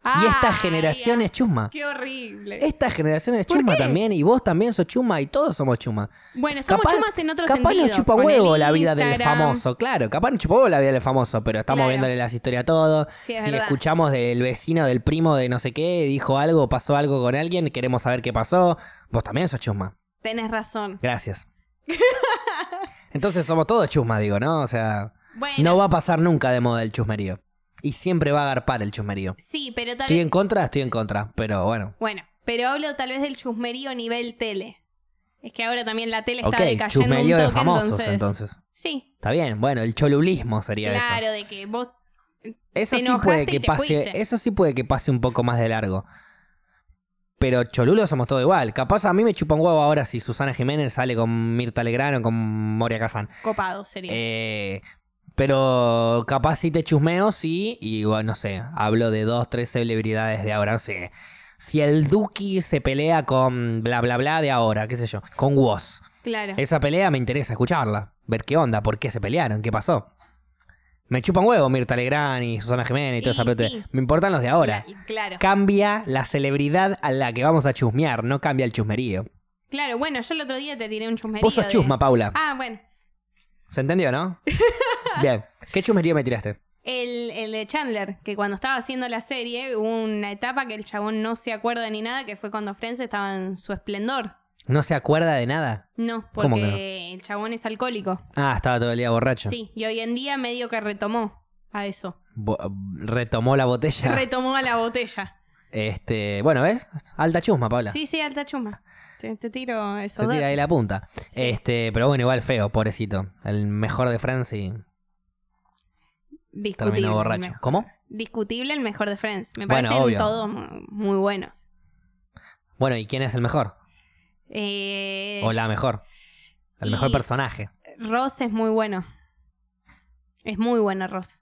[SPEAKER 1] Y esta
[SPEAKER 2] Ay,
[SPEAKER 1] generación es chusma.
[SPEAKER 2] ¡Qué horrible!
[SPEAKER 1] Esta generación es
[SPEAKER 2] ¿Por
[SPEAKER 1] chusma
[SPEAKER 2] qué?
[SPEAKER 1] también, y vos también sos chuma, y todos somos chuma.
[SPEAKER 2] Bueno, somos
[SPEAKER 1] Capaz-
[SPEAKER 2] chumas en otro
[SPEAKER 1] capaz
[SPEAKER 2] sentido.
[SPEAKER 1] nos chupa
[SPEAKER 2] con el
[SPEAKER 1] huevo la vida del
[SPEAKER 2] Instagram.
[SPEAKER 1] famoso, claro, capaz nos chupa huevo la vida del famoso, pero estamos
[SPEAKER 2] Claro.
[SPEAKER 1] viéndole las historias a todos.
[SPEAKER 2] Sí, es
[SPEAKER 1] si le
[SPEAKER 2] verdad.
[SPEAKER 1] escuchamos del vecino, del primo, de no sé qué, dijo algo, pasó algo con alguien, queremos saber qué pasó, vos también sos chusma.
[SPEAKER 2] Tenés razón.
[SPEAKER 1] Gracias. Entonces somos todos chusma, digo, ¿no? O sea,
[SPEAKER 2] Bueno,
[SPEAKER 1] no va a pasar nunca de moda el chusmerío. Y siempre va a agarpar el chusmerío.
[SPEAKER 2] Sí, pero tal
[SPEAKER 1] ¿Estoy
[SPEAKER 2] vez...
[SPEAKER 1] en contra? Estoy en contra, pero bueno.
[SPEAKER 2] Bueno, pero hablo tal vez del chusmerío nivel tele. Es que ahora también la tele
[SPEAKER 1] Ok,
[SPEAKER 2] está decayendo un
[SPEAKER 1] chusmerío
[SPEAKER 2] toque,
[SPEAKER 1] de famosos
[SPEAKER 2] entonces...
[SPEAKER 1] entonces.
[SPEAKER 2] Sí,
[SPEAKER 1] Está bien, bueno, el cholulismo sería eso.
[SPEAKER 2] claro, de que vos...
[SPEAKER 1] Eso
[SPEAKER 2] Te
[SPEAKER 1] sí puede
[SPEAKER 2] enojaste
[SPEAKER 1] que
[SPEAKER 2] y te
[SPEAKER 1] pase,
[SPEAKER 2] fuiste.
[SPEAKER 1] eso sí puede que pase un poco más de largo. Pero cholulo somos todo igual. Capaz a mí me chupa un huevo ahora si Susana Jiménez sale con Mirta Legrano o con Moria Kazan.
[SPEAKER 2] Copado sería.
[SPEAKER 1] Eh, pero capaz si te chusmeo, sí. Y bueno, no sé, hablo de dos, tres celebridades de ahora. No sé. Si el Duki se pelea con bla bla bla de ahora, qué sé yo, con Woz.
[SPEAKER 2] claro.
[SPEAKER 1] Esa pelea me interesa escucharla, ver qué onda, por qué se pelearon, qué pasó. Me chupan huevo Mirta Legrand y Susana Jiménez y toda
[SPEAKER 2] Y
[SPEAKER 1] esa pelota.
[SPEAKER 2] sí.
[SPEAKER 1] Me importan los de ahora.
[SPEAKER 2] Cla- Claro.
[SPEAKER 1] Cambia la celebridad a la que vamos a chusmear, no cambia el chusmerío.
[SPEAKER 2] Claro, bueno, yo el otro día te tiré un chusmerío.
[SPEAKER 1] Vos sos
[SPEAKER 2] de-
[SPEAKER 1] chusma, Paula.
[SPEAKER 2] Ah, bueno.
[SPEAKER 1] ¿Se entendió, no? Bien. ¿Qué chusmerío me tiraste?
[SPEAKER 2] El, el de Chandler, que cuando estaba haciendo la serie hubo una etapa que el chabón no se acuerda ni nada, que fue cuando Friends estaba en su esplendor.
[SPEAKER 1] ¿No se acuerda de nada?
[SPEAKER 2] No, porque
[SPEAKER 1] ¿Cómo que no?
[SPEAKER 2] el chabón es alcohólico.
[SPEAKER 1] Ah, estaba todo el día borracho.
[SPEAKER 2] Sí, y hoy en día medio que retomó a eso.
[SPEAKER 1] Bo- retomó la botella.
[SPEAKER 2] Retomó a la botella.
[SPEAKER 1] este, bueno, ¿ves? Alta chusma, Paula.
[SPEAKER 2] Sí, sí, alta chuma. Te, te tiro eso.
[SPEAKER 1] Se tira ahí la punta. Este, pero bueno, igual feo, pobrecito. El mejor de Francia y
[SPEAKER 2] Discutible.
[SPEAKER 1] terminó
[SPEAKER 2] el
[SPEAKER 1] borracho.
[SPEAKER 2] mejor-
[SPEAKER 1] ¿Cómo?
[SPEAKER 2] Discutible el mejor de Friends. Me
[SPEAKER 1] Bueno,
[SPEAKER 2] parecen
[SPEAKER 1] obvio.
[SPEAKER 2] todos mu- muy buenos.
[SPEAKER 1] Bueno, ¿y quién es el mejor?
[SPEAKER 2] Eh,
[SPEAKER 1] O la mejor. El
[SPEAKER 2] y-
[SPEAKER 1] mejor personaje.
[SPEAKER 2] Ross es muy bueno. Es muy bueno Ross.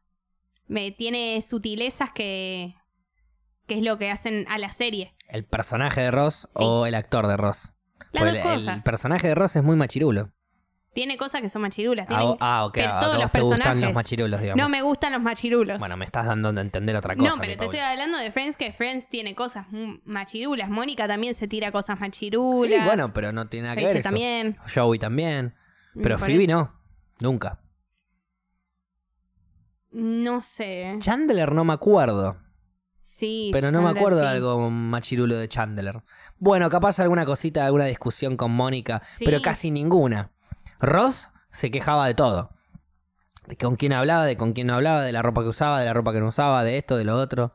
[SPEAKER 2] Me, tiene sutilezas que, que es lo que hacen a la serie.
[SPEAKER 1] ¿El personaje de Ross o el actor de Ross?
[SPEAKER 2] Las
[SPEAKER 1] Porque
[SPEAKER 2] dos
[SPEAKER 1] Pues el, el
[SPEAKER 2] cosas.
[SPEAKER 1] personaje de Ross es muy machirulo.
[SPEAKER 2] Tiene cosas que son machirulas.
[SPEAKER 1] Ah,
[SPEAKER 2] tienen-
[SPEAKER 1] o- ah, ok.
[SPEAKER 2] pero
[SPEAKER 1] a
[SPEAKER 2] todos
[SPEAKER 1] vos
[SPEAKER 2] los
[SPEAKER 1] te gustan los
[SPEAKER 2] personajes.
[SPEAKER 1] machirulos, digamos.
[SPEAKER 2] no me gustan los machirulos.
[SPEAKER 1] Bueno, me estás dando a entender otra cosa.
[SPEAKER 2] no,
[SPEAKER 1] mi
[SPEAKER 2] pero te
[SPEAKER 1] Paula.
[SPEAKER 2] estoy hablando de Friends, que Friends tiene cosas mu- machirulas. Mónica también se tira cosas machirulas.
[SPEAKER 1] Sí, bueno, pero no tiene nada que
[SPEAKER 2] Rachel
[SPEAKER 1] ver eso.
[SPEAKER 2] también. Mm,
[SPEAKER 1] Joey también. Pero
[SPEAKER 2] Por
[SPEAKER 1] Phoebe
[SPEAKER 2] eso.
[SPEAKER 1] no. Nunca.
[SPEAKER 2] No sé.
[SPEAKER 1] Chandler no me acuerdo.
[SPEAKER 2] Sí.
[SPEAKER 1] Pero no me
[SPEAKER 2] Chandler,
[SPEAKER 1] acuerdo de
[SPEAKER 2] sí.
[SPEAKER 1] algo machirulo de Chandler. Bueno, capaz alguna cosita, alguna discusión con Mónica,
[SPEAKER 2] Sí.
[SPEAKER 1] pero casi ninguna. Ross se quejaba de todo. De con quién hablaba, de con quién no hablaba, de la ropa que usaba, de la ropa que no usaba, de esto, de lo otro.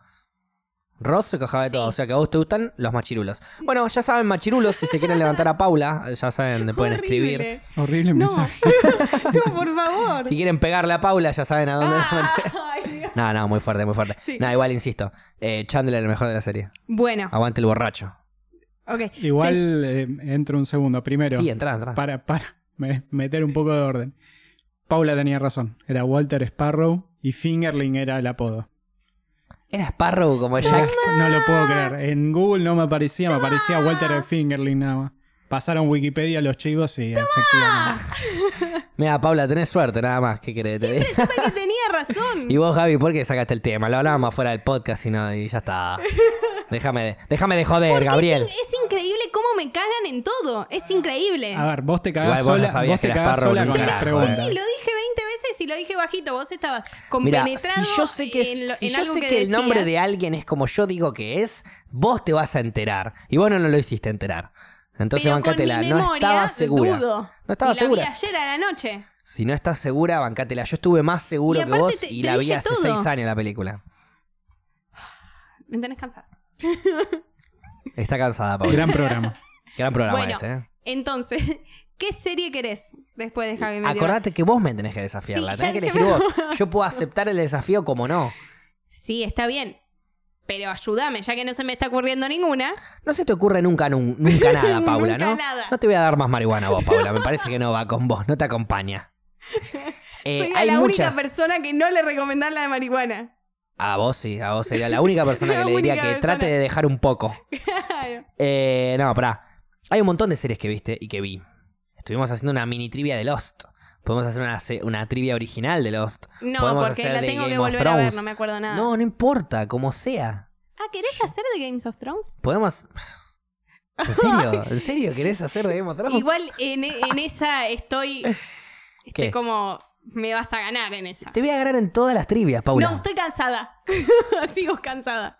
[SPEAKER 1] Ross se quejaba de
[SPEAKER 2] Sí.
[SPEAKER 1] todo, o sea que a vos te gustan los machirulos. Bueno, ya saben, machirulos, si se quieren levantar a Paula, ya saben, le pueden escribir.
[SPEAKER 2] Horrible.
[SPEAKER 3] Horrible
[SPEAKER 2] No.
[SPEAKER 3] mensaje.
[SPEAKER 2] no, por favor.
[SPEAKER 1] Si quieren pegarle a Paula, ya saben a dónde.
[SPEAKER 2] Ay, Dios.
[SPEAKER 1] No, no, muy fuerte, muy fuerte.
[SPEAKER 2] Ah. Sí.
[SPEAKER 1] No, igual insisto. eh, Chandler, el mejor de la serie.
[SPEAKER 2] bueno,
[SPEAKER 1] Aguante el borracho.
[SPEAKER 2] ok.
[SPEAKER 3] Igual eh, entro un segundo. Primero,
[SPEAKER 1] sí, entra, entra.
[SPEAKER 3] para, para me- meter un poco de orden. Paula tenía razón. Era Walter Sparrow y Fingerling era el apodo.
[SPEAKER 1] Era Sparrow como Jack.
[SPEAKER 3] No lo puedo creer. En Google no me aparecía, me aparecía Walter Fingerling nada más. Pasaron Wikipedia los chivos y efectivamente.
[SPEAKER 1] Mira, Paula, tenés suerte nada más. ¿Qué querés? que te diga?
[SPEAKER 2] Resulta que tenía razón.
[SPEAKER 1] Y vos, Gaby, ¿por qué sacaste el tema? Lo hablábamos fuera del podcast y, no, y ya está. Déjame de, déjame de joder, Gabriel.
[SPEAKER 2] Es, es increíble cómo me cagan en todo. Es increíble.
[SPEAKER 3] A ver, vos te cagás
[SPEAKER 1] Igual vos no
[SPEAKER 3] sola,
[SPEAKER 1] sabías
[SPEAKER 3] vos te
[SPEAKER 1] que era
[SPEAKER 3] cagás
[SPEAKER 1] Sparrow
[SPEAKER 3] sola
[SPEAKER 1] ni
[SPEAKER 3] con
[SPEAKER 1] un
[SPEAKER 3] las
[SPEAKER 1] carajo.
[SPEAKER 2] Pero sí,
[SPEAKER 3] preguntas.
[SPEAKER 2] lo dije 20 veces y lo dije bajito. Vos estabas
[SPEAKER 1] Mira,
[SPEAKER 2] compenetrado
[SPEAKER 1] si yo sé que,
[SPEAKER 2] en lo- en
[SPEAKER 1] si yo
[SPEAKER 2] algo
[SPEAKER 1] sé que, el
[SPEAKER 2] decías.
[SPEAKER 1] nombre de alguien es como yo digo que es, vos te vas a enterar. Y vos no, no lo hiciste enterar. Entonces,
[SPEAKER 2] Pero
[SPEAKER 1] bancátela.
[SPEAKER 2] con mi
[SPEAKER 1] No
[SPEAKER 2] memoria,
[SPEAKER 1] estaba segura.
[SPEAKER 2] dudo.
[SPEAKER 1] No estaba
[SPEAKER 2] Y
[SPEAKER 1] segura.
[SPEAKER 2] La vi ayer a la noche.
[SPEAKER 1] Si no estás segura, bancátela. Yo estuve más seguro
[SPEAKER 2] Y
[SPEAKER 1] que
[SPEAKER 2] aparte
[SPEAKER 1] vos
[SPEAKER 2] te-
[SPEAKER 1] y
[SPEAKER 2] te
[SPEAKER 1] la vi
[SPEAKER 2] dije
[SPEAKER 1] hace
[SPEAKER 2] todo.
[SPEAKER 1] seis años la película.
[SPEAKER 2] Me tenés cansada.
[SPEAKER 1] Está cansada, Paula.
[SPEAKER 3] Gran programa.
[SPEAKER 1] Gran programa
[SPEAKER 2] Bueno,
[SPEAKER 1] este, ¿eh?
[SPEAKER 2] Entonces, ¿qué serie querés después de Javi Meteor?
[SPEAKER 1] Acordate que vos me tenés que desafiarla,
[SPEAKER 2] Sí,
[SPEAKER 1] tenés
[SPEAKER 2] ya-
[SPEAKER 1] que
[SPEAKER 2] ya
[SPEAKER 1] elegir
[SPEAKER 2] me-
[SPEAKER 1] vos. Yo puedo aceptar el desafío como no.
[SPEAKER 2] Sí, está bien. Pero ayúdame, ya que no se me está ocurriendo ninguna.
[SPEAKER 1] No se te ocurre nunca, nun- nunca nada, Paula,
[SPEAKER 2] Nunca
[SPEAKER 1] ¿no?
[SPEAKER 2] nada.
[SPEAKER 1] No te voy a dar más marihuana a vos, Paula. Me parece que no va con vos, no te acompaña. Eh,
[SPEAKER 2] Soy
[SPEAKER 1] hay
[SPEAKER 2] la
[SPEAKER 1] muchas.
[SPEAKER 2] única persona que no le recomendás la de marihuana.
[SPEAKER 1] a vos sí, a vos sería la única persona
[SPEAKER 2] La
[SPEAKER 1] que le diría que
[SPEAKER 2] única
[SPEAKER 1] trate
[SPEAKER 2] persona.
[SPEAKER 1] de dejar un poco. Eh, no, pará. Hay un montón de series que viste y que vi. Estuvimos haciendo una mini trivia de Lost. Podemos hacer una, se- una trivia original de Lost.
[SPEAKER 2] No,
[SPEAKER 1] Podemos
[SPEAKER 2] porque
[SPEAKER 1] hacer
[SPEAKER 2] la
[SPEAKER 1] de
[SPEAKER 2] tengo
[SPEAKER 1] Game
[SPEAKER 2] que
[SPEAKER 1] of
[SPEAKER 2] volver a ver,
[SPEAKER 1] Thrones.
[SPEAKER 2] no me acuerdo nada.
[SPEAKER 1] No, no importa, como sea.
[SPEAKER 2] Ah, ¿querés hacer de Games of Thrones?
[SPEAKER 1] Podemos. ¿En serio? ¿En serio querés hacer de Game of Thrones?
[SPEAKER 2] Igual en, en esa estoy. estoy
[SPEAKER 1] ¿Qué?
[SPEAKER 2] como. Me vas a ganar en esa.
[SPEAKER 1] Te voy a ganar en todas las trivias, Paula.
[SPEAKER 2] No, estoy cansada. Sigo cansada.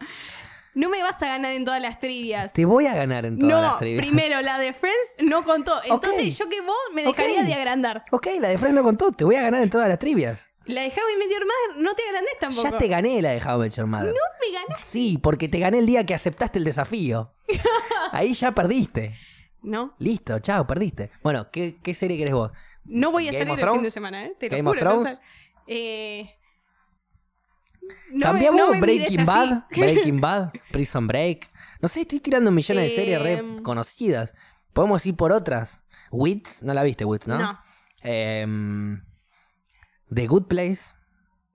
[SPEAKER 2] No me vas a ganar en todas las trivias.
[SPEAKER 1] Te voy a ganar en todas
[SPEAKER 2] no,
[SPEAKER 1] las trivias.
[SPEAKER 2] primero la de Friends no contó. Entonces
[SPEAKER 1] Ok.
[SPEAKER 2] yo que vos me dejaría
[SPEAKER 1] Ok.
[SPEAKER 2] de agrandar.
[SPEAKER 1] Ok, la de Fresno no contó. Te voy a ganar en todas las trivias.
[SPEAKER 2] La de How I Met Your Mother no te agrandés tampoco.
[SPEAKER 1] Ya te gané la de How I Met Your Mother.
[SPEAKER 2] No me ganás.
[SPEAKER 1] Sí, porque te gané el día que aceptaste el desafío. Ahí ya perdiste.
[SPEAKER 2] No,
[SPEAKER 1] Listo, chao, perdiste. Bueno, ¿qué, qué serie querés vos?
[SPEAKER 2] no voy a
[SPEAKER 1] Game
[SPEAKER 2] salir
[SPEAKER 1] of
[SPEAKER 2] el fin de
[SPEAKER 1] Thrones,
[SPEAKER 2] semana, ¿eh? Te lo
[SPEAKER 1] Game of
[SPEAKER 2] juro, no
[SPEAKER 1] Thrones.
[SPEAKER 2] sal- Eh, no me-
[SPEAKER 1] ¿Cambiamos
[SPEAKER 2] no me mires
[SPEAKER 1] Breaking
[SPEAKER 2] así.
[SPEAKER 1] Bad? Breaking Bad, Prison Break. No sé, estoy tirando millones de series
[SPEAKER 2] Em.
[SPEAKER 1] re conocidas. Podemos ir por otras. Wits, no la viste, Wits, ¿no?
[SPEAKER 2] No.
[SPEAKER 1] Em, The Good Place.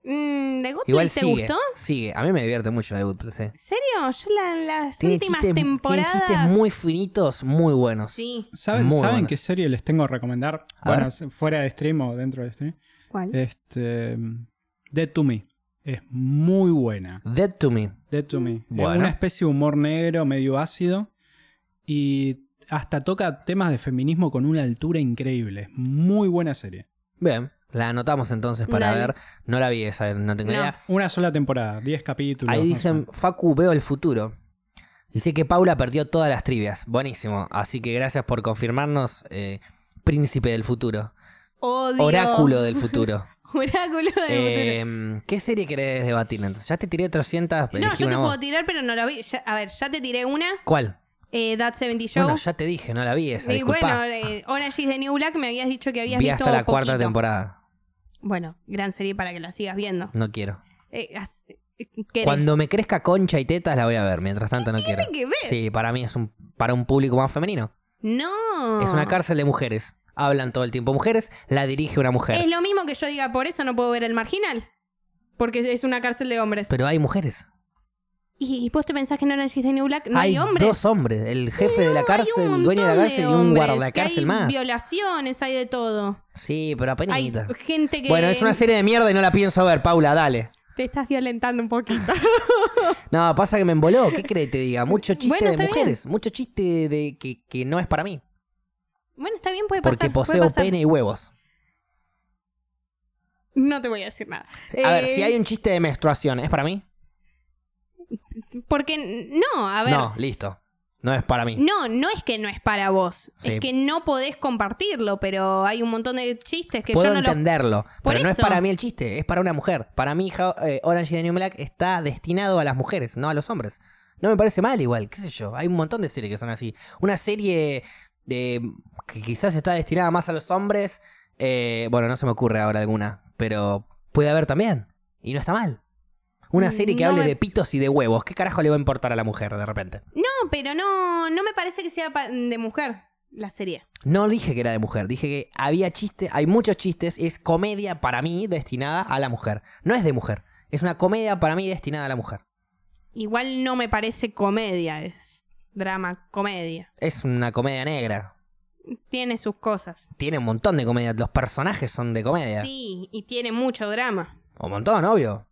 [SPEAKER 2] Mm, ¿De Good
[SPEAKER 1] Igual
[SPEAKER 2] Place te
[SPEAKER 1] sigue.
[SPEAKER 2] gustó?
[SPEAKER 1] Sigue. A mí me divierte mucho The Good Place. eh.
[SPEAKER 2] ¿Serio? Yo la- las
[SPEAKER 1] Tiene
[SPEAKER 2] últimas
[SPEAKER 1] chistes, tiene
[SPEAKER 2] temporadas.
[SPEAKER 1] chistes muy finitos, muy buenos.
[SPEAKER 2] Sí.
[SPEAKER 3] ¿Saben,
[SPEAKER 1] Muy
[SPEAKER 3] ¿saben
[SPEAKER 1] buenas.
[SPEAKER 3] qué serie les tengo a recomendar?
[SPEAKER 1] A
[SPEAKER 3] bueno,
[SPEAKER 1] ver.
[SPEAKER 3] s- fuera de stream o dentro de stream.
[SPEAKER 1] Eh,
[SPEAKER 2] ¿Cuál?
[SPEAKER 3] Este, mm, Dead to Me. Es muy buena.
[SPEAKER 1] Dead to Me.
[SPEAKER 3] Dead to Me. Es
[SPEAKER 1] Bueno.
[SPEAKER 3] una especie de humor negro, medio ácido. Y hasta toca temas de feminismo con una altura increíble. Es Muy buena serie.
[SPEAKER 1] Bien. La anotamos entonces para
[SPEAKER 2] No la vi.
[SPEAKER 1] ver. No la vi esa, no tengo
[SPEAKER 2] No.
[SPEAKER 1] idea.
[SPEAKER 3] Una sola temporada, 10 capítulos.
[SPEAKER 1] Ahí
[SPEAKER 3] no sé.
[SPEAKER 1] dicen, Facu, veo el futuro. Dice que Paula perdió todas las trivias. Buenísimo. Así que gracias por confirmarnos, eh, príncipe del futuro.
[SPEAKER 2] Odio.
[SPEAKER 1] Oráculo del futuro.
[SPEAKER 2] Oráculo del futuro.
[SPEAKER 1] Eh, ¿Qué serie querés debatir entonces? Ya te tiré 300.
[SPEAKER 2] No,
[SPEAKER 1] elegí
[SPEAKER 2] yo te
[SPEAKER 1] una
[SPEAKER 2] puedo
[SPEAKER 1] vos.
[SPEAKER 2] tirar, pero no la vi. Ya- a ver, ya te tiré una.
[SPEAKER 1] ¿Cuál?
[SPEAKER 2] Eh, That 70 Show.
[SPEAKER 1] Bueno, ya te dije, no la vi esa.
[SPEAKER 2] y
[SPEAKER 1] disculpa.
[SPEAKER 2] bueno, eh, Orange is the New Black me habías dicho que habías
[SPEAKER 1] vi
[SPEAKER 2] visto
[SPEAKER 1] hasta la cuarta
[SPEAKER 2] poquito.
[SPEAKER 1] temporada.
[SPEAKER 2] Bueno, gran serie para que la sigas viendo.
[SPEAKER 1] No quiero.
[SPEAKER 2] Eh, as- eh, ¿querés?
[SPEAKER 1] Cuando me crezca concha y tetas la voy a ver. Mientras tanto no quiero.
[SPEAKER 2] Tiene que ver.
[SPEAKER 1] Sí, para mí es un para un público más femenino.
[SPEAKER 2] No.
[SPEAKER 1] Es una cárcel de mujeres. Hablan todo el tiempo mujeres, la dirige una mujer.
[SPEAKER 2] Es lo mismo que yo diga, por eso no puedo ver El Marginal. Porque es- es una cárcel de hombres.
[SPEAKER 1] Pero hay mujeres.
[SPEAKER 2] ¿Y, y vos te pensás que en Orange is the New Black no hay,
[SPEAKER 1] hay
[SPEAKER 2] hombres?
[SPEAKER 1] dos hombres. El jefe de la
[SPEAKER 2] No, hay un
[SPEAKER 1] cárcel, el dueño de la
[SPEAKER 2] montón
[SPEAKER 1] cárcel y un
[SPEAKER 2] hombres, que
[SPEAKER 1] guardacárcel
[SPEAKER 2] hay
[SPEAKER 1] más.
[SPEAKER 2] violaciones, hay de todo.
[SPEAKER 1] Sí, pero
[SPEAKER 2] Hay
[SPEAKER 1] apenita.
[SPEAKER 2] gente que...
[SPEAKER 1] Bueno, es una serie de mierda y no la pienso ver, Paula, dale.
[SPEAKER 2] Te estás violentando un poquito.
[SPEAKER 1] No, pasa que me emboló, ¿qué crees te diga? Mucho chiste
[SPEAKER 2] Bueno,
[SPEAKER 1] de
[SPEAKER 2] está
[SPEAKER 1] mujeres, mucho chiste de que, que no es para mí.
[SPEAKER 2] Bueno, está bien, puede pasar.
[SPEAKER 1] Porque
[SPEAKER 2] puede
[SPEAKER 1] poseo
[SPEAKER 2] pasar.
[SPEAKER 1] pene y huevos.
[SPEAKER 2] No te voy a decir nada.
[SPEAKER 1] A ver,
[SPEAKER 2] Eh,
[SPEAKER 1] si hay un chiste de menstruación, ¿es para mí?
[SPEAKER 2] Porque n- no, a ver.
[SPEAKER 1] No, listo. No es para mí.
[SPEAKER 2] No, no es que no es para vos.
[SPEAKER 1] Sí.
[SPEAKER 2] Es que no podés compartirlo, pero hay un montón de chistes que
[SPEAKER 1] Puedo
[SPEAKER 2] yo no los...
[SPEAKER 1] entenderlo,
[SPEAKER 2] Por
[SPEAKER 1] pero no es
[SPEAKER 2] eso.
[SPEAKER 1] para mí el chiste, es para una mujer. Para mí, ja- eh, Orange is the New Black está destinado a las mujeres, no a los hombres. No me parece mal igual, qué sé yo. Hay un montón de series que son así. Una serie de, que quizás está destinada más a los hombres, eh, bueno, no se me ocurre ahora alguna, pero puede haber también. Y no está mal. Una serie que
[SPEAKER 2] Mm, No
[SPEAKER 1] hable
[SPEAKER 2] me-
[SPEAKER 1] de pitos y de huevos, ¿qué carajo le va a importar a la mujer de repente?
[SPEAKER 2] No, pero no, no me parece que sea pa- de mujer la serie.
[SPEAKER 1] No dije que era de mujer, dije que había chistes, hay muchos chistes, es comedia para mí destinada a la mujer. No es de mujer, es una comedia para mí destinada a la mujer.
[SPEAKER 2] Igual no me parece comedia, es drama, comedia.
[SPEAKER 1] Es una comedia negra,
[SPEAKER 2] Tiene sus cosas.
[SPEAKER 1] tiene un montón de comedia, los personajes son de comedia.
[SPEAKER 2] Sí, y tiene mucho drama.
[SPEAKER 1] Un montón, obvio.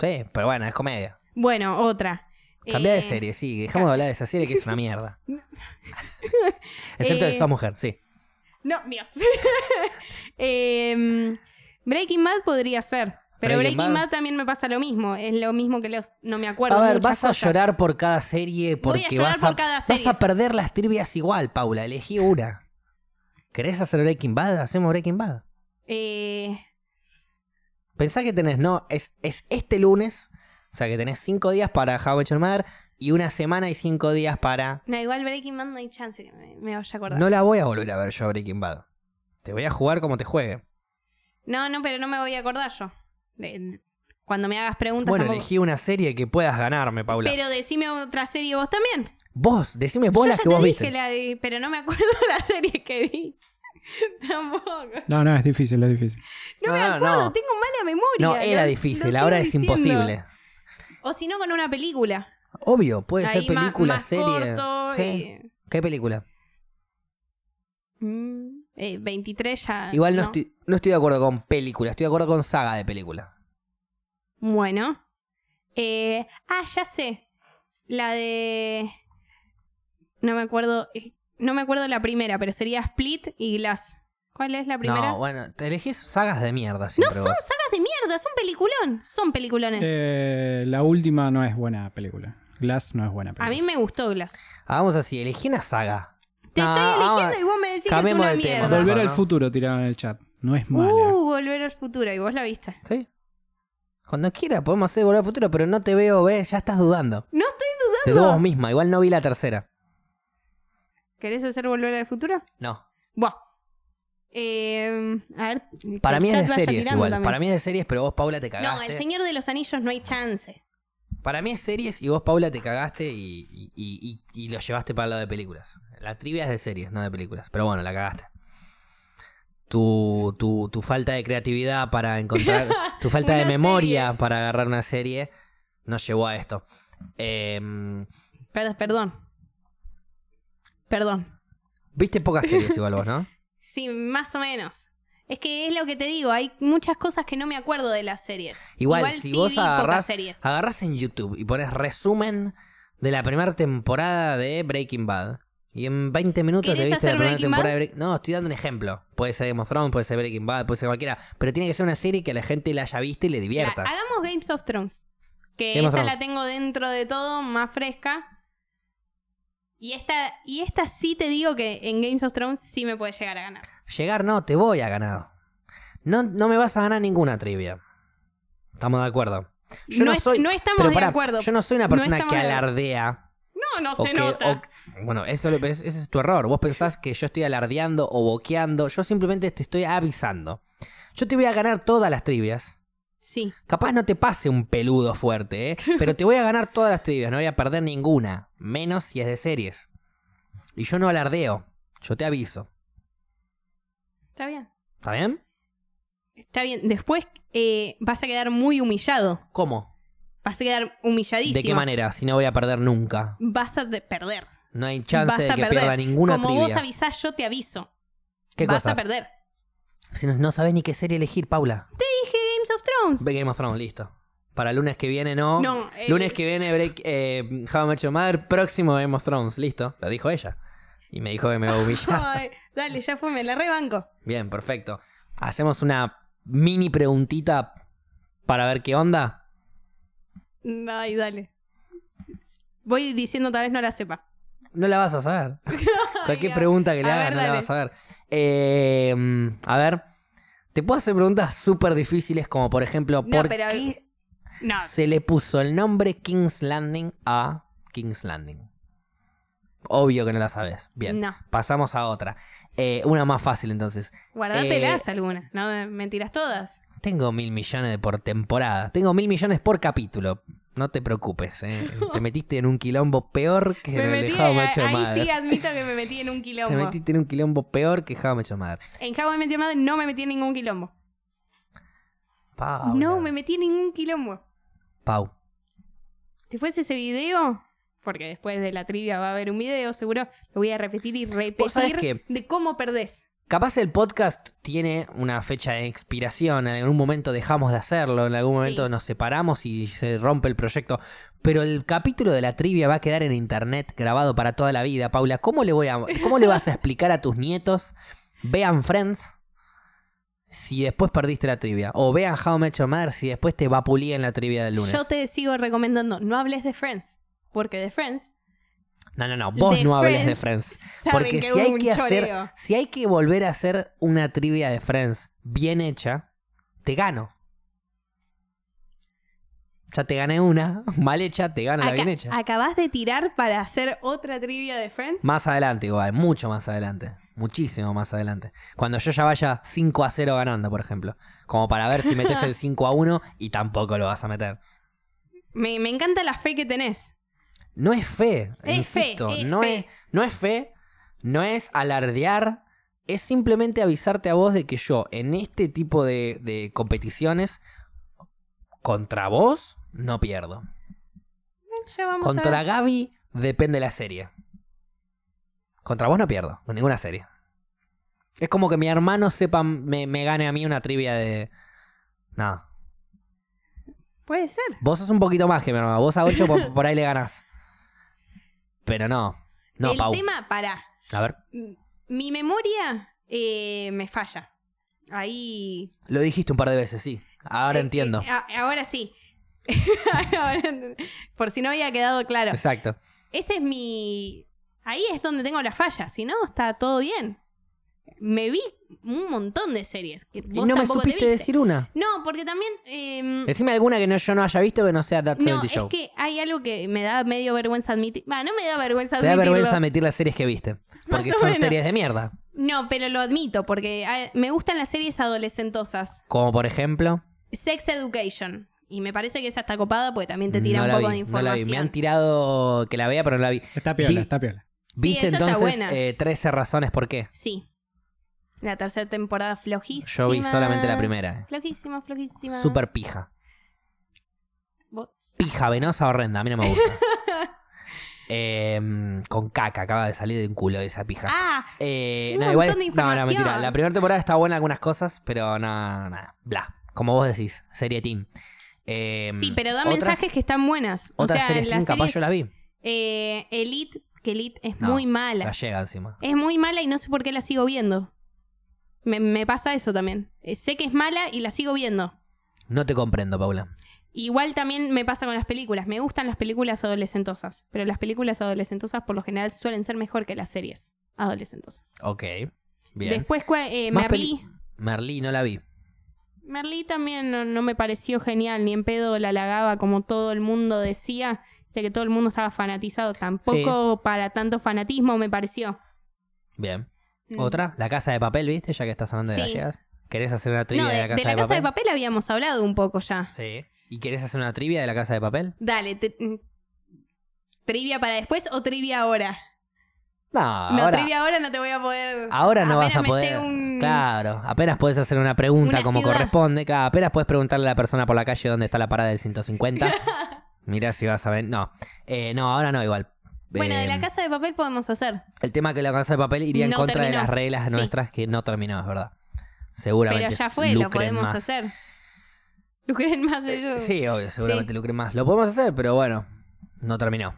[SPEAKER 1] Sí, pero bueno, es comedia.
[SPEAKER 2] Bueno, otra.
[SPEAKER 1] Cambia de
[SPEAKER 2] Eh,
[SPEAKER 1] serie, sí, dejamos de hablar de esa serie que es una mierda. Excepto
[SPEAKER 2] Eh,
[SPEAKER 1] de Sos Mujer, sí.
[SPEAKER 2] No, Dios. Em, Breaking Bad podría ser. Pero
[SPEAKER 1] Breaking
[SPEAKER 2] Breaking, Bad.
[SPEAKER 1] Bad.
[SPEAKER 2] también me pasa lo mismo. Es lo mismo que los. No me acuerdo.
[SPEAKER 1] A ver,
[SPEAKER 2] muchas
[SPEAKER 1] vas a
[SPEAKER 2] cosas.
[SPEAKER 1] llorar por cada serie porque
[SPEAKER 2] llorar
[SPEAKER 1] vas, a,
[SPEAKER 2] por cada serie.
[SPEAKER 1] vas a perder las trivias igual, Paula. Elegí una. ¿Querés hacer Breaking Bad? Hacemos Breaking Bad.
[SPEAKER 2] Eh,
[SPEAKER 1] Pensá que tenés, no, es, es este lunes, o sea que tenés cinco días para How I Met Your Mother y una semana y cinco días para...
[SPEAKER 2] no, igual Breaking Bad no hay chance que me, me vaya a acordar.
[SPEAKER 1] No la voy a volver a ver yo a Breaking Bad. Te voy a jugar como te juegue.
[SPEAKER 2] No, no, pero no me voy a acordar yo. De- cuando me hagas preguntas.
[SPEAKER 1] Bueno,
[SPEAKER 2] tampoco.
[SPEAKER 1] elegí una serie que puedas ganarme, Paula.
[SPEAKER 2] Pero decime otra serie vos también.
[SPEAKER 1] Vos, decime vos
[SPEAKER 2] Yo
[SPEAKER 1] las
[SPEAKER 2] ya
[SPEAKER 1] que
[SPEAKER 2] te
[SPEAKER 1] vos
[SPEAKER 2] dije
[SPEAKER 1] viste.
[SPEAKER 2] la de- pero no me acuerdo la serie que vi. tampoco.
[SPEAKER 3] No, no, es difícil, es difícil.
[SPEAKER 2] No, me
[SPEAKER 1] No, no,
[SPEAKER 2] acuerdo,
[SPEAKER 1] no.
[SPEAKER 2] tengo mala memoria.
[SPEAKER 1] No, era
[SPEAKER 2] lo-
[SPEAKER 1] difícil,
[SPEAKER 2] lo
[SPEAKER 1] ahora
[SPEAKER 2] sigo
[SPEAKER 1] es
[SPEAKER 2] diciendo.
[SPEAKER 1] imposible.
[SPEAKER 2] O si no, con una película.
[SPEAKER 1] Obvio, puede
[SPEAKER 2] Ahí
[SPEAKER 1] ser
[SPEAKER 2] ma-
[SPEAKER 1] película,
[SPEAKER 2] más
[SPEAKER 1] serie.
[SPEAKER 2] corto,
[SPEAKER 1] Sí.
[SPEAKER 2] eh,
[SPEAKER 1] ¿Qué película?
[SPEAKER 2] Mm, eh, 23 ya.
[SPEAKER 1] Igual no, Estoy, no estoy de acuerdo con película, estoy de acuerdo con saga de película.
[SPEAKER 2] Bueno. Eh, ah, ya sé. La de. No me acuerdo. eh, No me acuerdo la primera, pero sería Split y Glass. ¿Cuál es la primera?
[SPEAKER 1] No, bueno, te elegís sagas de mierda
[SPEAKER 2] No
[SPEAKER 1] siempre
[SPEAKER 2] son
[SPEAKER 1] vos.
[SPEAKER 2] sagas de mierda, son peliculón. Son peliculones.
[SPEAKER 3] Eh, la última no es buena película. Glass no es buena película.
[SPEAKER 2] A mí me gustó Glass.
[SPEAKER 1] Hagamos así, elegí una saga.
[SPEAKER 2] Te
[SPEAKER 1] No,
[SPEAKER 2] estoy
[SPEAKER 1] vamos-
[SPEAKER 2] eligiendo y vos me decís que es
[SPEAKER 1] cambiemos
[SPEAKER 2] una
[SPEAKER 1] de tema.
[SPEAKER 2] mierda.
[SPEAKER 3] Volver
[SPEAKER 1] Mejor,
[SPEAKER 3] al
[SPEAKER 1] ¿no?
[SPEAKER 3] futuro tiraron en el chat. No es mala.
[SPEAKER 2] Uh, volver al futuro y vos la viste.
[SPEAKER 1] ¿Sí? Cuando quiera, podemos hacer volver al futuro, pero no te veo, ve, ya estás dudando.
[SPEAKER 2] No estoy.
[SPEAKER 1] De
[SPEAKER 2] dudando.
[SPEAKER 1] vos misma, igual no vi la tercera.
[SPEAKER 2] ¿Querés hacer volver al futuro?
[SPEAKER 1] No.
[SPEAKER 2] Buah. Eh, a ver. que
[SPEAKER 1] Para
[SPEAKER 2] el
[SPEAKER 1] mí
[SPEAKER 2] chat
[SPEAKER 1] es de
[SPEAKER 2] vaya
[SPEAKER 1] series
[SPEAKER 2] tirando
[SPEAKER 1] igual.
[SPEAKER 2] también.
[SPEAKER 1] Para mí es de series, pero vos, Paula, te
[SPEAKER 2] no,
[SPEAKER 1] cagaste.
[SPEAKER 2] el Señor de los Anillos no hay chance.
[SPEAKER 1] Para mí es series y vos, Paula, te cagaste y, y- y- y- y lo llevaste para el lado de películas. La trivia es de series, no de películas. Pero bueno, la cagaste. Tu, tu, tu falta de creatividad para encontrar. Tu falta de
[SPEAKER 2] Una
[SPEAKER 1] memoria para agarrar una serie nos llevó a esto. Em,
[SPEAKER 2] Per- perdón. Perdón.
[SPEAKER 1] Viste pocas series igual vos, ¿no?
[SPEAKER 2] Sí, más o menos. Es que es lo que te digo, hay muchas cosas que no me acuerdo de las series.
[SPEAKER 1] Igual, si vos
[SPEAKER 2] vi pocas
[SPEAKER 1] agarrás-
[SPEAKER 2] series.
[SPEAKER 1] Agarrás en YouTube y pones resumen de la primera temporada de Breaking Bad. Y en 20 minutos te
[SPEAKER 2] ¿Querés
[SPEAKER 1] viste la
[SPEAKER 2] hacer
[SPEAKER 1] primera
[SPEAKER 2] Breaking
[SPEAKER 1] temporada de Breaking No, estoy dando un ejemplo. Puede ser Game of Thrones, puede ser Breaking Bad, puede ser cualquiera. Pero tiene que ser una serie que la gente la haya visto y le
[SPEAKER 2] Mira,
[SPEAKER 1] divierta.
[SPEAKER 2] hagamos Games of Thrones, que
[SPEAKER 1] Game of
[SPEAKER 2] esa
[SPEAKER 1] Thrones.
[SPEAKER 2] la tengo dentro de todo, más fresca. Y esta, y esta sí te digo que en Games of Thrones sí me puede llegar a ganar.
[SPEAKER 1] Llegar no, te voy a ganar. No, no me vas a ganar ninguna trivia. Estamos de acuerdo. Yo no,
[SPEAKER 2] es-
[SPEAKER 1] soy.
[SPEAKER 2] no estamos
[SPEAKER 1] pero
[SPEAKER 2] de
[SPEAKER 1] pará,
[SPEAKER 2] acuerdo.
[SPEAKER 1] Yo no soy una
[SPEAKER 2] No
[SPEAKER 1] persona
[SPEAKER 2] estamos
[SPEAKER 1] que
[SPEAKER 2] de-
[SPEAKER 1] alardea.
[SPEAKER 2] No, no
[SPEAKER 1] O
[SPEAKER 2] se
[SPEAKER 1] que-
[SPEAKER 2] nota.
[SPEAKER 1] o- bueno, eso, lo- es- ese es tu error. Vos pensás que yo estoy alardeando o boqueando. Yo simplemente te estoy avisando. Yo te voy a ganar todas las trivias.
[SPEAKER 2] Sí.
[SPEAKER 1] Capaz no te pase un peludo fuerte, ¿eh? Pero te voy a ganar todas las trivias. No voy a perder ninguna. Menos si es de series. Y yo no alardeo. Yo te aviso.
[SPEAKER 2] Está bien.
[SPEAKER 1] ¿Está bien?
[SPEAKER 2] Está bien. Después eh, vas a quedar muy humillado.
[SPEAKER 1] ¿Cómo?
[SPEAKER 2] Vas a quedar humilladísimo.
[SPEAKER 1] ¿De qué manera? Si no voy a perder nunca.
[SPEAKER 2] Vas a de- perder.
[SPEAKER 1] No hay chance
[SPEAKER 2] Vas
[SPEAKER 1] de
[SPEAKER 2] a
[SPEAKER 1] que
[SPEAKER 2] perder.
[SPEAKER 1] pierda ninguna
[SPEAKER 2] Como vos
[SPEAKER 1] trivia.
[SPEAKER 2] avisás, yo te aviso.
[SPEAKER 1] ¿Qué
[SPEAKER 2] Vas
[SPEAKER 1] cosa?
[SPEAKER 2] a perder.
[SPEAKER 1] Si no, no sabés ni qué serie elegir, Paula.
[SPEAKER 2] Dije Games of Thrones.
[SPEAKER 1] Ve Game of Thrones, listo. Para lunes que viene no.
[SPEAKER 2] No, eh,
[SPEAKER 1] Lunes que viene break, eh, How I Met Your Mother, próximo Game of Thrones, listo. Lo dijo ella. Y me dijo que me va a humillar.
[SPEAKER 2] Ay, dale, ya fue, me la rebanco.
[SPEAKER 1] Bien, perfecto. Hacemos una mini preguntita para ver qué onda.
[SPEAKER 2] Ay, dale. Voy diciendo tal vez no la sepa.
[SPEAKER 1] No la vas a saber. Cualquier
[SPEAKER 2] Ay,
[SPEAKER 1] pregunta que le
[SPEAKER 2] a
[SPEAKER 1] hagas
[SPEAKER 2] ver,
[SPEAKER 1] no la
[SPEAKER 2] dale.
[SPEAKER 1] vas a ver. Eh, mm, a ver, te puedo hacer preguntas súper difíciles como por ejemplo,
[SPEAKER 2] No,
[SPEAKER 1] ¿por
[SPEAKER 2] pero-
[SPEAKER 1] qué
[SPEAKER 2] No,
[SPEAKER 1] se le puso el nombre King's Landing a King's Landing? Obvio que no la sabes. Bien.
[SPEAKER 2] No.
[SPEAKER 1] Pasamos a otra. Eh, una más fácil entonces.
[SPEAKER 2] guardatelas
[SPEAKER 1] Eh,
[SPEAKER 2] algunas, no mentiras todas.
[SPEAKER 1] Tengo mil millones de por temporada. Tengo mil millones por capítulo. No te preocupes. eh. Te metiste en un quilombo peor que
[SPEAKER 2] Me
[SPEAKER 1] en el
[SPEAKER 2] metí,
[SPEAKER 1] de How I
[SPEAKER 2] ahí,
[SPEAKER 1] Met Your
[SPEAKER 2] ahí
[SPEAKER 1] Mother.
[SPEAKER 2] sí admito que me metí en un quilombo.
[SPEAKER 1] Te metiste en un quilombo peor que How I Met Your Mother.
[SPEAKER 2] En How I Met Your Mother no me metí en ningún quilombo.
[SPEAKER 1] Paula.
[SPEAKER 2] No me metí en ningún quilombo.
[SPEAKER 1] Pau.
[SPEAKER 2] Después ese video, porque después de la trivia va a haber un video, seguro lo voy a repetir y
[SPEAKER 1] sabés
[SPEAKER 2] repetir
[SPEAKER 1] que-
[SPEAKER 2] de cómo perdés.
[SPEAKER 1] Capaz el podcast tiene una fecha de expiración, en algún momento dejamos de hacerlo, en algún momento
[SPEAKER 2] Sí.
[SPEAKER 1] nos separamos y se rompe el proyecto, pero el capítulo de la trivia va a quedar en internet grabado para toda la vida. Paula, ¿cómo le, voy a, cómo le vas a explicar a tus nietos, vean Friends, si después perdiste la trivia? O vean How I Met Your Mother si después te vapulía en la trivia del lunes.
[SPEAKER 2] Yo te sigo recomendando, no hables de Friends, porque de Friends
[SPEAKER 1] No, no, no, vos
[SPEAKER 2] de
[SPEAKER 1] no hables de
[SPEAKER 2] Friends
[SPEAKER 1] Friends.
[SPEAKER 2] saben
[SPEAKER 1] Porque
[SPEAKER 2] que
[SPEAKER 1] si
[SPEAKER 2] hubo
[SPEAKER 1] hay
[SPEAKER 2] un
[SPEAKER 1] que hacer,
[SPEAKER 2] choreo.
[SPEAKER 1] si hay que volver a hacer una trivia de Friends bien hecha, te gano. Ya te gané una, mal hecha, te gano la
[SPEAKER 2] Aca-
[SPEAKER 1] bien hecha.
[SPEAKER 2] acabas de tirar para hacer otra trivia de Friends.
[SPEAKER 1] Más adelante, igual, mucho más adelante. Muchísimo más adelante. Cuando yo ya vaya 5 a 0 ganando, por ejemplo. Como para ver si metes el 5 a 1 y tampoco lo vas a meter.
[SPEAKER 2] me, me encanta la fe que tenés.
[SPEAKER 1] No es fe,
[SPEAKER 2] Es
[SPEAKER 1] insisto.
[SPEAKER 2] fe, es
[SPEAKER 1] no,
[SPEAKER 2] fe.
[SPEAKER 1] Es, no es fe, no es alardear, es simplemente avisarte a vos de que yo en este tipo de, de competiciones contra vos no pierdo.
[SPEAKER 2] Ya vamos a
[SPEAKER 1] contra
[SPEAKER 2] ver.
[SPEAKER 1] Gaby depende la serie. Contra vos no pierdo, con ninguna serie. Es como que mi hermano sepa, me, me gane a mí una trivia de. No.
[SPEAKER 2] Puede ser.
[SPEAKER 1] Vos sos un poquito más que mi hermano. Vos a 8 por, por ahí le ganás. Pero no. No,
[SPEAKER 2] el
[SPEAKER 1] Pau.
[SPEAKER 2] tema, para.
[SPEAKER 1] A ver.
[SPEAKER 2] Mi memoria eh, me falla. Ahí.
[SPEAKER 1] Lo dijiste un par de veces, sí. Ahora
[SPEAKER 2] eh,
[SPEAKER 1] entiendo.
[SPEAKER 2] eh, a- ahora sí. Ahora ent- Por si no había quedado claro.
[SPEAKER 1] Exacto.
[SPEAKER 2] Ese es mi. Ahí es donde tengo la falla. Si no, está todo bien. Me vi un montón de series. Que
[SPEAKER 1] Y
[SPEAKER 2] vos
[SPEAKER 1] no me
[SPEAKER 2] tampoco te
[SPEAKER 1] supiste
[SPEAKER 2] viste.
[SPEAKER 1] decir una.
[SPEAKER 2] No, porque también. eh,
[SPEAKER 1] Mm. Decime alguna que no, yo no haya visto que no sea That
[SPEAKER 2] no,
[SPEAKER 1] 70
[SPEAKER 2] es
[SPEAKER 1] Show.
[SPEAKER 2] que hay algo que me da medio vergüenza admitir. Va, no me da vergüenza
[SPEAKER 1] Te da
[SPEAKER 2] admitirlo.
[SPEAKER 1] vergüenza admitir las series que viste. Porque
[SPEAKER 2] o
[SPEAKER 1] son
[SPEAKER 2] menos.
[SPEAKER 1] series de mierda.
[SPEAKER 2] No, pero lo admito, porque ah, me gustan las series adolescentosas.
[SPEAKER 1] Como por ejemplo.
[SPEAKER 2] Sex Education. Y me parece que esa está copada porque también te tira
[SPEAKER 1] no
[SPEAKER 2] un
[SPEAKER 1] la
[SPEAKER 2] poco
[SPEAKER 1] vi, No
[SPEAKER 2] de
[SPEAKER 1] la
[SPEAKER 2] información.
[SPEAKER 1] vi. Me han tirado que la vea, pero no la vi.
[SPEAKER 3] Está piola,
[SPEAKER 1] Vi-
[SPEAKER 3] está piola.
[SPEAKER 1] ¿Viste
[SPEAKER 2] esa está
[SPEAKER 1] entonces
[SPEAKER 2] buena.
[SPEAKER 1] eh, 13 razones por qué?
[SPEAKER 2] Sí. La tercera temporada flojísima.
[SPEAKER 1] Yo vi solamente la primera. eh.
[SPEAKER 2] Flojísima, flojísima.
[SPEAKER 1] Super pija.
[SPEAKER 2] Vos-
[SPEAKER 1] Pija, venosa, horrenda. A mí no me gusta. Em, con caca, acaba de salir de un culo esa pija.
[SPEAKER 2] Ah,
[SPEAKER 1] Eh,
[SPEAKER 2] Un
[SPEAKER 1] no, igual,
[SPEAKER 2] montón de
[SPEAKER 1] no, no, mentira.
[SPEAKER 2] información.
[SPEAKER 1] La primera temporada está buena en algunas cosas, pero nada, nada. Bla. Como vos decís, serie Team. Eh,
[SPEAKER 2] sí, pero da
[SPEAKER 1] otras-
[SPEAKER 2] mensajes que están buenas. O
[SPEAKER 1] Otras
[SPEAKER 2] sea,
[SPEAKER 1] series Team,
[SPEAKER 2] las
[SPEAKER 1] capaz
[SPEAKER 2] series,
[SPEAKER 1] yo la vi.
[SPEAKER 2] eh, Elite, que Elite es
[SPEAKER 1] No,
[SPEAKER 2] muy mala.
[SPEAKER 1] La llega encima.
[SPEAKER 2] Es muy mala y no sé por qué la sigo viendo. Me, me pasa eso también. Eh, Sé que es mala y la sigo viendo.
[SPEAKER 1] No te comprendo, Paula.
[SPEAKER 2] Igual también me pasa con las películas. Me gustan las películas adolescentosas, pero las películas adolescentosas por lo general suelen ser mejor que las series adolescentosas.
[SPEAKER 1] Ok. Bien.
[SPEAKER 2] Después cua- eh,
[SPEAKER 1] Más
[SPEAKER 2] Merlí.
[SPEAKER 1] peli- Merlí, no la vi.
[SPEAKER 2] Merlí también no, no me pareció genial, ni en pedo la halagaba como todo el mundo decía, de que todo el mundo estaba fanatizado. Tampoco para tanto fanatismo me pareció.
[SPEAKER 1] Bien.
[SPEAKER 2] Mm.
[SPEAKER 1] Otra, La Casa de Papel, ¿viste? Ya que estás hablando de
[SPEAKER 2] Sí.
[SPEAKER 1] gallegas. ¿Querés hacer una trivia
[SPEAKER 2] No, de,
[SPEAKER 1] de, La Casa de,
[SPEAKER 2] de la casa de
[SPEAKER 1] Papel?
[SPEAKER 2] papel habíamos hablado un poco ya.
[SPEAKER 1] Sí. ¿Y querés hacer una trivia de La Casa de Papel?
[SPEAKER 2] Dale, te- mm. ¿trivia para después o trivia ahora?
[SPEAKER 1] No,
[SPEAKER 2] no,
[SPEAKER 1] ahora,
[SPEAKER 2] trivia ahora no te voy a poder.
[SPEAKER 1] ahora no vas
[SPEAKER 2] Apenas
[SPEAKER 1] a
[SPEAKER 2] me sé
[SPEAKER 1] poder.
[SPEAKER 2] un-
[SPEAKER 1] Claro, apenas puedes hacer una pregunta
[SPEAKER 2] Una
[SPEAKER 1] como
[SPEAKER 2] ciudad.
[SPEAKER 1] corresponde. Claro, apenas puedes preguntarle a la persona por la calle dónde está la parada del 150. Mirá si vas a ver. No, Eh, no, ahora no, igual.
[SPEAKER 2] Bueno, de
[SPEAKER 1] Eh,
[SPEAKER 2] la casa de papel podemos hacer.
[SPEAKER 1] El tema que la casa de papel iría en
[SPEAKER 2] No
[SPEAKER 1] contra de
[SPEAKER 2] terminó.
[SPEAKER 1] las reglas
[SPEAKER 2] Sí.
[SPEAKER 1] nuestras que no terminamos, ¿verdad?
[SPEAKER 2] Pero
[SPEAKER 1] Seguramente.
[SPEAKER 2] ya fue, lo
[SPEAKER 1] lucren
[SPEAKER 2] podemos
[SPEAKER 1] más.
[SPEAKER 2] hacer. Lucren más ellos.
[SPEAKER 1] Sí, obvio, seguramente lucren más. Lo podemos hacer, pero bueno, no terminó.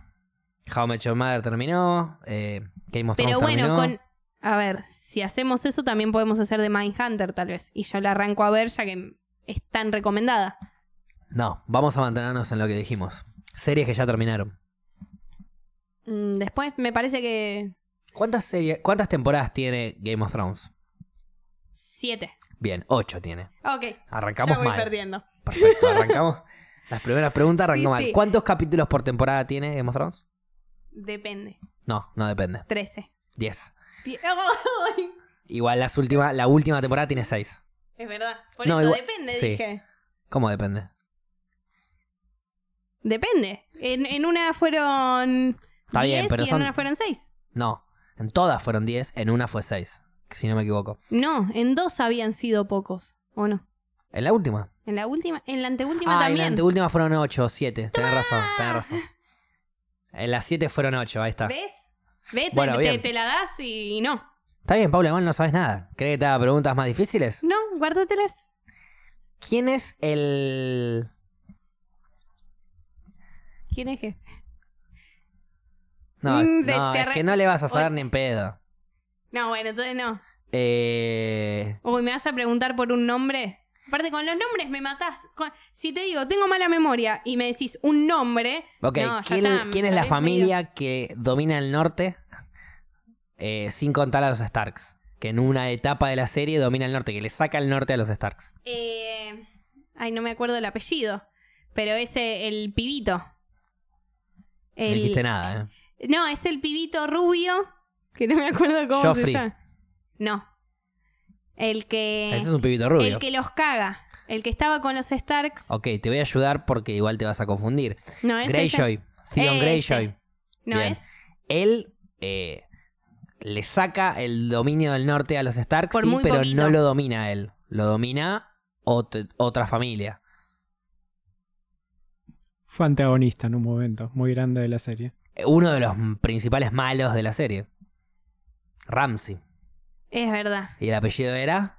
[SPEAKER 1] How I Met Your Mother terminó. Eh, Game of
[SPEAKER 2] Pero
[SPEAKER 1] Thrones
[SPEAKER 2] bueno,
[SPEAKER 1] terminó.
[SPEAKER 2] con. A ver, si hacemos eso, también podemos hacer de Mindhunter, tal vez. Y yo la arranco a ver, ya que es tan recomendada.
[SPEAKER 1] No, vamos a mantenernos en lo que dijimos. Series que ya terminaron.
[SPEAKER 2] Mm, Después me parece que.
[SPEAKER 1] ¿Cuántas, series, ¿Cuántas temporadas tiene Game of Thrones?
[SPEAKER 2] Siete.
[SPEAKER 1] Bien, ocho tiene.
[SPEAKER 2] Ok.
[SPEAKER 1] Arrancamos
[SPEAKER 2] ya voy
[SPEAKER 1] mal.
[SPEAKER 2] perdiendo.
[SPEAKER 1] Perfecto, arrancamos. Las primeras preguntas arrancó
[SPEAKER 2] Sí,
[SPEAKER 1] mal.
[SPEAKER 2] sí.
[SPEAKER 1] ¿Cuántos capítulos por temporada tiene Game of Thrones?
[SPEAKER 2] Depende.
[SPEAKER 1] No, no depende.
[SPEAKER 2] Trece.
[SPEAKER 1] Diez.
[SPEAKER 2] Die- Ay,
[SPEAKER 1] Igual las últimas, la última temporada tiene seis.
[SPEAKER 2] es verdad. Por
[SPEAKER 1] No,
[SPEAKER 2] eso
[SPEAKER 1] igual-
[SPEAKER 2] depende,
[SPEAKER 1] sí.
[SPEAKER 2] dije.
[SPEAKER 1] ¿Cómo depende?
[SPEAKER 2] Depende. En, en una fueron.
[SPEAKER 1] Está bien,
[SPEAKER 2] diez
[SPEAKER 1] pero
[SPEAKER 2] y
[SPEAKER 1] son-
[SPEAKER 2] en una fueron seis. No.
[SPEAKER 1] No, en todas fueron diez, en una fue seis, si no me equivoco.
[SPEAKER 2] en dos habían sido pocos. ¿O no?
[SPEAKER 1] ¿En la última?
[SPEAKER 2] En la última, en la anteúltima
[SPEAKER 1] Ah, en la
[SPEAKER 2] también.
[SPEAKER 1] anteúltima fueron ocho o siete. Tenés razón, tenés razón. En las siete fueron ocho, ahí está.
[SPEAKER 2] ¿Ves? ¿Ves? Te-
[SPEAKER 1] Bueno,
[SPEAKER 2] te,
[SPEAKER 1] bien.
[SPEAKER 2] te la das y, y no.
[SPEAKER 1] Está bien, Paula, igual no sabes nada. ¿Crees que te haga preguntas más difíciles?
[SPEAKER 2] No, guárdatelas.
[SPEAKER 1] ¿Quién es el.
[SPEAKER 2] ¿Quién es que?
[SPEAKER 1] No,
[SPEAKER 2] Mm, de-
[SPEAKER 1] no
[SPEAKER 2] te
[SPEAKER 1] es
[SPEAKER 2] re-
[SPEAKER 1] que no le vas a saber
[SPEAKER 2] Oy.
[SPEAKER 1] ni en pedo.
[SPEAKER 2] No, bueno, entonces no.
[SPEAKER 1] Eh,
[SPEAKER 2] Uy, ¿me vas a preguntar por un nombre? Aparte, con los nombres me matás. Con- Si te digo, tengo mala memoria y me decís un nombre.
[SPEAKER 1] ok,
[SPEAKER 2] no, ya
[SPEAKER 1] ¿quién,
[SPEAKER 2] está,
[SPEAKER 1] quién es
[SPEAKER 2] me
[SPEAKER 1] la
[SPEAKER 2] habéis
[SPEAKER 1] familia que domina el norte? Eh, sin contar a los Starks. Que en una etapa de la serie domina el norte, que le saca el norte a los Starks.
[SPEAKER 2] perdido. Eh, ay, no me acuerdo el apellido. Pero es eh, el pibito.
[SPEAKER 1] No
[SPEAKER 2] El-
[SPEAKER 1] dijiste nada, ¿eh?
[SPEAKER 2] No, es el pibito rubio. Que no me acuerdo cómo
[SPEAKER 1] Joffrey.
[SPEAKER 2] se llama. No. El que.
[SPEAKER 1] Ese es un pibito rubio.
[SPEAKER 2] eh, El que los caga. El que estaba con los Starks.
[SPEAKER 1] Ok, te voy a ayudar porque igual te vas a confundir.
[SPEAKER 2] No es ese? eh,
[SPEAKER 1] Greyjoy, Theon
[SPEAKER 2] Ese.
[SPEAKER 1] Greyjoy.
[SPEAKER 2] Este. No
[SPEAKER 1] Bien.
[SPEAKER 2] es.
[SPEAKER 1] Él eh, le saca el dominio del norte a los Stark,
[SPEAKER 2] Por
[SPEAKER 1] sí,
[SPEAKER 2] muy
[SPEAKER 1] pero
[SPEAKER 2] poquito.
[SPEAKER 1] no lo domina él. Lo domina ot- otra familia.
[SPEAKER 3] Fue antagonista en un momento muy grande de la serie.
[SPEAKER 1] Uno de los principales malos de la serie. Ramsey.
[SPEAKER 2] Es verdad.
[SPEAKER 1] Y el apellido era.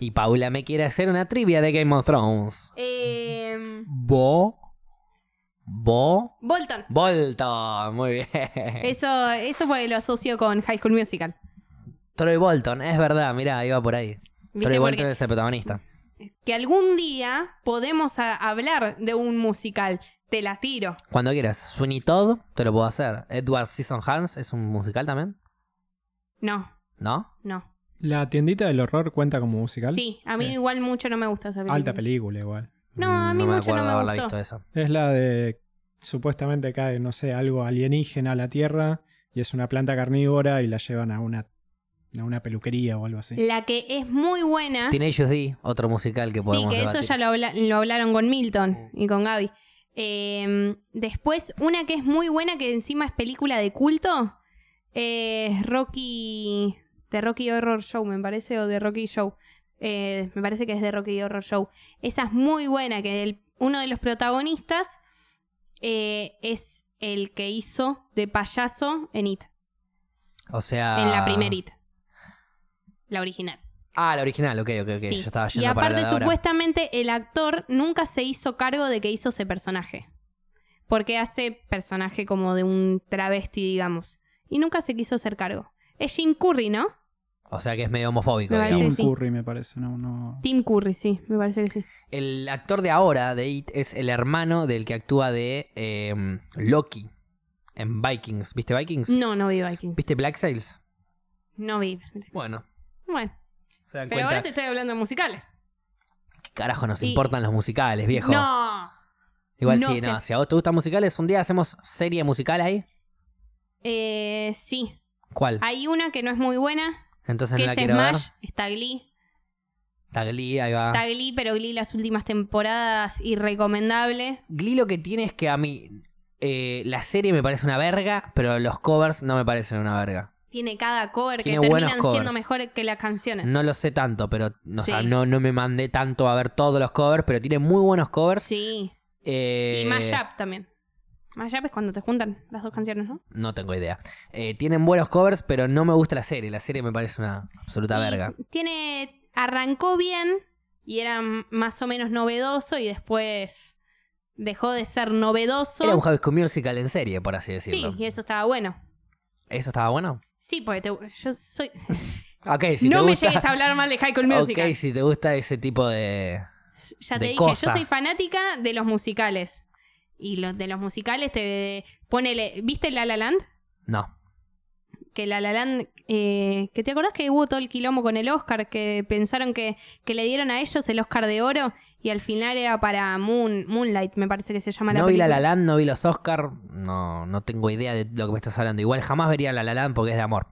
[SPEAKER 1] Y Paula me quiere hacer una trivia de Game of Thrones.
[SPEAKER 2] Eh,
[SPEAKER 1] Bo. Bo.
[SPEAKER 2] Bolton.
[SPEAKER 1] Bolton. Muy bien.
[SPEAKER 2] Eso, eso fue lo asocio con High School Musical.
[SPEAKER 1] Troy Bolton, es verdad, mira, iba por ahí. Troy
[SPEAKER 2] ¿Viste? Porque-
[SPEAKER 1] Bolton es el protagonista.
[SPEAKER 2] que algún día podemos a- hablar de un musical. Te la tiro.
[SPEAKER 1] Cuando quieras. Sweeney Todd, te lo puedo hacer. Edward Season Hans es un musical también,
[SPEAKER 2] No,
[SPEAKER 1] ¿no?
[SPEAKER 2] no.
[SPEAKER 3] ¿La tiendita del horror cuenta como musical?
[SPEAKER 2] Sí, a mí
[SPEAKER 3] Bien.
[SPEAKER 2] igual mucho no me gusta esa película.
[SPEAKER 3] Alta película igual.
[SPEAKER 2] No, a mí
[SPEAKER 1] me
[SPEAKER 2] mucho
[SPEAKER 1] acuerdo
[SPEAKER 2] no me
[SPEAKER 1] haberla
[SPEAKER 2] gustó.
[SPEAKER 1] visto esa.
[SPEAKER 3] Es la de supuestamente cae, no sé, algo alienígena a la Tierra y es una planta carnívora y la llevan a una, a una peluquería o algo así.
[SPEAKER 2] La que es muy buena.
[SPEAKER 1] Teenage D, otro musical que
[SPEAKER 2] Ah. Sí,
[SPEAKER 1] podemos
[SPEAKER 2] que eso
[SPEAKER 1] debatir.
[SPEAKER 2] ya lo, habla- lo hablaron con Milton y con Gaby. Eh, después, una que es muy buena, que encima es película de culto, eh, es Rocky, de Rocky Horror Show, me parece, o de Rocky Show. Eh, me parece que es de Rocky Horror Show. Esa es muy buena, que el- uno de los protagonistas eh, es el que hizo de payaso en It,
[SPEAKER 1] O sea...
[SPEAKER 2] en la primera It. La original.
[SPEAKER 1] Ah, la original, ok, ok, ok.
[SPEAKER 2] Sí.
[SPEAKER 1] Yo estaba
[SPEAKER 2] y
[SPEAKER 1] yendo para la
[SPEAKER 2] aparte,
[SPEAKER 1] de ahora.
[SPEAKER 2] supuestamente, el actor nunca se hizo cargo de que hizo ese personaje. Porque hace personaje como de un travesti, digamos. Y nunca se quiso hacer cargo. Es Jim Curry, ¿no?
[SPEAKER 1] O sea que es medio homofóbico,
[SPEAKER 2] Me
[SPEAKER 1] digamos.
[SPEAKER 3] Tim
[SPEAKER 2] sí.
[SPEAKER 3] Curry me parece, no, no.
[SPEAKER 2] Tim Curry, sí, me parece que sí.
[SPEAKER 1] El actor de ahora, de It, es el hermano del que actúa de eh, Loki en Vikings. ¿Viste Vikings?
[SPEAKER 2] No, no vi Vikings.
[SPEAKER 1] ¿Viste Black Sails?
[SPEAKER 2] No vi.
[SPEAKER 1] Bueno,
[SPEAKER 2] Bueno,
[SPEAKER 1] se dan
[SPEAKER 2] pero ahora
[SPEAKER 1] cuenta.
[SPEAKER 2] te estoy hablando de musicales.
[SPEAKER 1] ¿Qué carajo nos
[SPEAKER 2] Y-
[SPEAKER 1] importan los musicales, viejo?
[SPEAKER 2] No.
[SPEAKER 1] Igual
[SPEAKER 2] no
[SPEAKER 1] sí, no.
[SPEAKER 2] seas-
[SPEAKER 1] Si a vos te gustan musicales, un día hacemos serie musical ahí.
[SPEAKER 2] Eh, sí.
[SPEAKER 1] ¿Cuál?
[SPEAKER 2] Hay una que no es muy buena,
[SPEAKER 1] Entonces
[SPEAKER 2] Ah, que
[SPEAKER 1] no la
[SPEAKER 2] es
[SPEAKER 1] quiero Ah.
[SPEAKER 2] Smash, está Glee.
[SPEAKER 1] ver. Está Glee, ahí va.
[SPEAKER 2] Está Glee, pero Glee las últimas temporadas irrecomendable.
[SPEAKER 1] Glee lo que tiene es que a mí eh, la serie me parece una verga, pero los covers no me parecen una verga.
[SPEAKER 2] tiene cada cover
[SPEAKER 1] Tiene
[SPEAKER 2] que
[SPEAKER 1] buenos
[SPEAKER 2] terminan
[SPEAKER 1] covers.
[SPEAKER 2] siendo mejores que las canciones.
[SPEAKER 1] No lo sé tanto, pero no, o sea,
[SPEAKER 2] Sí.
[SPEAKER 1] no, no me mandé tanto a ver todos los covers, pero tiene muy buenos covers.
[SPEAKER 2] Sí.
[SPEAKER 1] Eh,
[SPEAKER 2] Y mashup también. Mashup es cuando te juntan las dos canciones, ¿no?
[SPEAKER 1] No tengo idea. Eh, tienen buenos covers, pero no me gusta la serie. La serie me parece una absoluta
[SPEAKER 2] Y
[SPEAKER 1] verga.
[SPEAKER 2] Tiene. Arrancó bien y era m- más o menos novedoso y después dejó de ser novedoso.
[SPEAKER 1] Era un High School Musical en serie, por así
[SPEAKER 2] sí,
[SPEAKER 1] decirlo.
[SPEAKER 2] y eso estaba bueno.
[SPEAKER 1] ¿Eso estaba bueno?
[SPEAKER 2] Sí, porque te- yo soy.
[SPEAKER 1] Ok, si
[SPEAKER 2] no
[SPEAKER 1] te
[SPEAKER 2] me
[SPEAKER 1] gusta...
[SPEAKER 2] llegues a hablar mal de High School Musical.
[SPEAKER 1] Ok, si te gusta ese tipo de...
[SPEAKER 2] Ya te
[SPEAKER 1] de
[SPEAKER 2] dije,
[SPEAKER 1] cosa.
[SPEAKER 2] yo soy fanática de los musicales. Y los de los musicales te ponele. ¿Viste La La Land?
[SPEAKER 1] No.
[SPEAKER 2] que la La Land, eh, que te acordás que hubo todo el quilombo con el Oscar, que pensaron que, que le dieron a ellos el Oscar de oro y al final era para Moon, Moonlight, me parece que se llama la
[SPEAKER 1] no vi La La
[SPEAKER 2] película.
[SPEAKER 1] Land, no vi los Oscar. No, no tengo idea de lo que me estás hablando. Igual jamás vería La La Land porque es de amor.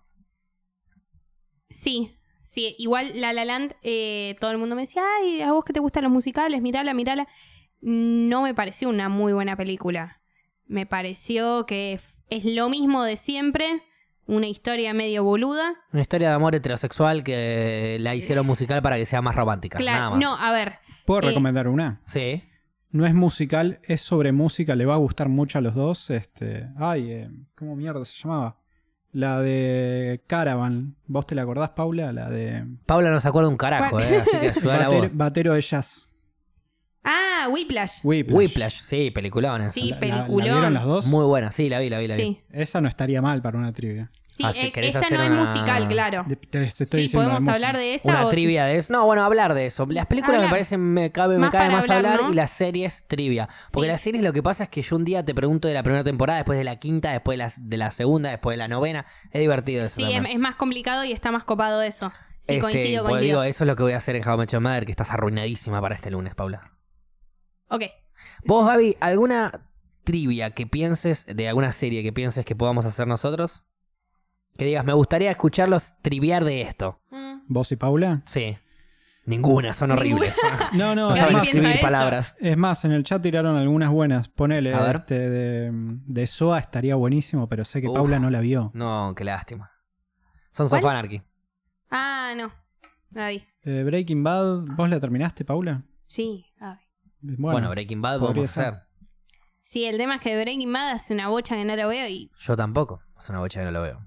[SPEAKER 2] Sí, sí, igual La La Land, eh, todo el mundo me decía, ay, a vos que te gustan los musicales, mirala, mirala. No me pareció una muy buena película. Me pareció que f- es lo mismo de siempre, una historia medio boluda.
[SPEAKER 1] Una historia de amor heterosexual que la hicieron musical para que sea más romántica. nada
[SPEAKER 2] Eh. Claro,
[SPEAKER 1] más.
[SPEAKER 2] no, a ver,
[SPEAKER 3] ¿Puedo
[SPEAKER 2] Eh,
[SPEAKER 3] recomendar una?
[SPEAKER 1] Sí.
[SPEAKER 3] No es musical, es sobre música, le va a gustar mucho a los dos. Este, ay, eh, ¿cómo mierda se llamaba? La de Caravan. ¿Vos te la acordás, Paula? La de
[SPEAKER 1] Paula no se acuerda un carajo,
[SPEAKER 2] Bueno.
[SPEAKER 1] eh, así que ayudala
[SPEAKER 3] Batero,
[SPEAKER 1] vos.
[SPEAKER 3] Batero de Jazz.
[SPEAKER 2] ah, Whiplash.
[SPEAKER 3] Whiplash.
[SPEAKER 1] Whiplash, sí, peliculones.
[SPEAKER 2] Sí,
[SPEAKER 3] La- la-
[SPEAKER 2] peliculón.
[SPEAKER 3] ¿La vieron las dos?
[SPEAKER 1] Muy buena, sí, la vi, la vi, la vi.
[SPEAKER 2] Sí.
[SPEAKER 3] Esa no estaría mal para una trivia.
[SPEAKER 2] Sí,
[SPEAKER 1] Ah, si
[SPEAKER 2] e-
[SPEAKER 1] querés
[SPEAKER 2] esa
[SPEAKER 1] hacer
[SPEAKER 2] no es
[SPEAKER 1] una-
[SPEAKER 2] musical, claro.
[SPEAKER 3] De- te- te estoy
[SPEAKER 2] Sí,
[SPEAKER 3] diciendo
[SPEAKER 2] podemos
[SPEAKER 3] de
[SPEAKER 2] hablar
[SPEAKER 3] música.
[SPEAKER 2] de esa.
[SPEAKER 1] Una
[SPEAKER 2] o-
[SPEAKER 1] trivia de eso. No, bueno, hablar de eso. Las películas me
[SPEAKER 2] Hablar.
[SPEAKER 1] parecen, me cabe, me
[SPEAKER 2] Más
[SPEAKER 1] cabe
[SPEAKER 2] para
[SPEAKER 1] más
[SPEAKER 2] hablar,
[SPEAKER 1] hablar
[SPEAKER 2] ¿no?
[SPEAKER 1] y las series trivia. Porque
[SPEAKER 2] Sí.
[SPEAKER 1] las series lo que pasa es que yo un día te pregunto de la primera temporada, después de la quinta, después de la, de la segunda, después de la novena. Es divertido eso.
[SPEAKER 2] Sí, es,
[SPEAKER 1] también.
[SPEAKER 2] es más complicado y está más copado eso. Sí,
[SPEAKER 1] Este,
[SPEAKER 2] coincido,
[SPEAKER 1] pues
[SPEAKER 2] coincido.
[SPEAKER 1] digo, eso es lo que voy a hacer en How I Met Your Mother, que estás arruinadísima para este lunes, Paula.
[SPEAKER 2] Ok.
[SPEAKER 1] eh. Vos, Gaby, ¿alguna trivia que pienses, de alguna serie que pienses que podamos hacer nosotros? Que digas, me gustaría escucharlos triviar de esto.
[SPEAKER 2] Mm.
[SPEAKER 3] ¿Vos y Paula?
[SPEAKER 1] Sí. Ninguna, son horribles.
[SPEAKER 3] No,
[SPEAKER 1] no
[SPEAKER 3] no,
[SPEAKER 2] Gaby
[SPEAKER 3] es
[SPEAKER 1] saben
[SPEAKER 3] más,
[SPEAKER 2] piensa
[SPEAKER 1] escribir
[SPEAKER 2] eso.
[SPEAKER 1] palabras.
[SPEAKER 3] es más, en el chat tiraron algunas buenas. Ponele
[SPEAKER 1] A ver.
[SPEAKER 3] este de, de SOA estaría buenísimo, pero sé que
[SPEAKER 1] Uf.
[SPEAKER 3] Paula no la vio.
[SPEAKER 1] No, qué lástima. Son
[SPEAKER 2] ¿Cuál?
[SPEAKER 1] of Anarchy.
[SPEAKER 2] Ah, no. La vi.
[SPEAKER 3] Eh, Breaking Bad, ¿vos la terminaste, Paula?
[SPEAKER 2] Sí, la vi.
[SPEAKER 3] Bueno,
[SPEAKER 1] Bueno, Breaking Bad
[SPEAKER 3] podría
[SPEAKER 1] podemos
[SPEAKER 3] ser.
[SPEAKER 1] hacer.
[SPEAKER 2] Sí, el tema es que Breaking Bad hace una bocha que no lo veo y
[SPEAKER 1] Yo tampoco. Es una bocha que no lo veo.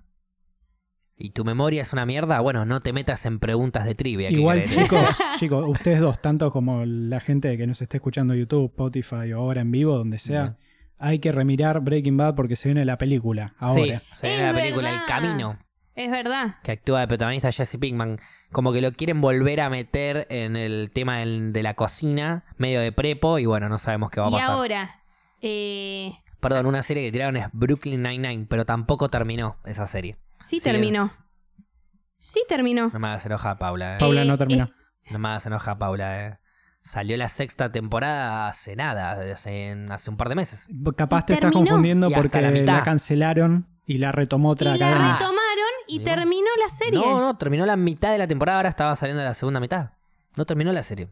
[SPEAKER 1] y tu memoria es una mierda, bueno, no te metas en preguntas de trivia. que
[SPEAKER 3] Igual,
[SPEAKER 1] querés.
[SPEAKER 3] chicos, chicos, ustedes dos, tanto como la gente que nos esté escuchando en YouTube, Spotify o ahora en vivo, donde sea,
[SPEAKER 1] Bien.
[SPEAKER 3] hay que remirar Breaking Bad porque se viene la película ahora.
[SPEAKER 1] Sí, se ve en
[SPEAKER 2] Es
[SPEAKER 1] la película El
[SPEAKER 2] verdad.
[SPEAKER 1] Camino,
[SPEAKER 2] Es verdad.
[SPEAKER 1] que actúa de protagonista Jesse Pinkman. Como que lo quieren volver a meter en el tema del- de la cocina, medio de prepo, y bueno, no sabemos qué va a
[SPEAKER 2] Y
[SPEAKER 1] pasar.
[SPEAKER 2] ahora, eh,
[SPEAKER 1] Perdón, una serie que tiraron es Brooklyn Nine-Nine, pero tampoco terminó esa serie.
[SPEAKER 2] sí,
[SPEAKER 1] Sí,
[SPEAKER 2] terminó.
[SPEAKER 1] es-
[SPEAKER 2] Sí terminó.
[SPEAKER 1] No me hagas enojar, Paula. eh.
[SPEAKER 3] Paula
[SPEAKER 2] Eh,
[SPEAKER 3] no termina.
[SPEAKER 1] No me hagas enojar, Paula. eh. Salió la sexta temporada hace nada, hace, hace un par de meses.
[SPEAKER 3] Capaz te estás
[SPEAKER 2] terminó.
[SPEAKER 3] confundiendo
[SPEAKER 1] Y hasta
[SPEAKER 3] porque
[SPEAKER 1] la
[SPEAKER 3] la,
[SPEAKER 1] mitad.
[SPEAKER 3] cancelaron y la retomó
[SPEAKER 2] Y
[SPEAKER 3] otra
[SPEAKER 2] la
[SPEAKER 3] cadena.
[SPEAKER 1] Ah.
[SPEAKER 2] retomaron y
[SPEAKER 1] Mirá.
[SPEAKER 2] terminó la serie.
[SPEAKER 1] No, no, terminó la mitad de la temporada, ahora estaba saliendo la segunda mitad. No terminó la serie.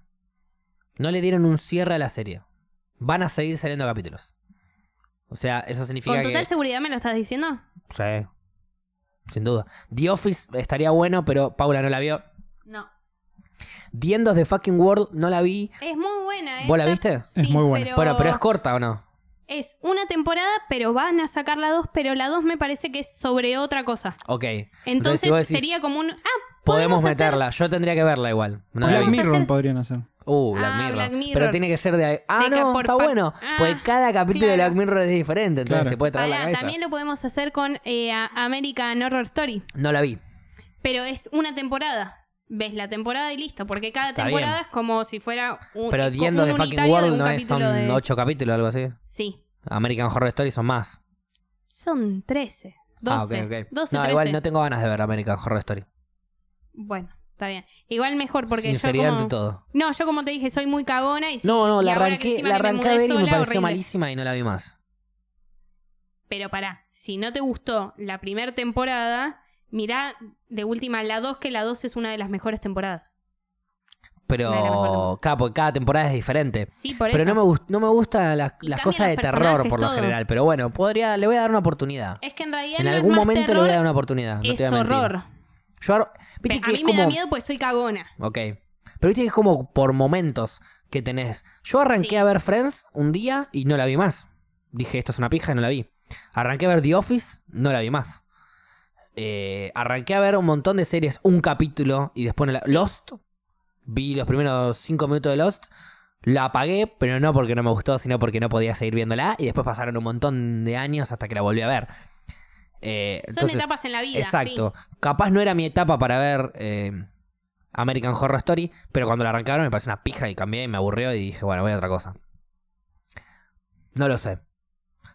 [SPEAKER 1] No le dieron un cierre a la serie. Van a seguir saliendo capítulos. O sea, eso significa
[SPEAKER 2] Con total
[SPEAKER 1] que...
[SPEAKER 2] seguridad me lo estás diciendo.
[SPEAKER 1] Sí. Sin duda. The Office estaría bueno, pero Paula no la vio.
[SPEAKER 2] No.
[SPEAKER 1] The End of the Fucking World no la vi.
[SPEAKER 2] Es muy buena.
[SPEAKER 1] ¿Vos la
[SPEAKER 2] esa.
[SPEAKER 1] viste?
[SPEAKER 2] Sí,
[SPEAKER 3] Es muy buena.
[SPEAKER 2] Pero...
[SPEAKER 1] Bueno, pero es corta o no.
[SPEAKER 2] es una temporada, pero van a sacar la dos, pero la dos me parece que es sobre otra cosa.
[SPEAKER 1] Ok.
[SPEAKER 2] Entonces,
[SPEAKER 1] si vos decís,
[SPEAKER 2] sería como un... Ah,
[SPEAKER 1] Podemos
[SPEAKER 2] podemos hacer-
[SPEAKER 1] meterla. Yo tendría que verla igual. Ah, No la
[SPEAKER 3] Black
[SPEAKER 1] vi.
[SPEAKER 2] Podemos
[SPEAKER 3] Mirror
[SPEAKER 2] hacer-
[SPEAKER 3] podrían hacer.
[SPEAKER 1] Uh, Black,
[SPEAKER 2] Ah,
[SPEAKER 1] Mirror.
[SPEAKER 2] Black Mirror.
[SPEAKER 1] Pero tiene que ser de. Ah,
[SPEAKER 2] De que
[SPEAKER 1] no,
[SPEAKER 2] por
[SPEAKER 1] está
[SPEAKER 2] pa-
[SPEAKER 1] bueno.
[SPEAKER 2] Ah,
[SPEAKER 1] porque cada capítulo de
[SPEAKER 2] claro.
[SPEAKER 1] Black Mirror es diferente. Entonces
[SPEAKER 3] Claro.
[SPEAKER 1] te puede traer la
[SPEAKER 2] pará,
[SPEAKER 1] cabeza.
[SPEAKER 2] también lo podemos hacer con eh, a- American Horror Story.
[SPEAKER 1] No la vi.
[SPEAKER 2] Pero es una temporada. Ves la temporada y listo. Porque cada
[SPEAKER 1] Está
[SPEAKER 2] temporada
[SPEAKER 1] bien.
[SPEAKER 2] es como si fuera un.
[SPEAKER 1] Pero
[SPEAKER 2] como
[SPEAKER 1] The End of
[SPEAKER 2] un
[SPEAKER 1] the Fucking
[SPEAKER 2] unitario de
[SPEAKER 1] World
[SPEAKER 2] un
[SPEAKER 1] no es,
[SPEAKER 2] capítulo
[SPEAKER 1] son
[SPEAKER 2] de-
[SPEAKER 1] ocho capítulos o algo así.
[SPEAKER 2] Sí.
[SPEAKER 1] American Horror Story son más.
[SPEAKER 2] Son 13. 12.
[SPEAKER 1] ah, ok, ok.
[SPEAKER 2] 12,
[SPEAKER 1] no,
[SPEAKER 2] 13.
[SPEAKER 1] igual no tengo ganas de ver American Horror Story.
[SPEAKER 2] Bueno, está bien. Igual mejor porque
[SPEAKER 1] Sinceridad
[SPEAKER 2] yo. Como...
[SPEAKER 1] ante todo.
[SPEAKER 2] No, yo como te dije, soy muy cagona y sí,
[SPEAKER 1] No, no,
[SPEAKER 2] y
[SPEAKER 1] la
[SPEAKER 2] ahora que
[SPEAKER 1] arranqué,
[SPEAKER 2] encima
[SPEAKER 1] la
[SPEAKER 2] que me
[SPEAKER 1] arranqué a
[SPEAKER 2] mudé
[SPEAKER 1] ver y me
[SPEAKER 2] sola,
[SPEAKER 1] pareció
[SPEAKER 2] horrible.
[SPEAKER 1] malísima y no la vi más.
[SPEAKER 2] Pero pará, si no te gustó la primera temporada, mirá de última la 2, que la 2 es una de las mejores temporadas. No es la mejor
[SPEAKER 1] Pero,
[SPEAKER 2] temporada.
[SPEAKER 1] claro, porque cada temporada es diferente.
[SPEAKER 2] Sí, por
[SPEAKER 1] Pero
[SPEAKER 2] eso.
[SPEAKER 1] no me, gust- no me gustan las,
[SPEAKER 2] Y
[SPEAKER 1] las
[SPEAKER 2] cambian
[SPEAKER 1] cosas de
[SPEAKER 2] los
[SPEAKER 1] terror
[SPEAKER 2] personajes,
[SPEAKER 1] por lo
[SPEAKER 2] todo.
[SPEAKER 1] general. Pero bueno, podría, le voy a dar una oportunidad.
[SPEAKER 2] Es que en realidad
[SPEAKER 1] En
[SPEAKER 2] no es
[SPEAKER 1] algún
[SPEAKER 2] más
[SPEAKER 1] momento le voy a dar
[SPEAKER 2] terror,
[SPEAKER 1] una oportunidad. no
[SPEAKER 2] es
[SPEAKER 1] te voy a mentir.
[SPEAKER 2] horror.
[SPEAKER 1] Yo ahora- viste
[SPEAKER 2] Pero
[SPEAKER 1] que
[SPEAKER 2] a
[SPEAKER 1] es
[SPEAKER 2] mí me da
[SPEAKER 1] como-
[SPEAKER 2] miedo porque soy cagona.
[SPEAKER 1] Ok. Pero viste que es como por momentos que tenés. Yo arranqué
[SPEAKER 2] Sí.
[SPEAKER 1] a ver Friends un día y no la vi más. Dije, esto es una pija y no la vi. Arranqué a ver The Office, no la vi más. Eh, arranqué a ver un montón de series, un capítulo y después no la...
[SPEAKER 2] Sí.
[SPEAKER 1] Lost. Vi los primeros cinco minutos de Lost. La apagué, pero no porque no me gustó, sino porque no podía seguir viéndola. Y después pasaron un montón de años hasta que la volví a ver. Eh,
[SPEAKER 2] Son
[SPEAKER 1] entonces,
[SPEAKER 2] etapas en la vida.
[SPEAKER 1] Exacto. Capaz no era mi etapa para ver eh, American Horror Story, pero cuando la arrancaron me pareció una pija y cambié y me aburrió y dije, bueno, voy a otra cosa. No lo sé.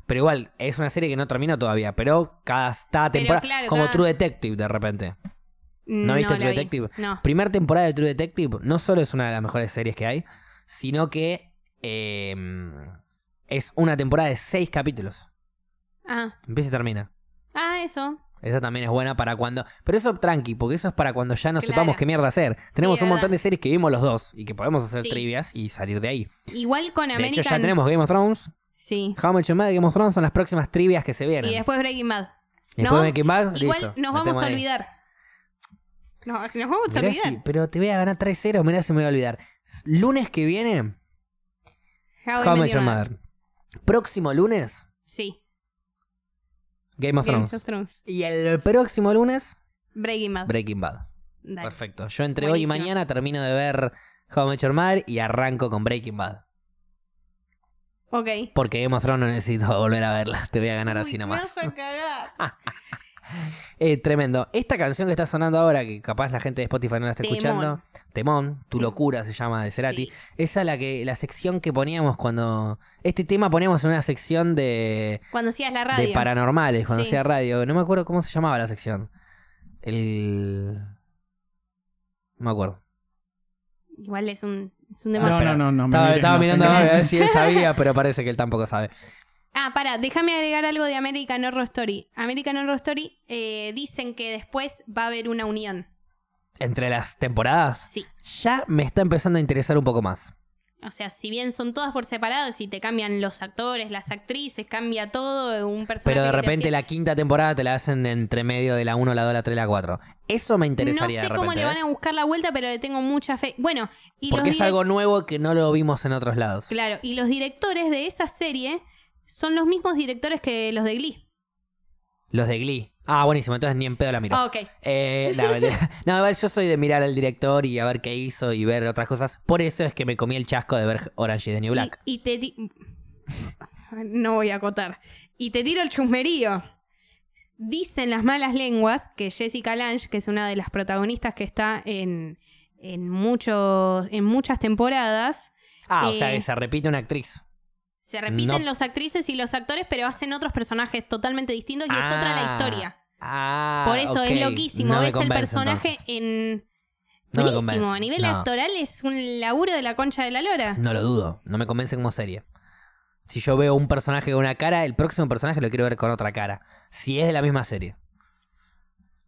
[SPEAKER 1] Pero igual, es una serie que no terminó todavía, pero cada, cada
[SPEAKER 2] Pero
[SPEAKER 1] temporada.
[SPEAKER 2] claro,
[SPEAKER 1] como
[SPEAKER 2] cada-
[SPEAKER 1] True Detective de repente.
[SPEAKER 2] sí. Mm,
[SPEAKER 1] ¿No viste
[SPEAKER 2] la
[SPEAKER 1] True
[SPEAKER 2] vi.
[SPEAKER 1] Detective?
[SPEAKER 2] No.
[SPEAKER 1] Primer temporada de True Detective no solo es una de las mejores series que hay, sino que eh, es una temporada de seis capítulos.
[SPEAKER 2] Ah,
[SPEAKER 1] Empieza y termina.
[SPEAKER 2] ah eso.
[SPEAKER 1] Esa también es buena para cuando. Pero eso tranqui, porque eso es para cuando ya no
[SPEAKER 2] Claro.
[SPEAKER 1] sepamos qué mierda hacer. Tenemos
[SPEAKER 2] es
[SPEAKER 1] un montón
[SPEAKER 2] verdad.
[SPEAKER 1] de series que vimos los dos y que podemos hacer
[SPEAKER 2] Sí.
[SPEAKER 1] trivias y salir de ahí.
[SPEAKER 2] Igual con
[SPEAKER 1] De
[SPEAKER 2] American.
[SPEAKER 1] hecho, ya tenemos Game of Thrones.
[SPEAKER 2] Sí.
[SPEAKER 1] How Much Mad de Game of Thrones son las próximas trivias que se vienen.
[SPEAKER 2] Y después Breaking Bad.
[SPEAKER 1] Y después
[SPEAKER 2] no,
[SPEAKER 1] Breaking Bad,
[SPEAKER 2] Igual
[SPEAKER 1] Ah, listo,
[SPEAKER 2] nos vamos
[SPEAKER 1] metemos
[SPEAKER 2] a
[SPEAKER 1] ahí.
[SPEAKER 2] olvidar. No, nos vamos a
[SPEAKER 1] Mirá
[SPEAKER 2] olvidar.
[SPEAKER 1] si- pero te voy a ganar 3-0, mirá si me voy a olvidar. Lunes que viene,
[SPEAKER 2] How I
[SPEAKER 1] How
[SPEAKER 2] Met
[SPEAKER 1] Much
[SPEAKER 2] Your Mother.
[SPEAKER 1] Mad. Próximo lunes,
[SPEAKER 2] Sí.
[SPEAKER 1] Game of
[SPEAKER 2] Game
[SPEAKER 1] Thrones.
[SPEAKER 2] of Thrones. Ah.
[SPEAKER 1] Y el próximo lunes,
[SPEAKER 2] Breaking Bad.
[SPEAKER 1] Breaking Bad.
[SPEAKER 2] Dale.
[SPEAKER 1] Perfecto. Yo entre hoy y
[SPEAKER 2] Buenísimo.
[SPEAKER 1] mañana termino de ver How I Met Your Mother y arranco con Breaking Bad.
[SPEAKER 2] Ok.
[SPEAKER 1] Porque Game of Thrones no necesito volver a verla. Te voy a ganar
[SPEAKER 2] Uy,
[SPEAKER 1] así
[SPEAKER 2] me
[SPEAKER 1] nomás. Ah,
[SPEAKER 2] vas a cagar.
[SPEAKER 1] Eh, tremendo. Esta canción que está sonando ahora, que capaz la gente de Spotify no la está
[SPEAKER 2] Temón.
[SPEAKER 1] escuchando. Temón, Tu locura se llama de Cerati.
[SPEAKER 2] Sí.
[SPEAKER 1] Esa es la que, la sección que poníamos cuando. Este tema poníamos en una sección de.
[SPEAKER 2] Cuando hacías la radio.
[SPEAKER 1] de paranormales, cuando
[SPEAKER 2] Sí.
[SPEAKER 1] hacía radio. No me acuerdo cómo se llamaba la sección. El. No me acuerdo.
[SPEAKER 2] Igual es un, es un
[SPEAKER 1] Ah,
[SPEAKER 2] demo-
[SPEAKER 3] no,
[SPEAKER 1] espera.
[SPEAKER 3] no, no, no. me
[SPEAKER 1] Estaba,
[SPEAKER 3] mires,
[SPEAKER 1] estaba
[SPEAKER 3] no,
[SPEAKER 1] mirando
[SPEAKER 3] tengo-
[SPEAKER 1] a ver si él sabía, pero parece que él tampoco sabe.
[SPEAKER 2] Ah, para, déjame agregar algo de American Horror Story. American Horror Story eh, dicen que después va a haber una unión.
[SPEAKER 1] Entre las temporadas,
[SPEAKER 2] Sí.
[SPEAKER 1] ya me está empezando a interesar un poco más.
[SPEAKER 2] O sea, si bien son todas por separado, si te cambian los actores, las actrices, cambia todo, un personaje.
[SPEAKER 1] Pero de
[SPEAKER 2] que te
[SPEAKER 1] repente
[SPEAKER 2] hacía-
[SPEAKER 1] la quinta temporada te la hacen entre medio de la 1, la 2, la 3, la 4. Eso me interesaría
[SPEAKER 2] No sé
[SPEAKER 1] de
[SPEAKER 2] cómo
[SPEAKER 1] repente.
[SPEAKER 2] le van a
[SPEAKER 1] ¿ves?
[SPEAKER 2] buscar la vuelta, pero le tengo mucha fe. Bueno, y los
[SPEAKER 1] Porque es
[SPEAKER 2] direc-
[SPEAKER 1] algo nuevo que no lo vimos en otros lados.
[SPEAKER 2] Claro, y los directores de esa serie son los mismos directores que los de Glee.
[SPEAKER 1] Los de Glee. Ah, buenísimo, entonces ni en pedo la miro.
[SPEAKER 2] Ah, ok.
[SPEAKER 1] Eh, no, mentira. No, igual yo soy de mirar al director y a ver qué hizo y ver otras cosas. Por eso es que me comí el chasco de ver Orange is the New Black.
[SPEAKER 2] Y, y te di- No voy a acotar. Y te tiro el chusmerío. Dicen las malas lenguas que Jessica Lange, que es una de las protagonistas que está en, en, muchos, en muchas temporadas,
[SPEAKER 1] Ah, o sea
[SPEAKER 2] Eh.
[SPEAKER 1] que se repite una actriz.
[SPEAKER 2] se repiten
[SPEAKER 1] No.
[SPEAKER 2] los actrices y los actores, pero hacen otros personajes totalmente distintos y es otra la
[SPEAKER 1] Ah,
[SPEAKER 2] historia.
[SPEAKER 1] Ah,
[SPEAKER 2] Por eso es
[SPEAKER 1] ok. No
[SPEAKER 2] loquísimo.
[SPEAKER 1] me
[SPEAKER 2] Ves el
[SPEAKER 1] convence,
[SPEAKER 2] personaje
[SPEAKER 1] entonces.
[SPEAKER 2] en.
[SPEAKER 1] No me
[SPEAKER 2] Buenísimo.
[SPEAKER 1] convence.
[SPEAKER 2] A nivel
[SPEAKER 1] No.
[SPEAKER 2] actoral es un laburo de la concha de la lora.
[SPEAKER 1] No lo dudo, no me convence como serie. Si yo veo un personaje con una cara, el próximo personaje lo quiero ver con otra cara. Si es de la misma serie.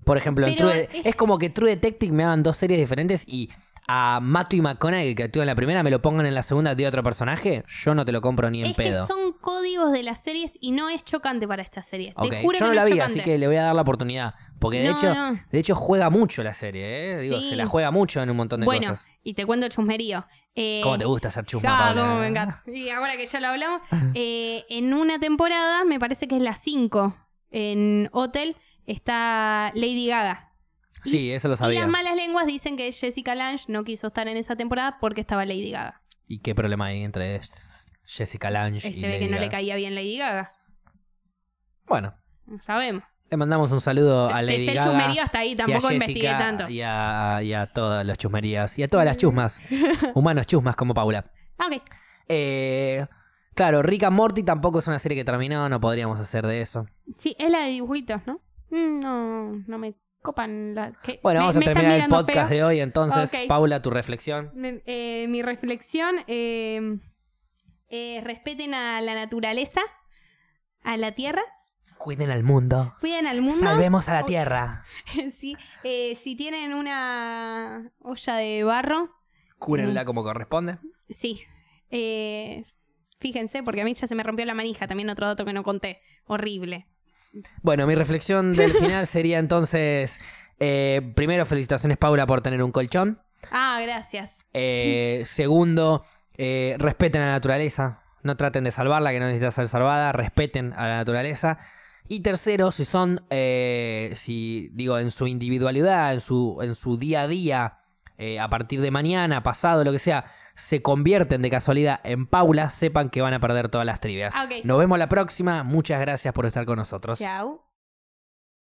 [SPEAKER 1] Por ejemplo, en
[SPEAKER 2] Pero
[SPEAKER 1] True-
[SPEAKER 2] es-
[SPEAKER 1] es... como que True Detective me hagan dos series diferentes y a Matthew McConaughey que actúa en la primera me lo pongan en la segunda de otro personaje, yo no te lo compro ni en
[SPEAKER 2] es
[SPEAKER 1] pedo.
[SPEAKER 2] que son códigos de las series y no es chocante para esta serie.
[SPEAKER 1] Ok,
[SPEAKER 2] Te juro
[SPEAKER 1] yo no
[SPEAKER 2] que
[SPEAKER 1] la
[SPEAKER 2] es
[SPEAKER 1] vi,
[SPEAKER 2] chocante.
[SPEAKER 1] así que le voy a dar la oportunidad. Porque de
[SPEAKER 2] No,
[SPEAKER 1] hecho,
[SPEAKER 2] no.
[SPEAKER 1] de hecho juega mucho la serie, ¿eh? Digo,
[SPEAKER 2] Sí.
[SPEAKER 1] se la juega mucho en un montón de
[SPEAKER 2] Bueno,
[SPEAKER 1] cosas.
[SPEAKER 2] y te cuento el chusmerío. Eh,
[SPEAKER 1] ¿Cómo te gusta hacer chusma,
[SPEAKER 2] Ah,
[SPEAKER 1] Paula?
[SPEAKER 2] cómo me encanta. Y ahora que ya lo hablamos, eh, en una temporada, me parece que es la 5, en Hotel, está Lady Gaga. Y
[SPEAKER 1] Sí, eso lo
[SPEAKER 2] s- Y
[SPEAKER 1] sabía.
[SPEAKER 2] las malas lenguas dicen que Jessica Lange no quiso estar en esa temporada porque estaba Lady Gaga.
[SPEAKER 1] ¿Y qué problema hay entre Jessica Lange
[SPEAKER 2] Eh,
[SPEAKER 1] y
[SPEAKER 2] se ve
[SPEAKER 1] Lady
[SPEAKER 2] que no le
[SPEAKER 1] Gaga?
[SPEAKER 2] caía bien Lady Gaga.
[SPEAKER 1] Bueno,
[SPEAKER 2] No sabemos.
[SPEAKER 1] le mandamos un saludo a Lady
[SPEAKER 2] es el
[SPEAKER 1] Gaga.
[SPEAKER 2] chusmerío hasta ahí,
[SPEAKER 1] y a
[SPEAKER 2] tampoco
[SPEAKER 1] Jessica,
[SPEAKER 2] investigué tanto.
[SPEAKER 1] Y a, y a todas las chusmerías. Y a todas las chusmas. Humanos chusmas como Paula.
[SPEAKER 2] Ah, ok.
[SPEAKER 1] Eh, claro, Rick and Morty tampoco es una serie que terminó. No podríamos hacer de eso.
[SPEAKER 2] Sí, es la de dibujitos, ¿no? Mm, No, no me copan las... que-
[SPEAKER 1] Bueno,
[SPEAKER 2] me-
[SPEAKER 1] vamos a
[SPEAKER 2] me están
[SPEAKER 1] terminar el
[SPEAKER 2] mirando
[SPEAKER 1] podcast
[SPEAKER 2] feo.
[SPEAKER 1] de hoy. Entonces,
[SPEAKER 2] Ok.
[SPEAKER 1] Paula, tu reflexión.
[SPEAKER 2] Me- eh, mi reflexión, eh, eh, respeten a la naturaleza, a la tierra,
[SPEAKER 1] Cuiden al mundo.
[SPEAKER 2] cuiden al mundo.
[SPEAKER 1] Salvemos a la
[SPEAKER 2] Oh.
[SPEAKER 1] tierra.
[SPEAKER 2] Sí, eh, si tienen una olla de barro, Mm.
[SPEAKER 1] Cúrenla como corresponde.
[SPEAKER 2] sí. eh, fíjense, porque a mí ya se me rompió la manija, también otro dato que no conté, horrible.
[SPEAKER 1] Bueno, mi reflexión del final sería entonces. eh, primero, felicitaciones, Paula, por tener un colchón.
[SPEAKER 2] Ah, gracias.
[SPEAKER 1] Eh, segundo, eh, respeten a la naturaleza. No traten de salvarla, que no necesita ser salvada. Respeten a la naturaleza. Y tercero, si son, eh, si digo, en su individualidad, en su, en su día a día, eh, a partir de mañana, pasado, lo que sea, se convierten de casualidad en Paula, sepan que van a perder todas las trivias.
[SPEAKER 2] Ah, ok.
[SPEAKER 1] Nos vemos la próxima. Muchas gracias por estar con nosotros.
[SPEAKER 2] Chao.